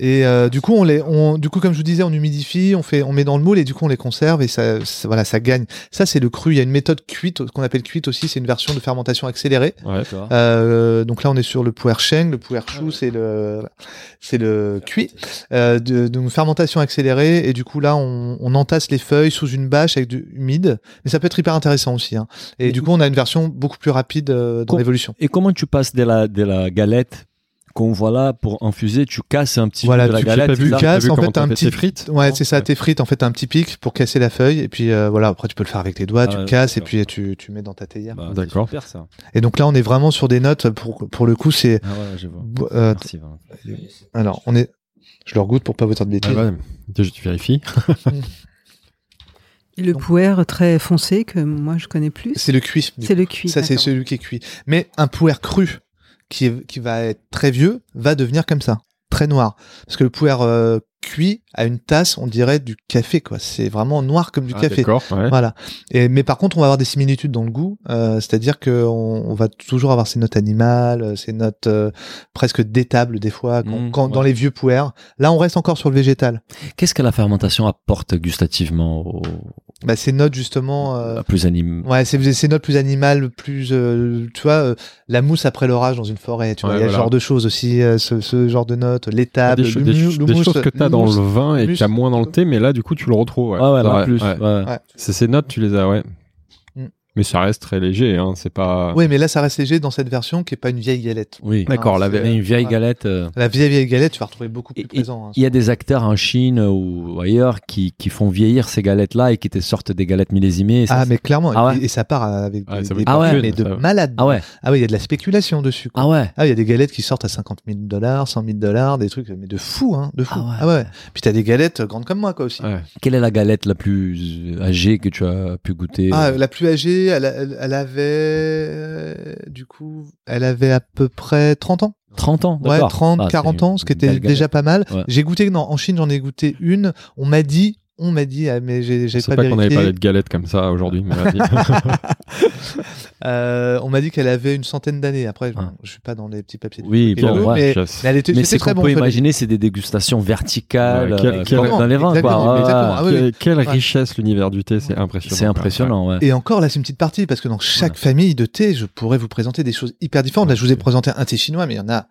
Et euh, du coup, on les, on, du coup, comme je vous disais, on humidifie, on fait, on met dans le moule et du coup, on les conserve et ça, ça- voilà, ça gagne. Ça, c'est le cru. Il y a une méthode cuite, ce qu'on appelle cuite aussi, c'est une version de fermentation accélérée.
Ouais.
D'accord.
Euh, donc là, on est sur le puer sheng, le puer chou, c'est le, c'est le cuit. Euh, de, donc fermentation accélérée et du coup là, on, on entasse les feuilles sous une bâche avec du humide. Mais ça peut être hyper intéressant aussi. hein. Et du coup, on a une version beaucoup plus rapide euh, dans
Com-
l'évolution.
Et comment tu passes de la, de la galette qu'on voit là pour infuser Tu casses un petit
Voilà,
bout de la
tu
J'ai
galette.
pas vu,
c'est
tu
ça
casses,
t'as vu
en
comment
fait,
t'as
un
fait
petit-
tes frites.
Ouais, c'est ça, tes frites, en fait, un petit pic pour casser la feuille, et puis euh, voilà, après tu peux le faire avec tes doigts,
Ah
tu
ouais,
le casses, et
d'accord.
puis tu, tu mets dans ta théière.
Bah, c'est
D'accord.
super, ça.
Et donc là, on est vraiment sur des notes, pour, pour le coup, c'est...
Ah ouais, je vois.
euh,
Merci, Valentin.
alors, on est... Je le regoute pour pas vous dire de
Ah
bêtises.
ouais, je tu vérifies.
Et le pouer très foncé que moi je connais plus,
C'est le cuit. du
c'est le cuit.
Ça, c'est
d'accord.
celui qui est cuit. Mais un pouer cru qui, est- qui va être très vieux va devenir comme ça, très noir. Parce que le pouer euh, cuit à une tasse, on dirait du café, quoi. C'est vraiment noir comme du
Ah,
café.
D'accord, ouais.
Voilà. Et, mais par contre, on va avoir des similitudes dans le goût, euh, c'est-à-dire qu'on on va toujours avoir ces notes animales, euh, ces notes euh, presque d'étable des fois, quand,
Mmh,
Mm,
quand- dans
ouais.
les vieux pouères. Là, on reste encore sur le végétal.
Qu'est-ce que la fermentation apporte gustativement au,
Bah, ces notes justement, euh,
à plus anime
ouais, ces, ces notes plus animales, plus, euh, tu vois, euh, la mousse après l'orage dans une forêt, tu vois,
Ouais,
il y a
voilà.
ce genre de choses aussi, euh, ce, ce genre de notes,
T'as
l'étable,
Des, cho- des
Ah, mou-
cho- des
mousse- Ah
choses que t'as dans le vin et
mousse-
qu'il y a moins dans le thé, mais là, du coup, tu le retrouves. Ouais,
Ouais, ouais,
Ouais,
en plus.
ouais.
ouais.
C'est ces notes, tu les as, ouais.
Mm.
Mais ça reste très léger, hein. C'est pas.
Oui, mais là, ça reste léger dans cette version qui est pas une vieille galette.
Oui.
D'accord,
Non,
la
c'est-
Une vieille
ouais.
galette. euh,
La vieille vieille galette, tu vas retrouver beaucoup plus
Et-
présent. hein,
Il y a des acteurs en Chine ou ailleurs qui, qui font vieillir ces galettes-là et qui te sortent des galettes millésimées. et ça,
Ah mais clairement
Ah
et-
ouais.
et ça part avec
Ah,
des,
ça
des
va
être
prix,
fortune,
mais de
ça.
malades.
ah ouais,
Ah oui, il y a de la spéculation dessus. quoi.
ah ouais.
Ah, il y a des galettes qui sortent à 50 000 dollars, 100 000 dollars, des trucs mais de fou hein, de fou.
Ah ouais.
Puis t'as des galettes grandes comme moi quoi aussi.
Ouais.
Quelle est la galette la plus âgée que tu as pu goûter euh,
Ah, la plus âgée, elle, a- elle- elle avait euh, du coup, elle avait à peu près 30 ans.
30 ans,
Ouais,
d'accord.
30,
Ah, c'est
40 ans, ce qui
une
était
belle galette.
déjà pas mal.
Ouais.
J'ai goûté non, en Chine, j'en ai goûté une, on m'a dit on m'a dit, ah, mais j'ai j'ai
Je sais
pas,
pas qu'on avait
vérifié.
pas de galettes comme ça aujourd'hui, mais vas-y.
Euh, on m'a dit qu'elle avait une centaine d'années. Après, je,
Ah.
je suis pas dans les petits papiers. de
Oui,
Piquet
bon,
Lolo,
ouais.
mais-
Chasse.
Mais elle était,
Mais
c'était
c'est
très
qu'on
bon.
peut
Fabien.
imaginer, c'est des dégustations verticales
Ouais, quel-
euh,
quel-
comme dans les vins.
exactement,
quoi.
exactement. Ah oui,
Quelle, quelle
Ouais.
richesse l'univers du thé, c'est impressionnant.
C'est impressionnant, ouais.
Et encore, là, c'est une petite partie, parce que dans chaque famille de thé, je pourrais vous présenter des choses hyper différentes. Là, je vous ai présenté un thé chinois, mais il y en a,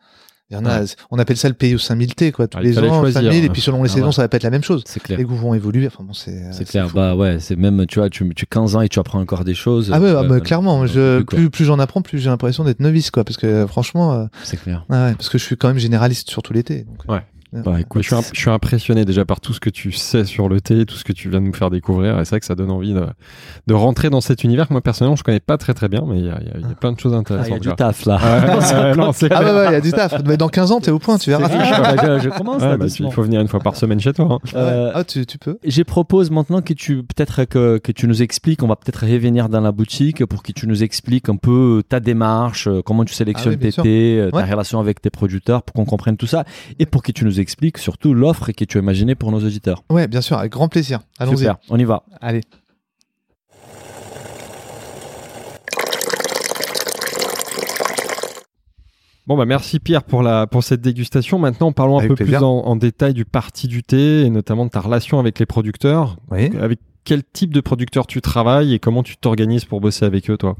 il y en a, on appelle ça le pays aux 5000 thés, quoi. Tous
Ah, il
les
fallait
ans,
choisir,
5000, et
hein.
puis selon les
Ah
saisons,
ouais.
ça va pas être la même chose.
C'est clair.
Les goûts vont évoluer, enfin bon, c'est. euh,
C'est clair.
fou.
Bah ouais, c'est même, tu vois, tu, tu 15 ans et tu apprends encore des choses.
Ah ouais, ah
Euh,
bah, clairement,
euh,
je,
quoi.
plus, plus j'en apprends, plus j'ai l'impression d'être novice, quoi, parce que euh, franchement, euh,
C'est clair.
ah ouais, parce que je suis quand même généraliste sur tout l'été. donc, euh,
Ouais.
euh,
Bah écoute,
Je suis, imp- je suis impressionné déjà par tout ce que tu sais sur le thé, tout ce que tu viens de nous faire découvrir. Et c'est vrai que ça donne envie de, de rentrer dans cet univers que moi personnellement je connais pas très très bien, mais il y a, il y a- il y a plein de choses
Ah, il y a
intéressantes.
du
quoi.
taf là.
Ah, ouais, non, c'est
Ah
clair.
ouais, ouais, il y a du taf. Mais dans 15 ans, t'es au point, tu verras.
Ah, bah, je, je commence
Ouais,
là,
bah, tu-
doucement.
il faut venir une fois par semaine chez toi. hein.
Euh,
Ah, tu, tu peux.
Je propose maintenant que tu peut-être que, que tu nous expliques, on va peut-être revenir dans la boutique pour que tu nous expliques un peu ta démarche, euh, comment tu sélectionnes
Ah oui, bien
tes
sûr.
thés, euh, ta
Ouais.
relation avec tes producteurs pour qu'on comprenne tout ça et pour que tu nous expliques surtout l'offre que tu as imaginée pour nos auditeurs.
Ouais, bien sûr, avec grand plaisir. Allons-y.
Super, on y va.
Allez.
Bon bah merci Pierre pour la pour cette dégustation. Maintenant parlons un
Avec
peu
plaisir.
plus en, en détail du parti du thé et notamment de ta relation avec les producteurs.
Oui.
Avec quel type de producteurs tu travailles et comment tu t'organises pour bosser avec eux toi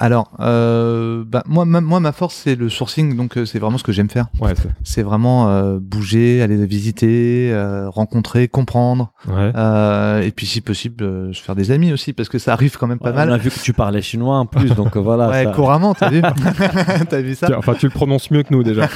Alors, euh, bah, moi, ma, moi, ma force, c'est le sourcing, donc euh, c'est vraiment ce que j'aime faire.
Ouais. c'est-
C'est vraiment euh, bouger, aller visiter, euh, rencontrer, comprendre,
ouais.
euh, et puis si possible, euh, se faire des amis aussi, parce que ça arrive quand même pas
Ouais, On
mal.
a vu que tu parlais chinois en plus, donc euh, voilà.
Ouais,
ça-
couramment, t'as vu T'as vu ça
Tiens, Enfin tu le prononces mieux que nous déjà.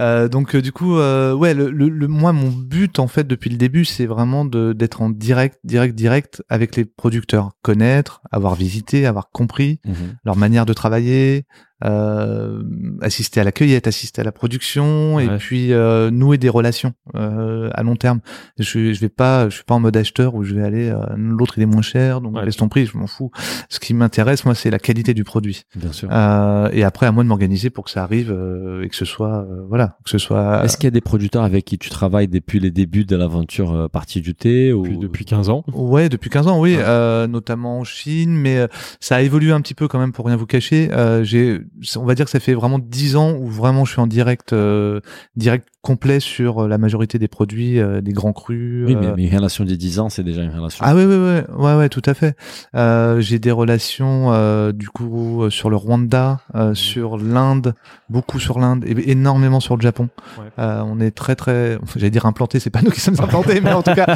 Euh, donc euh, du coup, euh, ouais, le, le, le- moi mon but en fait depuis le début, c'est vraiment de d'être en direct, direct, direct avec les producteurs, connaître, avoir visité, avoir compris
Mhm.
leur manière de travailler, euh, assister à la cueillette, assister à la production
Ouais.
et puis euh, nouer des relations euh, à long terme. Je, je vais pas, je suis pas en mode acheteur où je vais aller. euh, L'autre il est moins cher, donc
Ouais.
laisse ton prix, je m'en fous. Ce qui m'intéresse moi, c'est la qualité du produit.
Bien sûr.
Euh, et après, à moi de m'organiser pour que ça arrive euh, et que ce soit, euh, voilà, que ce soit.
Est-ce qu'il y a des producteurs avec qui tu travailles depuis les débuts de l'aventure euh, partie du thé ou
Depuis, depuis 15 ans.
Ouais, depuis 15 ans, oui,
Ouais.
euh, notamment en Chine, mais euh, ça a évolué un petit peu quand même pour rien vous cacher. Euh, j'ai, on va dire que ça fait vraiment 10 ans où vraiment je suis en direct, euh, direct complet sur euh, la majorité des produits, euh, des grands crus.
Oui,
euh,
mais, mais une relation des 10 ans, c'est déjà une relation.
ah oui, oui, oui, ouais, ouais, tout à fait. Euh, j'ai des relations euh, du coup euh, sur le Rwanda,
Mmh.
euh, sur l'Inde, beaucoup sur l'Inde et énormément sur le Japon.
Ouais.
Euh, on est très très, j'allais dire implanté, c'est pas nous qui sommes implantés, mais en tout cas,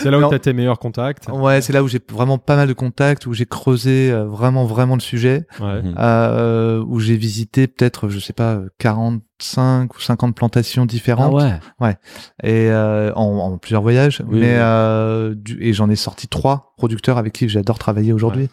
C'est là où
Non.
tu as tes meilleurs contacts.
ouais, c'est là où j'ai vraiment pas mal de contacts, où j'ai creusé euh, vraiment vraiment le sujet,
Ouais.
Mhm.
euh, où j'ai visité peut-être, je sais pas, 45 ou 50 plantations différentes.
Ah ouais.
et euh, en, en plusieurs voyages
Oui,
mais
oui.
euh, du- et j'en ai sorti trois producteurs avec qui j'adore travailler aujourd'hui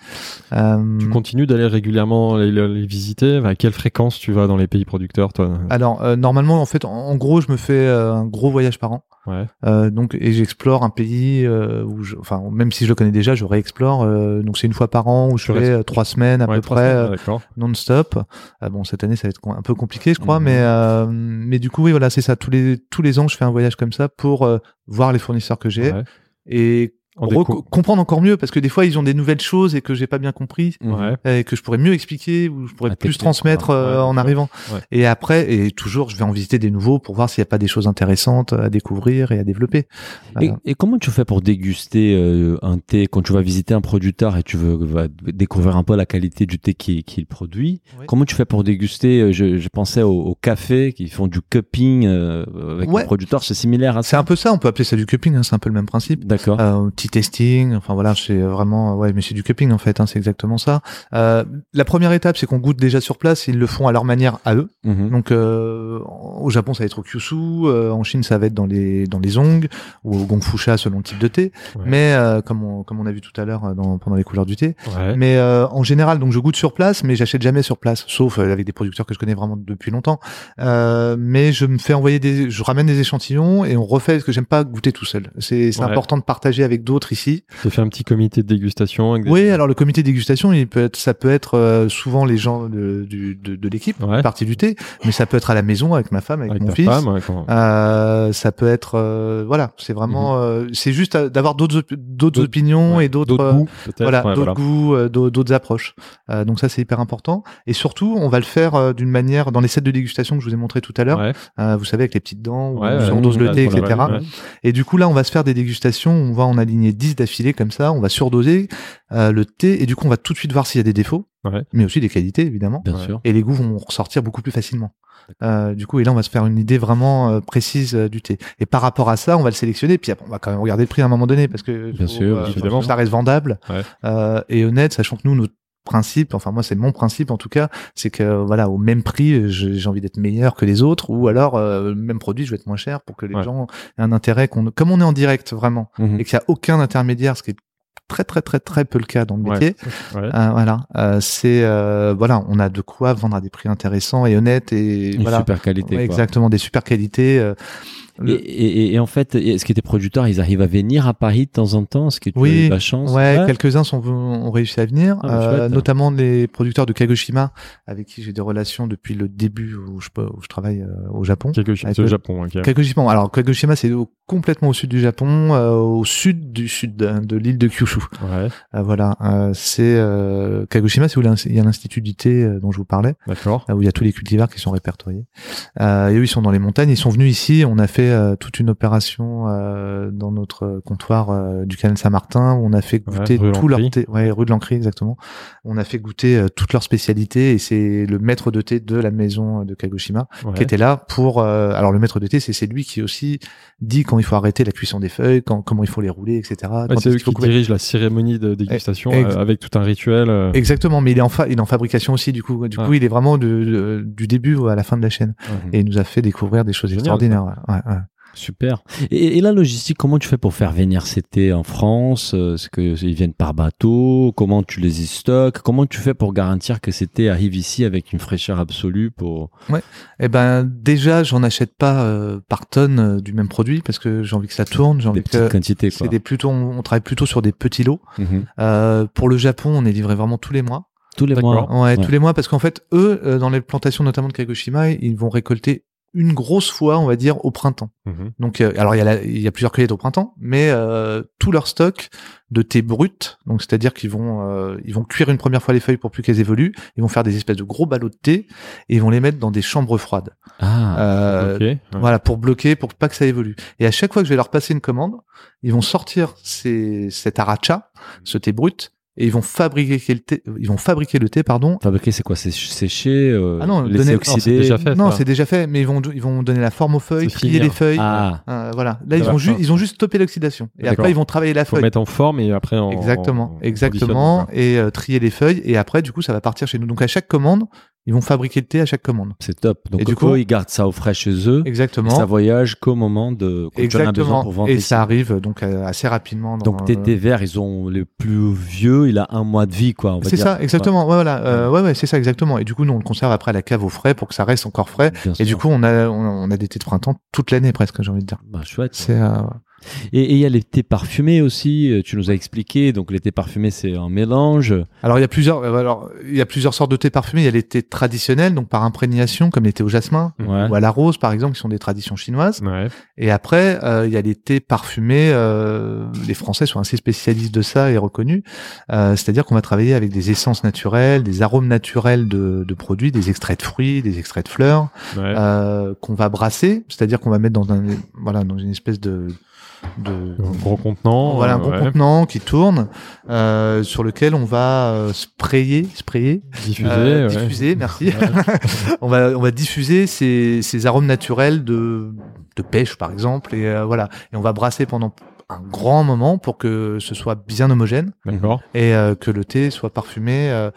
Euh,
Tu continues d'aller régulièrement les, les- les visiter. À quelle fréquence tu vas dans les pays producteurs, toi
alors euh, normalement en fait en, en gros je me fais euh, un gros voyage par an
Ouais.
Euh, donc et j'explore un pays euh, où je, enfin même si je le connais déjà je réexplore euh, donc c'est une fois par an où je
Tu
fais
restes-
euh, trois semaines à
Ouais,
peu
trois
près
semaines,
euh,
D'accord.
non-stop Ah bon cette année ça va être com- un peu compliqué je crois
Mhm.
mais euh, mais du coup oui voilà c'est ça tous les tous les ans je fais un voyage comme ça pour euh, voir les fournisseurs que j'ai
Ouais.
et
En
Reco-
déco-
comprendre encore mieux parce que des fois ils ont des nouvelles choses et que j'ai pas bien compris
Mhm.
Ouais.
euh, et que je pourrais mieux expliquer ou je pourrais
Ah,
plus
technique,
transmettre
Mm. quoi.
euh,
Ouais,
en
ouais.
arrivant
Ouais.
et après et toujours je vais en visiter des nouveaux pour voir s'il n'y a pas des choses intéressantes à découvrir et à développer
Et,
Voilà.
et comment tu fais pour déguster euh, un thé quand tu vas visiter un producteur et tu veux va découvrir un peu la qualité du thé qu'il qu'il produit
Oui.
Comment tu fais pour déguster euh, je, je pensais au, au café qui font du cupping euh, avec
Ouais.
les producteurs, c'est
Ah,
similaire à
c'est
ça.
un peu ça on peut appeler ça du cupping hein, c'est un peu le même principe
D'accord.
euh, petit testing enfin voilà c'est vraiment ouais mais c'est du cupping en fait hein, c'est exactement ça Euh, la première étape c'est qu'on goûte déjà sur place ils le font à leur manière à eux
Mhm.
Donc euh, au Japon ça va être au Kyushu, euh, en Chine ça va être dans les dans les Zong ou au Gongfusha selon le type de thé.
Ouais.
Mais euh, comme on, comme on a vu tout à l'heure euh, dans- pendant les couleurs du thé.
Ouais.
Mais euh, en général donc je goûte sur place mais j'achète jamais sur place sauf euh, avec des producteurs que je connais vraiment depuis longtemps. Euh, mais je me fais envoyer des je ramène des échantillons et on refait parce que j'aime pas goûter tout seul. C'est c'est
Ouais.
important de partager avec d'autres ici.
Tu fait un petit comité de dégustation. Avec des-
Oui, alors le comité de dégustation, il peut être, ça peut être euh, souvent les gens de, du- de, de l'équipe,
Ouais.
partie du thé, mais ça peut être à la maison avec ma femme, avec,
Avec
mon
ta
fils.
femme. ouais, quand-
Euh, ça peut être, euh, voilà, c'est vraiment, euh, c'est juste euh, d'avoir d'autres op- d'autres
Mhm. D'autres-
opinions
ouais.
et d'autres. euh,
goûts, peut-être.
Voilà,
Ouais,
d'autres goûts, euh, d'au- d'autres approches. Euh, donc ça, c'est hyper important. Et surtout, on va le faire euh, d'une manière dans les sets de dégustation que je vous ai montré tout à l'heure.
Ouais.
euh, vous savez, avec les petites dents, où
Ouais, ouais,
on dose
ouais,
le thé,
pour la
etc.
valeur, ouais.
Et euh, du coup, là, on va se faire des dégustations. On va en aligner 10 d'affilée comme ça. On va surdoser euh, le thé. Et du coup, on va tout de suite voir s'il y a des défauts,
Ouais.
mais aussi des qualités, évidemment.
Bien
Ouais.
sûr.
Et les goûts vont ressortir beaucoup plus facilement. Euh, du coup, et là, on va se faire une idée vraiment euh, précise euh, du thé. Et par rapport à ça, on va le sélectionner. Puis après, on va quand même regarder le prix à un moment donné parce que
Bien sûr,
évidemment.
faut que ça reste vendable
Ouais.
euh, et honnête, sachant que nous, notre principe, enfin moi c'est mon principe en tout cas, c'est que voilà au même prix je- j'ai envie d'être meilleur que les autres ou alors euh, même produit je vais être moins cher pour que les
Ouais. Mmh
gens aient un intérêt qu'on comme on est en direct vraiment
Mhm.
et qu'il n'y a aucun intermédiaire ce qui est très très très très peu le cas dans le
Ouais.
métier
Ouais.
euh, voilà, euh, c'est euh, voilà, on a de quoi vendre à des prix intéressants et honnêtes et,
Une
voilà,
super qualité.
Ouais,
quoi.
exactement des super qualités. euh,
Et,
le-
et, et- et en fait, est-ce que tes producteurs, ils arrivent à venir à Paris de temps en temps Est-ce que tu
Oui.
as eu de la chance
ouais, quelques uns sont ont réussi à venir,
Ah, bah,
euh,
chouette.
notamment les producteurs de Kagoshima avec qui j'ai des relations depuis le début où je, peux- où je travaille euh, au Japon.
Quelque chose
Avec
au
le-
Japon. ok.
Kagoshima, alors Kagoshima c'est au- complètement au sud du Japon, euh, au sud du sud euh, de l'île de Kyushu.
Ouais.
Euh, voilà, euh, c'est euh, Kagoshima, c'est où l'ins- il y a l'institut du thé euh, dont je vous parlais.
D'accord.
là où il y a tous les cultivars qui sont répertoriés. Euh, et eux, ils sont dans les montagnes. Ils sont venus ici. On a fait euh, toute une opération euh, dans notre comptoir euh, du canal Saint-Martin où on a fait
Ouais,
goûter
rue
tout leur
Lancry.
thé. Ouais, rue de l'Ancry, exactement. On a fait goûter euh, toutes leurs spécialités et c'est le maître de thé de la maison euh, de Kagoshima qui
Ouais.
était là pour. euh, alors le maître de thé, c'est c'est lui qui aussi dit quand il faut arrêter la cuisson des feuilles, quand, comment il faut les rouler, etc.
Ouais,
quand
c'est
est-ce
eux
qu'il faut
qui
couper.
dirigent la cérémonie de dégustation
Ex-
euh, avec tout un rituel. euh,
Exactement, mais il est en fa- il est en fabrication aussi du coup. Du
Ah.
coup, il est vraiment de- de- du début à la fin de la chaîne
Mhm.
et il nous a fait découvrir des choses
Génial,
extraordinaires. ouais, ouais, ouais.
Super.
Et, et la logistique, comment tu fais pour faire venir ces thés en France Euh, Est-ce qu'ils viennent par bateau Comment tu les y stockes Comment tu fais pour garantir que ces thés arrivent ici avec une fraîcheur absolue pour...
Eh ben déjà, j'en achète pas euh, par tonne euh, du même produit parce que j'ai envie que ça tourne, j'ai
Des
envie
petites
que
quantités, quoi.
euh, c'est des plutôt on, on travaille plutôt sur des petits lots.
Mhm.
Euh, pour le Japon, on est livré vraiment tous les mois.
Tous les
D'accord.
mois. Ouais.
Ouais, tous les mois parce qu'en fait, eux euh, dans les plantations notamment de Kagoshima, ils vont récolter une grosse fois, on va dire, au printemps.
Mhm.
Donc, euh, alors il y, a la- il y a plusieurs cueillettes au printemps, mais euh, tout leur stock de thé brut, donc c'est-à-dire qu'ils vont euh, ils vont cuire une première fois les feuilles pour plus qu'elles évoluent, ils vont faire des espèces de gros ballots de thé et ils vont les mettre dans des chambres froides.
Ah,
Euh,
ok. Ouais.
Voilà, pour bloquer, pour pas que ça évolue. Et à chaque fois que je vais leur passer une commande, ils vont sortir ces, cet aracha, ce thé brut, et ils vont fabriquer le thé, ils vont fabriquer le thé, pardon.
fabriquer, c'est quoi C'est séché, euh,
Ah non,
laisser
donner- non, c'est
Non, c'est
oxyder
déjà fait.
non,
ça.
c'est déjà fait, mais ils vont, ils vont donner la forme aux feuilles,
C'est
trier
finir.
les feuilles.
Ah,
Euh, voilà.
Ça
Là, ils
va faire.
ont, juste, ils ont juste stoppé l'oxydation. Et
D'accord.
après, ils vont travailler la
faut
feuille.
mettre en forme et après en. en-
Exactement,
en
exactement.
conditionne,
Et euh, trier les feuilles. Et après, du coup, ça va partir chez nous. Donc, à chaque commande, ils vont fabriquer le thé à chaque commande.
c'est top. Donc,
Et du
eux,
coup-
ils gardent ça au frais chez eux. Et
Exactement.
ça voyage qu'au moment de quand tu en as besoin pour
Exactement.
vendre.
Et
ici.
ça arrive euh, donc euh, assez rapidement. dans,
Donc tes
euh,
thés verts, ils ont les plus vieux, il a un mois de vie, quoi. on va
C'est
dire.
ça, exactement. Ouais, voilà. Euh, ouais, ouais, c'est ça, exactement. Et du coup, nous, on le conserve après à la cave au frais pour que ça reste encore
Ouais,
frais.
bien
Et
sûr.
du coup, on a, on, on a des thés de printemps toute l'année presque, j'ai envie de dire.
Bah, chouette.
C'est, euh,
Et et il y a les thés parfumés aussi. euh, Tu nous as expliqué. Donc les thés parfumés, c'est un mélange.
Alors, il y a plusieurs, euh, alors, il y a plusieurs sortes de thés parfumés. Il y a les thés traditionnels, donc par imprégnation, comme les thés au jasmin
Mhm. Ouais.
ou à la rose, par exemple, qui sont des traditions chinoises.
quoi. Ouais.
Et après, euh, il y a les thés parfumés. euh, les Français sont assez spécialistes de ça et reconnus. Euh, C'est-à-dire qu'on va travailler avec des essences naturelles, des arômes naturels de, de produits, des extraits de fruits, des extraits de fleurs,
Ouais.
euh, qu'on va brasser. C'est-à-dire qu'on va mettre dans un, voilà, dans une espèce de, de
Un gros contenant.
voilà un
euh,
gros
ouais.
contenant qui tourne, euh, sur lequel on va euh, sprayer, sprayer,
Diffusé.
euh,
ouais.
diffuser, merci. on va on va diffuser ces, ces arômes naturels de de pêche par exemple et euh, voilà et on va brasser pendant un grand moment pour que ce soit bien homogène
D'accord.
et euh, que le thé soit parfumé. euh.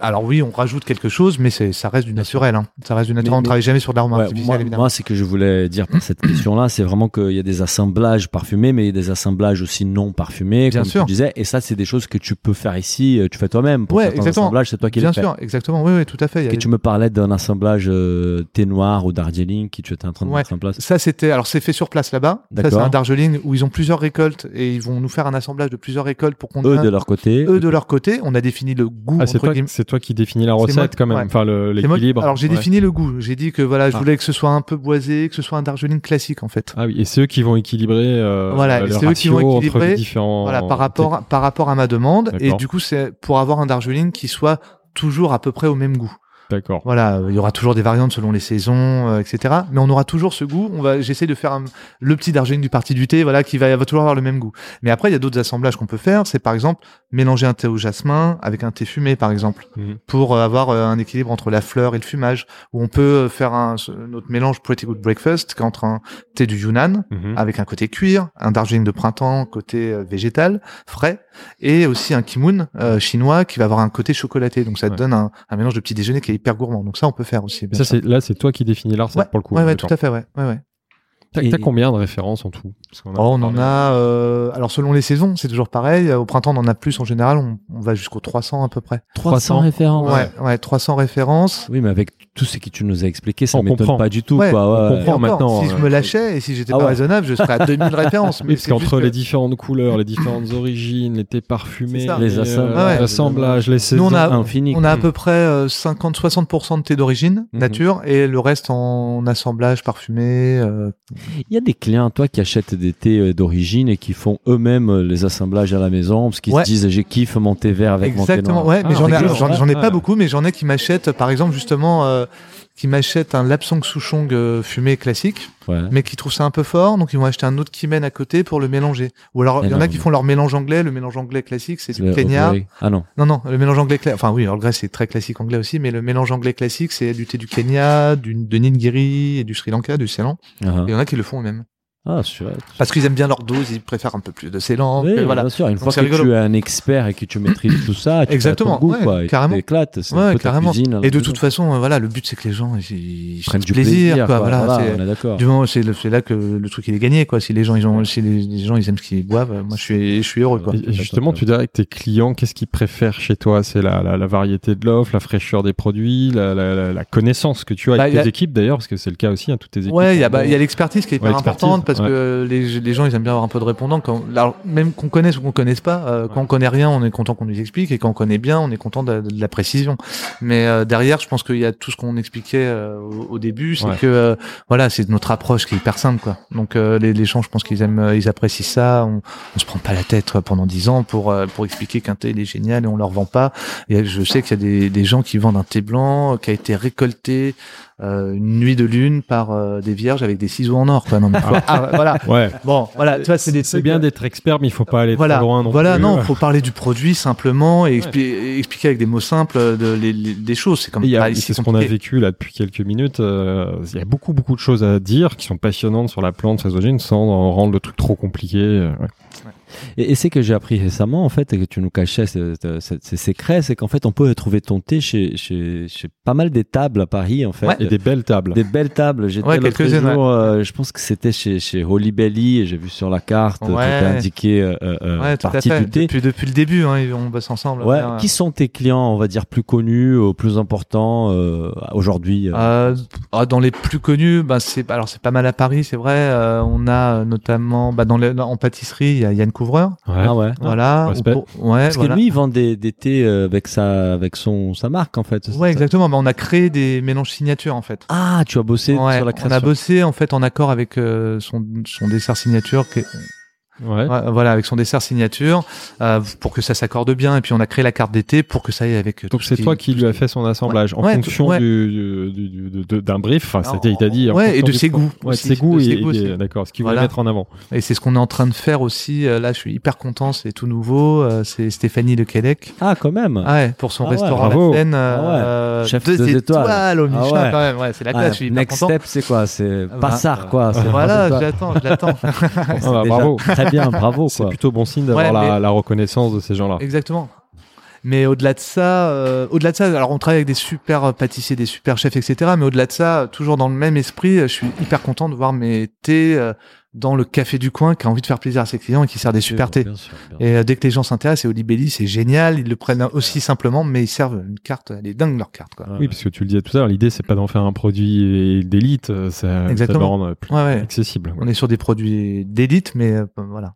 alors oui, on rajoute quelque chose, mais c'est ça reste du naturel. hein. Ça reste du naturel.
Mais-
on travaille jamais sur de l'arôme
Ouais,
artificiel
moi,
évidemment.
moi, c'est que je voulais dire par cette question-là, c'est vraiment qu'il y a des assemblages parfumés, mais il y a des assemblages aussi non parfumés,
Bien
comme
sûr.
tu disais. Et ça, c'est des choses que tu peux faire ici, euh, tu fais toi-même. Pour
Ouais,
certains
exactement.
assemblages, c'est toi qui
Bien
les fais.
sûr, exactement. Oui, oui, tout à fait. Il y a
Que
des-
tu me parlais d'un assemblage euh, thé noir ou d'argeling qui tu étais en train de
Ouais.
mettre en place.
Ça, c'était, alors c'est fait sur place là-bas. Ça, c'est
D'accord.
un Darjeeling où ils ont plusieurs récoltes et ils vont nous faire un assemblage de plusieurs récoltes pour qu'on
Eux,
un-
de leur côté.
eux de leur côté. On a défini le goût
Ah, c'est
entre
toi,
guillemets.
c'est toi qui définis la
C'est
recette
moi-
quand même,
ouais.
enfin le-
C'est moi-
l'équilibre.
Alors j'ai
Ouais.
défini le goût. J'ai dit que voilà, je
Ah.
voulais que ce soit un peu boisé, que ce soit un Darjeeling classique en fait.
Ah oui, et c'est eux qui vont équilibrer euh,
Voilà,
le
et c'est eux
ratio
qui vont
entre les
équilibrer,
différents.
Voilà, par rapport par rapport à ma demande et
D'accord.
du coup c'est pour avoir un Darjeeling qui soit toujours à peu près au même goût.
D'accord.
Voilà, euh, il y aura toujours des variantes selon les saisons, euh, etc. Mais on aura toujours ce goût. On va, j'essaie de faire un- le petit Darjeeling du parti du thé, voilà, qui va, va toujours avoir le même goût. Mais après, il y a d'autres assemblages qu'on peut faire. C'est par exemple mélanger un thé au jasmin avec un thé fumé, par exemple,
Mhm.
pour euh, avoir euh, un équilibre entre la fleur et le fumage. Ou on peut euh, faire un, ce- notre mélange Pretty Good Breakfast entre un thé du Yunnan
Mhm.
avec un côté cuir, un Darjeeling de printemps côté euh, végétal, frais, et aussi un Kimoun euh, chinois qui va avoir un côté chocolaté. Donc ça te
Ouais.
donne un, un mélange de petit déjeuner qui est hyper gourmand. Donc ça, on peut faire aussi. bien
Ça
sûr.
c'est là c'est toi qui définis la recette
Ouais,
pour le coup.
ouais, ouais,
d'accord.
tout à fait, ouais. ouais, ouais.
T'as
Et-
t'as combien de références en tout Parce qu'on a
Oh, on en
parlé.
a, euh, alors selon les saisons, c'est toujours pareil. Au printemps, on en a plus en général. On, on va jusqu'aux 300 à peu près.
300 références.
Oh,
Ouais, ouais, 300 références.
Oui, mais avec tout ce que tu nous as expliqué, ça
On
m'étonne
comprend.
pas du tout.
Ouais,
quoi.
on
Ouais.
comprend. Bon,
Et encore,
maintenant,
si
euh,
je me lâchais et si j'étais
Ah
pas
ouais.
raisonnable, je serais à 2000 références.
Oui, parce
c'est juste
qu'entre
que-
les différentes couleurs, les différentes origines, les thés parfumés,
C'est ça.
Les
les, euh,
assemblages.
assemblages, les saisons.
Nous, on a-
Infini.
On a à
Mm.
peu près euh, 50-60% de thé d'origine,
Mhm.
nature, et le reste en assemblage parfumé. euh,
Il y a des clients, toi, qui achètent des thés euh, d'origine et qui font eux-mêmes euh, les assemblages à la maison parce qu'ils
Ouais.
se disent j'ai kiffé mon thé vert avec
Exactement,
mon thé noir.
ouais, mais
Ah,
j'en ai,
d'accord.
j'en- j'en ai
Ah.
pas beaucoup, mais j'en ai qui m'achètent, par exemple, justement, euh, qui m'achètent un Lapsang Souchong euh, fumé classique,
Ouais.
mais qui trouvent ça un peu fort, donc ils vont acheter un autre qui mène à côté pour le mélanger. Ou alors, il y en a
Énorme.
qui font leur mélange anglais, le mélange anglais classique, c'est du
Le-
Kenya.
ok. Ah non.
Non, non, le mélange anglais, cla- enfin oui, alors le grès c'est très classique anglais aussi, mais le mélange anglais classique, c'est du thé du Kenya, du, de Ningiri et du Sri Lanka, du Ceylan.
Ah, ah.
Il y en a qui le font eux-mêmes.
Ah, chouette.
Parce qu'ils aiment bien leur dose, ils préfèrent un peu plus de Ceylan.
Oui,
voilà.
bien sûr. Une
Donc,
fois que
c'est rigolo.
tu es un expert et que tu maîtrises tout ça, tu fais à
Exactement,
ton goût,
ouais,
quoi, et
carrément.
tu t'éclates. C'est
Ouais,
un peu ta
carrément.
cuisine à la
Et de
maison.
toute façon, euh, voilà, le but c'est que les gens ils, ils
Ils prennent
fassent
du plaisir,
quoi,
quoi.
voilà,
Voilà,
c'est-
on est d'accord.
du moment où c'est le- c'est là que le truc il est gagné quoi. Si les gens ils ont, si les, les gens ils aiment ce qu'ils boivent, euh, moi je suis, je suis heureux quoi.
Et- Et justement, tu dirais que tes clients, qu'est-ce qu'ils préfèrent chez toi C'est la, la, la variété de l'offre, la fraîcheur des produits, la, la, la- la connaissance que tu as
Bah,
avec
il y
tes
a-
équipes d'ailleurs, parce que c'est le cas aussi, hein, toutes tes équipes.
Ouais, il y a,
ont-
bah, il y a l'expertise qui est hyper
Ouais, l'expertise,
importante parce
ouais.
que les, les gens ils aiment bien avoir un peu de répondants. Quand, alors, même qu'on connaisse ou qu'on connaisse pas, euh, quand on connaît rien, on est content qu'on nous explique et quand on connaît bien, on est content de, de la précision. Mais euh, derrière, je pense qu'il y a tout ce qu'on expliquait euh, au, au début, c'est
Ouais.
que euh, voilà, c'est notre approche qui est hyper simple quoi. Donc euh, les, les gens, je pense qu'ils aiment, euh, ils apprécient ça. On, on se prend pas la tête euh, pendant dix ans pour euh, pour expliquer qu'un thé il est génial et on leur vend pas. Et je sais qu'il y a des, des gens qui vendent un thé blanc euh, qui a été récolté euh, une nuit de lune par euh, des vierges avec des ciseaux en or. Quoi. Non, mais faut- ah, voilà.
Ouais.
Bon, voilà. Tu vois, c'est des
C'est
trucs-
bien d'être expert, mais il faut pas aller
Voilà,
trop loin non
voilà,
plus.
non, faut parler du produit simplement et expli- expliquer avec des mots simples euh, de, les, les- des choses. Ah, C'est comme
Et il y a-
pas
c'est
ici
ce qu'on a
compliqué.
vécu là depuis quelques minutes. euh, il y a beaucoup beaucoup de choses à dire qui sont passionnantes sur la plante phasogène sans en rendre le truc trop compliqué. euh, ouais.
Et, et c'est que j'ai appris récemment, en fait, et que tu nous cachais ce- ce- ce- ces secrets, c'est qu'en fait, on peut trouver ton thé chez, chez, chez pas mal des tables à Paris, en fait.
Ouais.
Et des belles tables.
Des belles tables. J'étais
Ouais,
l'autre
quelques-unes,
jour, euh, je pense que c'était chez, chez Holy Belly, et j'ai vu sur la carte,
Ouais.
tout était indiqué euh, euh,
Ouais, tout à
partie
fait.
du thé.
Depuis, depuis le début, hein, on bosse ensemble.
Ouais,
Ouais.
Qui sont tes clients, on va dire, plus connus, euh, plus importants euh, aujourd'hui euh,
Euh, ah, dans les plus connus, bah, c'est alors c'est pas mal à Paris, c'est vrai. Euh, on a euh, notamment bah, dans les- en pâtisserie, il y a Yann Couvreur,
Ouais.
Ah ouais.
voilà.
respect.
Ou pour- ouais,
Parce
voilà.
que lui, il vend des, des thés euh, avec sa, avec son, sa marque, en fait. c'est ça
Ouais, exactement. Bah, on a créé des mélanges signatures en fait.
Ah, tu as bossé
Ouais,
sur la
on
création.
a bossé en fait en accord avec euh, son, son dessert signature, qui est-
Ouais.
ouais, voilà, avec son dessert signature, euh, pour que ça s'accorde bien. Et puis on a créé la carte d'été pour que ça aille avec. euh,
Donc
tout ce
c'est toi qui lui as fait son assemblage en
Ouais, tout-
fonction
ouais.
du- du- du- du- de- d'un brief. Enfin,
Alors,
c'était il t'a dit. en
ouais,
fonction
et de
du
ses
pro-
goûts
Ouais, de
aussi,
ses goûts Ah,
de ses
et,
goûts
et-
aussi.
d'accord. Ce qu'il voulait
Voilà.
mettre en avant.
Et c'est ce qu'on est en train de faire aussi. Euh, Là, je suis hyper content. C'est tout nouveau. Euh, C'est Stéphanie Le Québec.
Ah, quand même.
Ah ouais, pour son
Ah ouais,
restaurant
bravo.
La Seine,
Ah
euh,
Chef
deux,
deux étoiles.
au Michelin
Ah ouais.
quand même. Ouais, c'est la classe,
Ah,
je suis hyper
next
content.
step, c'est quoi C'est
Ah,
Passard, quoi. c'est-
Voilà,
c'est-
j'attends, j'attends.
Ah,
c'est
bah,
déjà
bravo.
Très bien, bravo,
C'est
quoi.
plutôt bon signe d'avoir
Ouais,
la,
mais-
la reconnaissance de ces gens-là.
Exactement. Mais au-delà de ça, euh, au-delà de ça, alors on travaille avec des super euh, pâtissiers, des super chefs, etc. Mais au-delà de ça, euh, toujours dans le même esprit, euh, je suis hyper content de voir mes thés euh, dans le café du coin qui a envie de faire plaisir à ses clients et qui sert des super thés.
Bien sûr, bien sûr.
Et euh, dès que les gens s'intéressent, et Olibelli, c'est génial. Ils le prennent aussi simplement, mais ils servent une carte. Elle est dingue leur carte, quoi.
Ouais,
Oui, parce que tu le disais tout à l'heure, l'idée c'est pas d'en faire un produit d'élite, euh, ça, ça
Exactement.
le rend plus
Ouais, ouais.
accessible. ouais.
On est sur des produits d'élite, mais euh, voilà.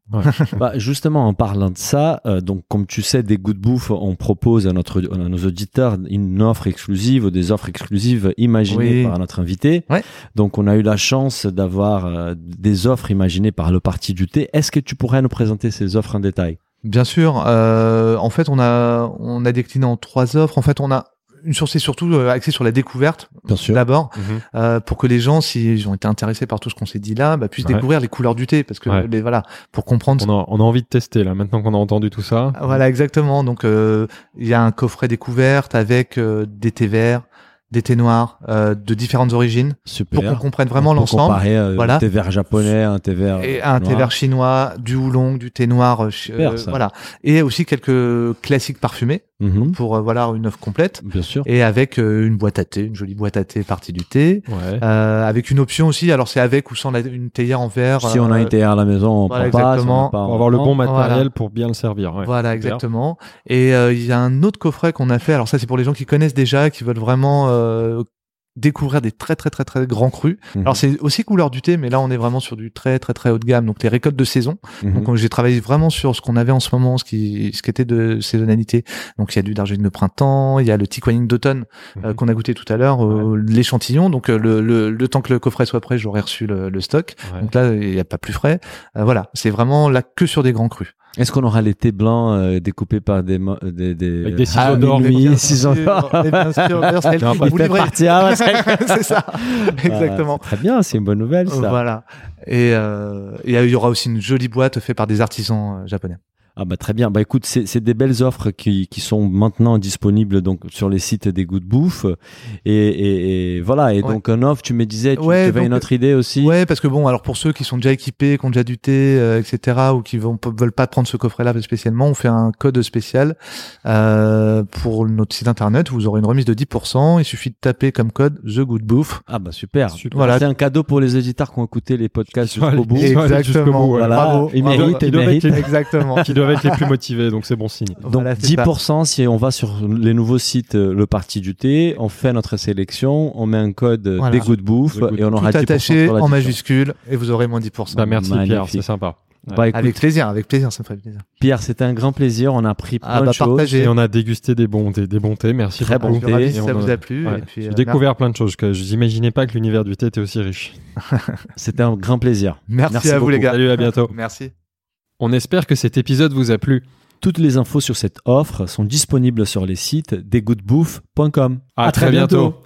Bah, justement, en parlant de ça, euh, donc comme tu sais, des goûts de bouffe, on propose à, notre, à nos auditeurs une offre exclusive ou des offres exclusives imaginées
Oui.
par notre invité.
Ouais.
Donc, on a eu la chance d'avoir euh, des offres imaginées par le parti du thé. Est-ce que tu pourrais nous présenter ces offres en détail
Bien sûr. euh, en fait, on a on a décliné en trois offres. En fait, on a une source c'est surtout euh, axée sur la découverte
Bien sûr.
d'abord
Mhm.
euh, pour que les gens s'ils ont été intéressés par tout ce qu'on s'est dit là bah, puissent
Ouais.
découvrir les couleurs du thé parce que
Ouais.
les, voilà pour comprendre Ah,
On a, on a envie de tester là, maintenant qu'on a entendu tout ça.
voilà exactement donc euh, il y a un coffret découverte avec euh, des thés verts des thés noirs euh, de différentes origines
Super.
pour qu'on comprenne vraiment
Pour
l'ensemble
Comparer euh,
Voilà.
un thé vert japonais, un thé vert.
et un thé
noir.
vert chinois du houlong du thé noir euh, chi-
Super,
euh,
ça.
voilà et aussi quelques classiques parfumés
Mhm,
pour euh, voilà une offre complète
Bien sûr.
et avec euh, une boîte à thé, une jolie boîte à thé partie du thé,
Ouais.
Euh, avec une option aussi. Alors c'est avec ou sans la- une théière en verre.
Si on a
euh,
une théière à la maison, on
voilà,
prend pas. si on
exactement.
n'a pas,
Pour
on
avoir le
prend.
bon matériel
Voilà.
pour bien le servir. ouais.
Voilà,
Super.
exactement. Et euh, il y a un autre coffret qu'on a fait. Alors ça, c'est pour les gens qui connaissent déjà, qui veulent vraiment euh, découvrir des très très très très grands crus.
Mhm.
Alors c'est aussi couleur du thé, mais là on est vraiment sur du très très très haut de gamme. Donc les récoltes de saison.
Mhm.
Donc j'ai travaillé vraiment sur ce qu'on avait en ce moment, ce qui ce qui était de saisonnalité. Donc il y a du d'argile de printemps, il y a le tiquaning d'automne euh,
Mhm.
qu'on a goûté tout à l'heure, euh, l'échantillon. Donc euh, le, le, le temps que le coffret soit prêt, j'aurai reçu le, le stock.
Ouais.
Donc là il n'y a pas plus frais. Euh, voilà, c'est vraiment là que sur des grands crus.
Est-ce qu'on aura les thés blancs euh, découpés par des mo- euh, des,
Avec des ciseaux
Ah,
d'or.
minuit,
Bien Ah, bah,
ciseaux d'or.
Et bien sûr, bien sûr,
Non,
vous
pas-
Il fait
livrez.
partie. Ah, bah, c'est-
c'est ça, exactement.
Ah, c'est très bien, c'est une bonne nouvelle ça.
Voilà. Et euh, et, euh, il y aura aussi une jolie boîte faite par des artisans euh, japonais.
Ah bah très bien. Bah écoute, c'est c'est des belles offres qui, qui sont maintenant disponibles donc sur les sites des goûts de bouffe et, et, et voilà. Et
Ouais.
donc un offre, tu me disais, tu
Ouais,
avais
donc,
une autre idée aussi.
Ouais, parce que bon, alors pour ceux qui sont déjà équipés, qui ont déjà du thé, euh, etc., ou qui vont, veulent pas prendre ce coffret-là spécialement, on fait un code spécial euh, pour notre site internet. Vous aurez une remise de 10%. Il suffit de taper comme code The Good Bouffe.
Ah bah super.
Super.
Voilà.
C'est un cadeau pour les auditeurs qui ont écouté les podcasts
Ils sont
jusqu'au
allés-
bout.
ils sont allés jusqu'au
Exactement.
bout, ouais.
Voilà.
Bravo.
Ils
Bravo.
méritent,
Ils
ils
doivent
méritent.
être les-
Exactement.
qui doivent être les plus motivés, donc c'est bon signe. Bah,
Donc
Voilà, c'est ça.
10% si on va sur les nouveaux sites euh, Le Parti du Thé, on fait notre sélection, on met un code euh,
Voilà.
des goûts de bouffe
Des goûts de
et on
Tout
aura 10%
attaché
sur la
en
différence.
majuscule et vous aurez moins 10%.
Bah, merci Pierre,
Magnifique.
c'est sympa.
Bah, écoute,
avec plein, avec plaisir, ça me ferait plaisir.
Pierre, c'était un grand plaisir, on a appris plein
Ah bah
de choses.
partagez.
Et on a dégusté des bons, des, des bons thés. Merci
Très
beaucoup.
bon
Je suis ravi
thé.
si
Ah Et
ça
on
vous
en-
a plu.
ouais.
et puis,
J'ai
euh,
découvert plein de choses que je n'imaginais pas que l'univers du thé était aussi riche.
C'était un grand plaisir.
Merci,
Merci
à vous
beaucoup.
les gars.
Salut, à bientôt.
Merci.
On espère que cet épisode vous a plu.
Toutes les infos sur cette offre sont disponibles sur les sites desgoutdebouffe.com.
À, très bientôt.